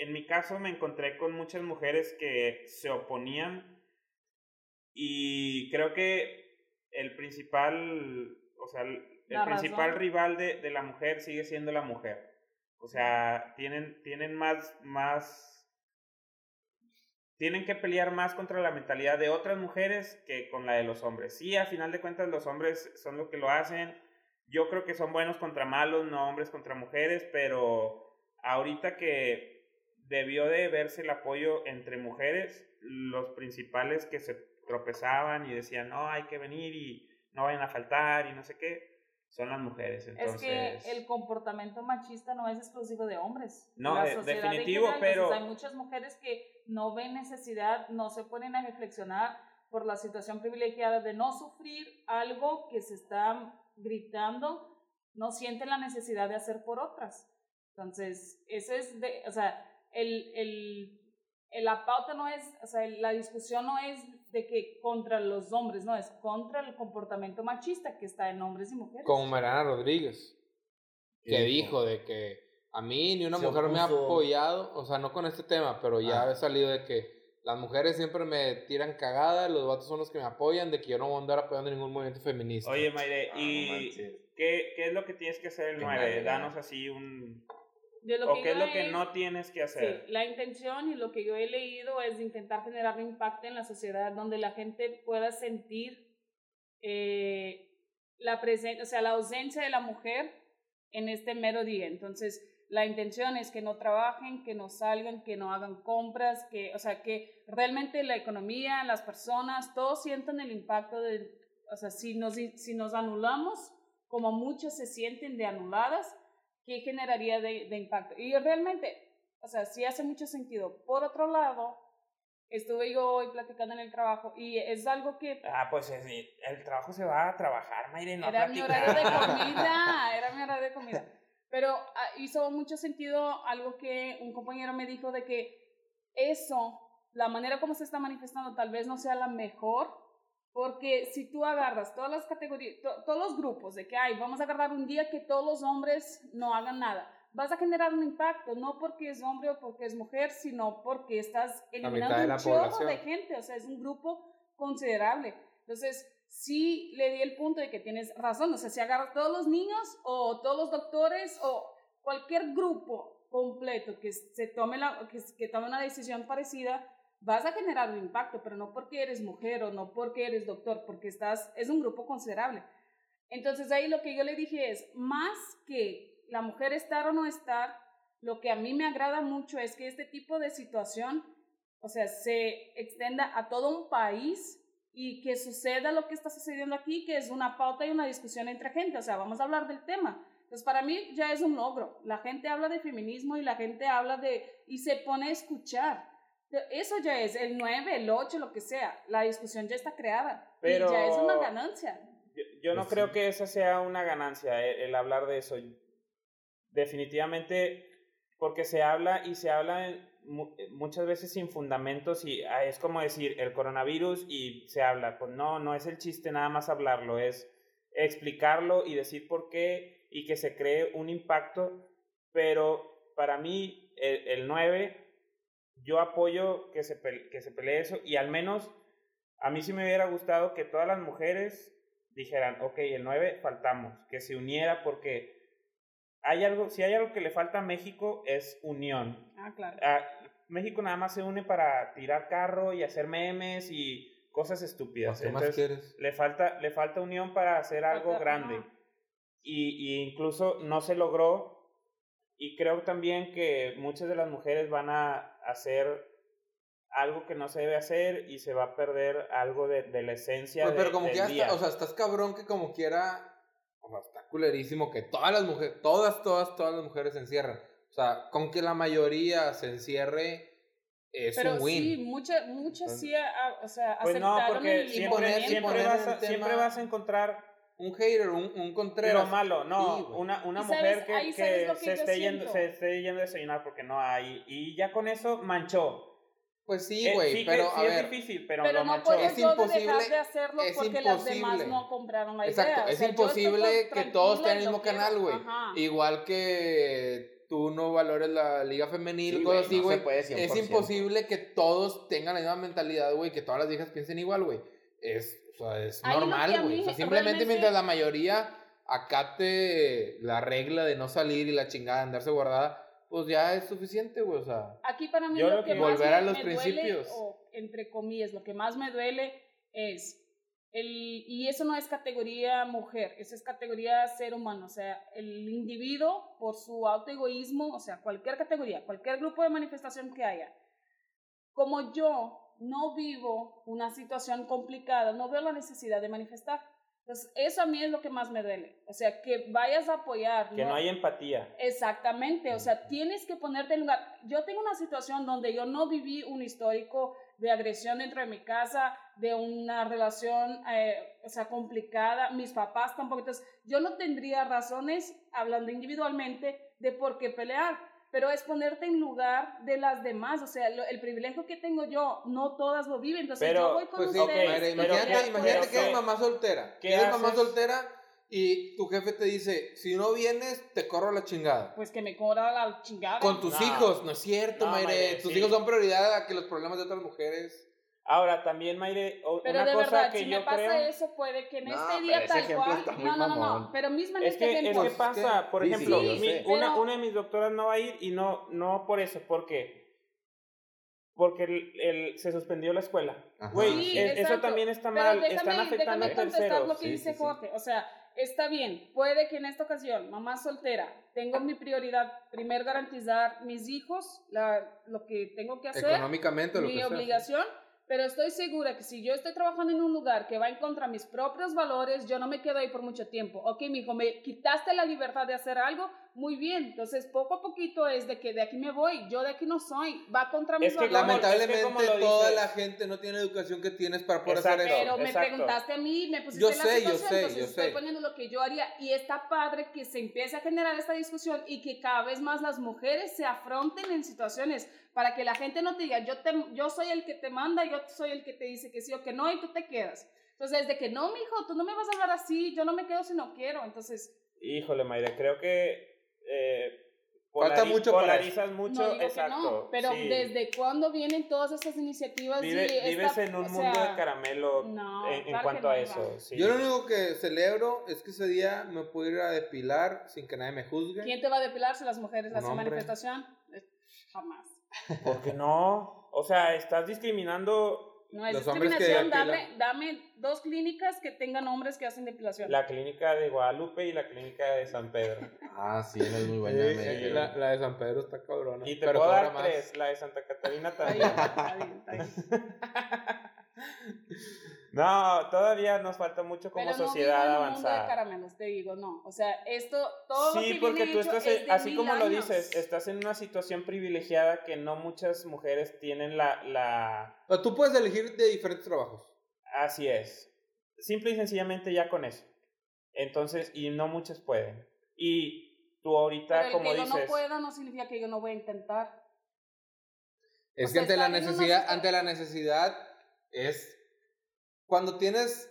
Speaker 1: en mi caso, me encontré con muchas mujeres que se oponían y creo que el principal, o sea, el
Speaker 4: La
Speaker 1: principal
Speaker 4: razón.
Speaker 1: rival de, de la mujer sigue siendo la mujer. O sea, tienen, tienen más, más, tienen que pelear más contra la mentalidad de otras mujeres que con la de los hombres. Sí, a final de cuentas los hombres son los que lo hacen. Yo creo que son buenos contra malos, no hombres contra mujeres, pero ahorita que debió de verse el apoyo entre mujeres, los principales que se tropezaban y decían, no, hay que venir y no vayan a faltar y no sé qué, son las mujeres.
Speaker 4: Es
Speaker 1: Entonces,
Speaker 4: que el comportamiento machista no es exclusivo de hombres.
Speaker 1: No, de-
Speaker 4: en
Speaker 1: definitivo,
Speaker 4: general,
Speaker 1: pero-
Speaker 4: entonces, Hay muchas mujeres que no ven necesidad, no se ponen a reflexionar por la situación privilegiada de no sufrir algo que se está gritando, no sienten la necesidad de hacer por otras. Entonces, ese es, de, o sea, el, el, el- la pauta no es, o sea, el- la discusión no es de que contra los hombres, no, es contra el comportamiento machista que está en hombres y mujeres.
Speaker 2: Como Mariana Rodríguez, que dijo de que a mí ni una
Speaker 3: Se
Speaker 2: mujer me ha
Speaker 3: opuso.
Speaker 2: apoyado, o sea, no con este tema, pero ya
Speaker 3: Ah.
Speaker 2: ha salido de que las mujeres siempre me tiran cagada, los vatos son los que me apoyan, de que yo no voy a andar apoyando ningún movimiento feminista.
Speaker 1: Oye, Mayre,
Speaker 3: Ah, no
Speaker 1: ¿y
Speaker 3: manches.
Speaker 1: qué, qué es lo que tienes que hacer el
Speaker 3: Qué
Speaker 1: 9?
Speaker 3: mal,
Speaker 1: Danos
Speaker 3: ya.
Speaker 1: así un...
Speaker 4: De lo
Speaker 1: ¿O
Speaker 4: que
Speaker 1: qué es
Speaker 4: yo
Speaker 1: lo que
Speaker 4: he-
Speaker 1: no tienes que
Speaker 4: Sí,
Speaker 1: hacer?
Speaker 4: la intención y lo que yo he leído es de intentar generar un impacto en la sociedad donde la gente pueda sentir eh, la presencia, o sea, la ausencia de la mujer en este mero día. Entonces, la intención es que no trabajen, que no salgan, que no hagan compras, que, o sea, que realmente la economía, las personas, todos sientan el impacto de, o sea, si nos, si nos anulamos, como muchas se sienten de anuladas, ¿qué generaría de, de impacto? Y realmente, o sea, sí hace mucho sentido. Por otro lado, estuve yo hoy platicando en el trabajo y es algo que
Speaker 1: Ah, pues es- el trabajo se va a trabajar, Mayre, no a
Speaker 4: era mi
Speaker 1: platicar.
Speaker 4: horario de comida, era mi horario de comida. Pero ah, hizo mucho sentido algo que un compañero me dijo de que eso, la manera como se está manifestando tal vez no sea la mejor, porque si tú agarras todas las categorías, to- todos los grupos de que hay, vamos a agarrar un día que todos los hombres no hagan nada, vas a generar un impacto, no porque es hombre o porque es mujer, sino porque estás eliminando
Speaker 2: mitad de
Speaker 4: un
Speaker 2: la
Speaker 4: chorro
Speaker 2: población.
Speaker 4: de gente, o sea, es un grupo considerable. Entonces, sí le di el punto de que tienes razón, o sea, si agarras todos los niños o todos los doctores o cualquier grupo completo que se tome la que, que tome una decisión parecida vas a generar un impacto pero no porque eres mujer o no porque eres doctor porque estás es un grupo considerable entonces ahí lo que yo le dije es más que la mujer estar o no estar lo que a mí me agrada mucho es que este tipo de situación o sea se extienda a todo un país y que suceda lo que está sucediendo aquí que es una pauta y una discusión entre gente o sea vamos a hablar del tema entonces, para mí ya es un logro. La gente habla de feminismo y la gente habla de... y se pone a escuchar. Eso ya es el 9, el 8, lo que sea. La discusión ya está creada.
Speaker 1: Pero-
Speaker 4: Y ya es una ganancia.
Speaker 1: Yo, yo no
Speaker 2: Pues
Speaker 1: creo
Speaker 2: sí.
Speaker 1: que esa sea una ganancia, eh, el, el hablar de eso. Definitivamente, porque se habla y se habla en mu- eh, muchas veces sin fundamentos y ah, es como decir el coronavirus y se habla. Pues no, no es el chiste nada más hablarlo, es explicarlo y decir por qué y que se cree un impacto. Pero para mí, el, el 9, yo apoyo que se, pel- que se pelee eso y al menos a mí sí me hubiera gustado que todas las mujeres dijeran, ok, el 9 faltamos, que se uniera porque hay algo, si hay algo que le falta a México es unión.
Speaker 4: Ah, claro.
Speaker 1: Ah, México nada más se une para tirar carro y hacer memes y cosas estúpidas.
Speaker 2: Pues, ¿Qué más
Speaker 1: Entonces,
Speaker 2: quieres?
Speaker 1: le falta, le falta unión para hacer algo
Speaker 4: Falta-
Speaker 1: grande.
Speaker 4: ajá.
Speaker 1: Y, y incluso no se logró. Y creo también que muchas de las mujeres van a hacer algo que no se debe hacer y se va a perder algo de, de la esencia
Speaker 2: Oye,
Speaker 1: de-
Speaker 2: pero como
Speaker 1: del
Speaker 2: que
Speaker 1: día.
Speaker 2: hasta, o sea, estás cabrón que como quiera, o sea, está culerísimo que todas las mujeres, todas, todas, todas las mujeres se encierran. O sea, con que la mayoría se encierre es
Speaker 4: Pero
Speaker 2: un win.
Speaker 4: sí, muchas muchas sí ah, o sea,
Speaker 1: Pues no,
Speaker 4: aceptaron
Speaker 1: porque
Speaker 4: el
Speaker 1: siempre,
Speaker 2: imponer-
Speaker 4: inconveniente.
Speaker 1: siempre,
Speaker 2: imponer
Speaker 1: vas
Speaker 2: el
Speaker 1: a, siempre
Speaker 2: tema-
Speaker 1: vas a encontrar
Speaker 2: Un hater, un, un
Speaker 1: lo
Speaker 2: Contreras.
Speaker 1: malo, no,
Speaker 2: Sí, güey.
Speaker 1: una, una
Speaker 4: ¿Y sabes-
Speaker 1: mujer
Speaker 4: ahí
Speaker 1: que,
Speaker 4: sabes
Speaker 1: que
Speaker 4: lo que
Speaker 1: se,
Speaker 4: yo
Speaker 1: esté yendo,
Speaker 4: siento?
Speaker 1: se esté yendo a desayunar porque no hay, y ya con eso manchó.
Speaker 2: Pues sí,
Speaker 1: Eh,
Speaker 2: güey,
Speaker 1: sí que-
Speaker 2: pero
Speaker 1: sí
Speaker 2: a
Speaker 1: es
Speaker 2: ver.
Speaker 1: difícil, pero,
Speaker 4: Pero
Speaker 1: lo
Speaker 4: no
Speaker 1: manchó.
Speaker 4: puedes
Speaker 2: Es
Speaker 4: yo
Speaker 2: imposible,
Speaker 4: dejar de hacerlo
Speaker 2: es
Speaker 4: porque las
Speaker 2: imposible.
Speaker 4: demás no compraron la idea.
Speaker 2: Exacto,
Speaker 4: O
Speaker 2: es
Speaker 4: sea, yo estoy
Speaker 2: imposible que todos
Speaker 4: tranquila
Speaker 2: tengan el
Speaker 4: y
Speaker 2: mismo
Speaker 4: lo quiero.
Speaker 2: canal, güey.
Speaker 4: Ajá.
Speaker 2: Igual que tú no valores la liga femenil,
Speaker 3: Sí,
Speaker 2: cosas
Speaker 3: güey,
Speaker 2: así,
Speaker 3: no se
Speaker 2: güey.
Speaker 3: puede
Speaker 2: es
Speaker 3: 100%.
Speaker 2: imposible que todos tengan la misma mentalidad, güey, que todas las viejas piensen igual, güey. Es, o sea, es
Speaker 4: Ahí lo que
Speaker 2: normal,
Speaker 4: a
Speaker 2: güey.
Speaker 4: mí
Speaker 2: O sea, simplemente
Speaker 4: realmente-
Speaker 2: mientras la mayoría acate la regla de no salir y la chingada de andarse guardada, pues ya es suficiente, güey. O sea,
Speaker 4: Aquí para mí
Speaker 1: Yo
Speaker 4: lo
Speaker 1: lo
Speaker 4: que
Speaker 1: que-
Speaker 4: más
Speaker 2: Volver
Speaker 4: me-
Speaker 2: a los
Speaker 4: me duele,
Speaker 2: principios.
Speaker 4: o entre comillas, lo que más me duele es el y eso no es categoría mujer, eso es categoría ser humano, o sea, el individuo por su autoegoísmo, o sea, cualquier categoría, cualquier grupo de manifestación que haya. Como yo no vivo una situación complicada, no veo la necesidad de manifestar. Entonces, eso a mí es lo que más me duele. O sea, que vayas a apoyar.
Speaker 1: Que no hay empatía.
Speaker 4: Exactamente, o sea, tienes que ponerte en lugar. Yo tengo una situación donde yo no viví un histórico de agresión dentro de mi casa, de una relación, eh, o sea, complicada, mis papás tampoco, entonces yo no tendría razones, hablando individualmente, de por qué pelear, pero es ponerte en lugar de las demás, o sea, lo- el privilegio que tengo yo, no todas lo viven, entonces
Speaker 1: Pero,
Speaker 4: yo voy con
Speaker 2: pues sí,
Speaker 4: ustedes.
Speaker 1: ok,
Speaker 2: madre,
Speaker 1: pero
Speaker 2: imagínate,
Speaker 1: ¿qué-
Speaker 2: imagínate
Speaker 1: pero
Speaker 2: que eres
Speaker 1: qué-
Speaker 2: mamá soltera.
Speaker 1: qué
Speaker 2: Que eres mamá
Speaker 1: haces?
Speaker 2: soltera y tu jefe te dice, si no vienes, te corro la chingada.
Speaker 4: Pues que me cobra la chingada.
Speaker 2: Con tus
Speaker 1: No.
Speaker 2: hijos, no es cierto,
Speaker 1: No,
Speaker 2: Mayre.
Speaker 1: Mayre,
Speaker 2: Tus
Speaker 1: sí.
Speaker 2: hijos son prioridad a que los problemas de otras mujeres.
Speaker 1: Ahora, también, Mayre, o-
Speaker 4: Pero
Speaker 1: una
Speaker 4: de
Speaker 1: cosa
Speaker 4: verdad,
Speaker 1: que
Speaker 4: si
Speaker 1: yo
Speaker 4: me pasa
Speaker 1: creo...
Speaker 4: eso, puede que en
Speaker 3: No,
Speaker 4: este
Speaker 3: pero
Speaker 4: día
Speaker 3: ese
Speaker 4: tal
Speaker 3: ejemplo
Speaker 4: cual.
Speaker 3: está muy
Speaker 4: No, no, no, no.
Speaker 3: mamón.
Speaker 4: Pero mismo en
Speaker 1: Es
Speaker 4: este
Speaker 1: que, es
Speaker 4: tiempo.
Speaker 1: que
Speaker 2: Pues,
Speaker 1: pasa, por
Speaker 3: sí, sí,
Speaker 1: ejemplo,
Speaker 3: yo
Speaker 1: mi-
Speaker 3: sé.
Speaker 1: una,
Speaker 4: Pero-
Speaker 1: una de mis doctoras no va a ir y no, no por eso, porque porque el, el- se suspendió la escuela.
Speaker 3: Ajá.
Speaker 1: Güey,
Speaker 4: Sí,
Speaker 1: es- eso
Speaker 4: exacto.
Speaker 1: también está
Speaker 4: Pero
Speaker 1: mal,
Speaker 4: déjame,
Speaker 1: están afectando
Speaker 4: déjame
Speaker 1: a
Speaker 4: contestar lo
Speaker 1: terceros.
Speaker 4: que
Speaker 3: Sí,
Speaker 4: dice
Speaker 3: sí, sí.
Speaker 4: Jorge. O sea, está bien, puede que en esta ocasión, mamá soltera, tengo mi prioridad, primero garantizar mis hijos, la- lo que tengo que hacer,
Speaker 2: Económicamente, lo
Speaker 4: mi
Speaker 2: que sea.
Speaker 4: obligación, pero estoy segura que si yo estoy trabajando en un lugar que va en contra de mis propios valores, yo no me quedo ahí por mucho tiempo. Ok, mijo, me quitaste la libertad de hacer algo, muy bien. Entonces, poco a poquito es de que de aquí me voy, yo de aquí no soy, va contra mis
Speaker 1: Es que
Speaker 4: valores.
Speaker 2: Lamentablemente,
Speaker 1: como lo
Speaker 2: toda
Speaker 1: dices.
Speaker 2: la gente no tiene educación que tienes para poder
Speaker 1: Exacto.
Speaker 2: hacer eso.
Speaker 4: Pero me
Speaker 1: Exacto.
Speaker 4: preguntaste a mí, me pusiste
Speaker 2: Yo
Speaker 4: en la
Speaker 2: sé, yo
Speaker 4: situación,
Speaker 2: sé,
Speaker 4: entonces
Speaker 2: yo
Speaker 4: estoy
Speaker 2: sé.
Speaker 4: poniendo lo que yo haría y está padre que se empiece a generar esta discusión y que cada vez más las mujeres se afronten en situaciones para que la gente no te diga, yo, te, yo soy el que te manda, yo soy el que te dice que sí o que no y tú te quedas. Entonces, de que no, mijo, tú no me vas a hablar así, yo no me quedo si no quiero. Entonces,
Speaker 1: Híjole, Mayra, creo que eh,
Speaker 2: Falta
Speaker 1: polari-
Speaker 2: mucho para
Speaker 1: polarizas mucho,
Speaker 4: no digo
Speaker 1: exacto.
Speaker 4: que no, pero
Speaker 1: sí.
Speaker 4: ¿desde cuándo vienen todas estas iniciativas?
Speaker 1: Vive-
Speaker 4: y esta-
Speaker 1: vives en un
Speaker 4: o
Speaker 1: mundo
Speaker 4: sea,
Speaker 1: de caramelo
Speaker 4: no,
Speaker 1: en, en
Speaker 4: claro que
Speaker 1: cuanto
Speaker 4: no,
Speaker 1: a
Speaker 4: Iván.
Speaker 1: eso. sí.
Speaker 2: Yo lo único que celebro es que ese día me puedo ir a depilar sin que nadie me juzgue.
Speaker 4: ¿Quién te va a depilar si las mujeres
Speaker 2: Un
Speaker 4: hacen
Speaker 2: hombre.
Speaker 4: manifestación? Eh, Jamás.
Speaker 1: ¿Por qué no? O sea, estás discriminando
Speaker 4: No es
Speaker 2: Los hombres que
Speaker 4: discriminación. Dame,
Speaker 2: depilan.
Speaker 4: dame dos clínicas que tengan hombres que hacen depilación.
Speaker 1: la clínica de Guadalupe y la clínica de San Pedro.
Speaker 3: Ah, sí, esa es muy buena.
Speaker 2: Sí,
Speaker 3: me-
Speaker 2: sí,
Speaker 1: sí.
Speaker 2: la, la de San Pedro está cabrona.
Speaker 1: Y te
Speaker 2: pero
Speaker 1: puedo
Speaker 2: cobra
Speaker 1: dar
Speaker 2: más.
Speaker 1: tres, la de Santa Catarina
Speaker 4: Está
Speaker 1: también.
Speaker 4: bien, está bien, está bien.
Speaker 1: no, todavía nos falta mucho como
Speaker 4: Pero no
Speaker 1: sociedad
Speaker 4: vivo en un mundo de
Speaker 1: avanzar.
Speaker 4: caramelos, te digo, no. O sea, esto, todo lo
Speaker 1: sí,
Speaker 4: que
Speaker 1: porque
Speaker 4: viene
Speaker 1: tú
Speaker 4: hecho
Speaker 1: estás,
Speaker 4: es
Speaker 1: en-
Speaker 4: de
Speaker 1: así
Speaker 4: mil
Speaker 1: como lo
Speaker 4: años.
Speaker 1: dices, estás en una situación privilegiada que no muchas mujeres tienen la... la...
Speaker 2: O tú puedes elegir de diferentes trabajos.
Speaker 1: Así es. Simple y sencillamente ya con eso. Entonces, y no muchas pueden. Y tú ahorita,
Speaker 4: Pero el
Speaker 1: como
Speaker 4: que yo no
Speaker 1: dices...
Speaker 4: pueda no significa que yo no voy a intentar.
Speaker 2: Es que
Speaker 4: O sea,
Speaker 2: ante la
Speaker 4: estar en una
Speaker 2: necesidad,
Speaker 4: socie-
Speaker 2: ante la necesidad es cuando tienes,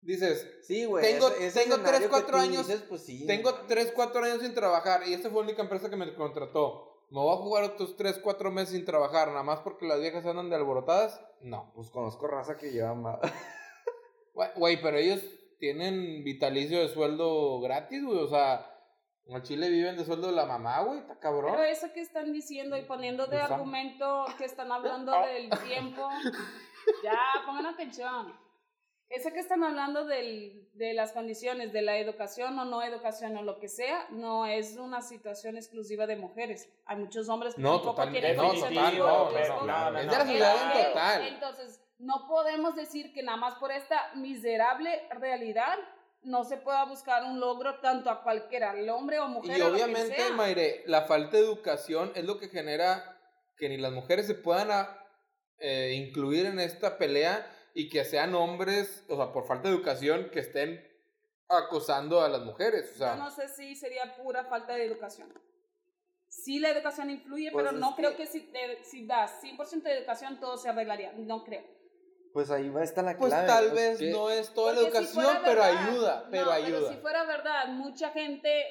Speaker 2: dices,
Speaker 3: Sí, güey.
Speaker 2: Tengo-
Speaker 3: ese- ese
Speaker 2: tengo tres,
Speaker 3: escenario que
Speaker 2: cuatro
Speaker 3: tú
Speaker 2: años-
Speaker 3: dices, pues sí, no
Speaker 2: tengo
Speaker 3: mames.
Speaker 2: 3, 4 años sin trabajar y esta fue la única empresa que me contrató. ¿Me voy a jugar otros 3, 4 meses sin trabajar nada más porque las viejas andan de alborotadas? No.
Speaker 3: Pues conozco raza que lleva más.
Speaker 2: Güey- Güey, pero ellos tienen vitalicio de sueldo gratis, güey. O sea, en Chile viven de sueldo de la mamá, güey. Está cabrón. Mm,
Speaker 4: Pero eso que están diciendo y poniendo de
Speaker 2: Esa- Ah,
Speaker 4: argumento que están hablando del tiempo, ya pongan atención. Eso que están hablando del- de las condiciones de la educación o no educación o lo que sea, no es una situación exclusiva de mujeres. Hay muchos hombres que
Speaker 2: No,
Speaker 4: tampoco
Speaker 2: totalmente,
Speaker 4: quieren
Speaker 2: no,
Speaker 4: mucho
Speaker 2: total,
Speaker 4: tiempo,
Speaker 2: no,
Speaker 4: muchas
Speaker 2: no,
Speaker 4: cosas.
Speaker 2: no, no,
Speaker 4: Es
Speaker 2: no. de la ciudad en total.
Speaker 4: Entonces, no podemos decir que nada más por esta miserable realidad no se pueda buscar un logro tanto a cualquiera, el hombre o mujer.
Speaker 2: Y
Speaker 4: o lo que
Speaker 2: obviamente,
Speaker 4: sea.
Speaker 2: Maire, la falta de educación es lo que genera que ni las mujeres se puedan a- eh, incluir en esta pelea y que sean hombres, o sea, por falta de educación, que estén acosando a las mujeres. O sea,
Speaker 4: Yo no sé si sería pura falta de educación. Sí, la educación influye,
Speaker 3: Pues
Speaker 4: pero
Speaker 3: es
Speaker 4: no
Speaker 3: que-
Speaker 4: creo que si, te- si das 100% de educación todo se arreglaría. No creo.
Speaker 3: Pues ahí va a estar la
Speaker 2: pues
Speaker 3: clave.
Speaker 2: tal
Speaker 3: pues,
Speaker 2: vez
Speaker 3: que-
Speaker 2: no es toda la
Speaker 4: Porque si
Speaker 2: educación,
Speaker 4: fuera
Speaker 2: pero
Speaker 4: verdad-
Speaker 2: ayuda,
Speaker 4: no,
Speaker 2: pero ayuda.
Speaker 4: si fuera verdad, mucha gente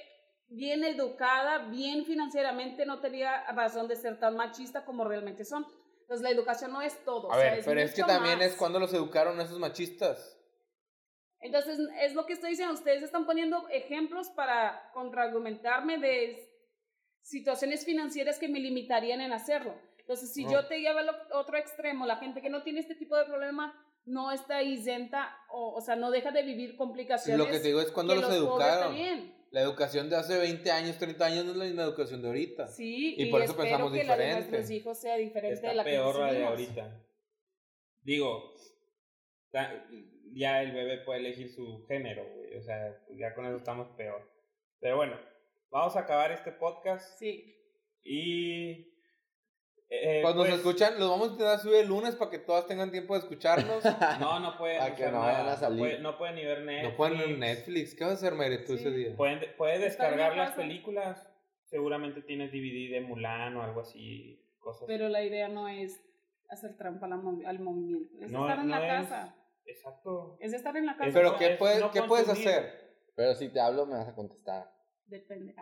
Speaker 4: bien educada, bien financieramente, no tenía razón de ser tan machista como realmente son. Entonces la educación no es todo.
Speaker 2: a
Speaker 4: o sea,
Speaker 2: ver, pero es que
Speaker 4: mucho
Speaker 2: también
Speaker 4: más.
Speaker 2: es cuando los educaron a esos machistas.
Speaker 4: Entonces, es lo que estoy diciendo. Ustedes están poniendo ejemplos para contraargumentarme de situaciones financieras que me limitarían en hacerlo. Entonces, si
Speaker 2: No.
Speaker 4: yo te llevo al o- otro extremo, la gente que no tiene este tipo de problema no está isenta, o, o sea, no deja de vivir complicaciones.
Speaker 2: Lo que te digo es cuando
Speaker 4: que
Speaker 2: los,
Speaker 4: pobres
Speaker 2: educaron.
Speaker 4: también.
Speaker 2: La educación de hace 20 años, 30 años no es la misma educación de ahorita.
Speaker 4: Sí,
Speaker 2: Y
Speaker 4: y,
Speaker 2: por eso
Speaker 4: espero
Speaker 2: pensamos
Speaker 4: que la de
Speaker 2: diferente.
Speaker 4: nuestros hijos sea diferente
Speaker 1: Está
Speaker 4: de la que
Speaker 1: peor la de
Speaker 4: recibimos.
Speaker 1: ahorita. Digo, ta- ya el bebé puede elegir su género, güey. O sea, ya con eso estamos peor. Pero bueno, vamos a acabar este podcast
Speaker 4: Sí,
Speaker 1: y... eh,
Speaker 2: Cuando nos
Speaker 1: pues,
Speaker 2: escuchan, los vamos a intentar subir el lunes para que todas tengan tiempo de escucharnos.
Speaker 1: No, no pueden
Speaker 2: Ah,
Speaker 3: Para que
Speaker 1: hacer
Speaker 3: no
Speaker 1: nada.
Speaker 3: vayan a salir.
Speaker 1: puede- no pueden ni ver Netflix. Pues,
Speaker 2: no pueden ver Netflix. ¿Qué vas a hacer, Mayre, tú
Speaker 4: Sí.
Speaker 2: ese día?
Speaker 1: Pueden, de- puedes
Speaker 4: Estar en la
Speaker 1: descargar las
Speaker 4: casa.
Speaker 1: películas. Seguramente tienes DVD de Mulan o algo así. Cosas
Speaker 4: pero la idea no es hacer trampa a la mov- al movimiento, es
Speaker 1: No,
Speaker 4: estar en
Speaker 1: no
Speaker 4: la
Speaker 1: es-
Speaker 4: casa.
Speaker 1: Exacto.
Speaker 4: Es estar en la casa.
Speaker 1: Es-
Speaker 2: Pero
Speaker 1: no,
Speaker 2: ¿qué,
Speaker 1: es
Speaker 2: puedes-
Speaker 1: no
Speaker 2: ¿qué puedes
Speaker 1: consumir.
Speaker 2: hacer?
Speaker 3: Pero si te hablo, me vas a contestar.
Speaker 4: Depende.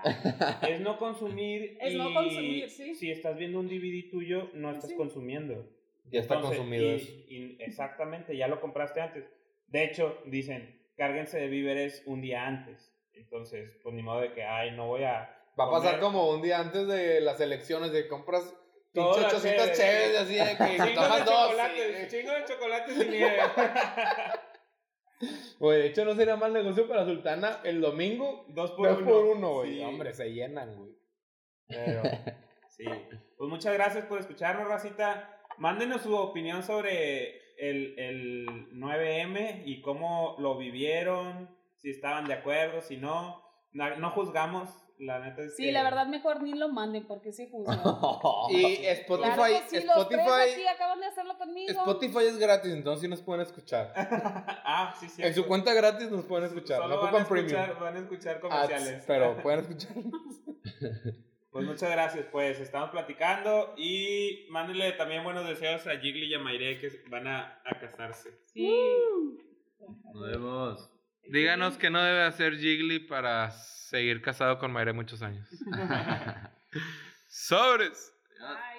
Speaker 1: Es no consumir.
Speaker 4: Es
Speaker 1: y
Speaker 4: no consumir, sí.
Speaker 1: Si estás viendo un DVD tuyo, no estás
Speaker 4: Sí.
Speaker 1: consumiendo.
Speaker 2: Ya está
Speaker 1: Entonces,
Speaker 2: consumido
Speaker 1: y-
Speaker 2: eso.
Speaker 1: y exactamente, ya lo compraste antes. De hecho, dicen, cárguense de víveres un día antes. Entonces, pues ni modo de que, ay, no voy a.
Speaker 2: Va a
Speaker 1: comer".
Speaker 2: pasar como un día antes de las elecciones de compras
Speaker 1: Todo
Speaker 2: pinche
Speaker 1: lo
Speaker 2: 800
Speaker 1: que-
Speaker 2: chéves así de
Speaker 1: Chingo
Speaker 2: que
Speaker 1: de
Speaker 2: tomas dos.
Speaker 1: chocolates,
Speaker 2: sí.
Speaker 1: chingo de chocolates y nieve.
Speaker 2: Güey, de hecho no sería mal negocio para Sultana el domingo.
Speaker 1: Dos por
Speaker 2: Dos
Speaker 1: uno.
Speaker 2: por uno, güey.
Speaker 1: Sí.
Speaker 2: Hombre, se llenan, güey.
Speaker 1: Pero, sí. Pues muchas gracias por escucharnos, Racita. Mándenos su opinión sobre el, el 9M y cómo lo vivieron, si estaban de acuerdo, si no. No, no juzgamos, la neta es
Speaker 4: Sí,
Speaker 2: Eh.
Speaker 1: que-
Speaker 4: la verdad mejor ni lo manden porque sí juzgan.
Speaker 2: Y Spotify,
Speaker 4: Claro que sí, los tres aquí
Speaker 2: Spotify,
Speaker 4: acaban de hacerlo conmigo.
Speaker 2: Spotify es gratis, entonces sí nos pueden escuchar.
Speaker 1: Ah, sí, sí.
Speaker 2: En su cuenta gratis nos pueden escuchar.
Speaker 1: Solo
Speaker 2: no
Speaker 1: van, a
Speaker 2: ocupan premium. Ah,
Speaker 1: escuchar, van a escuchar comerciales.
Speaker 2: Ads, pero pueden escuchar.
Speaker 1: Pues muchas gracias, pues estamos platicando y mándenle también buenos deseos a Gigli y a Mayre que van a, a casarse.
Speaker 4: Sí.
Speaker 3: Nos vemos.
Speaker 2: Díganos que no debe hacer Jiggly para seguir casado con Mayre muchos años. Sobres.
Speaker 4: Ay.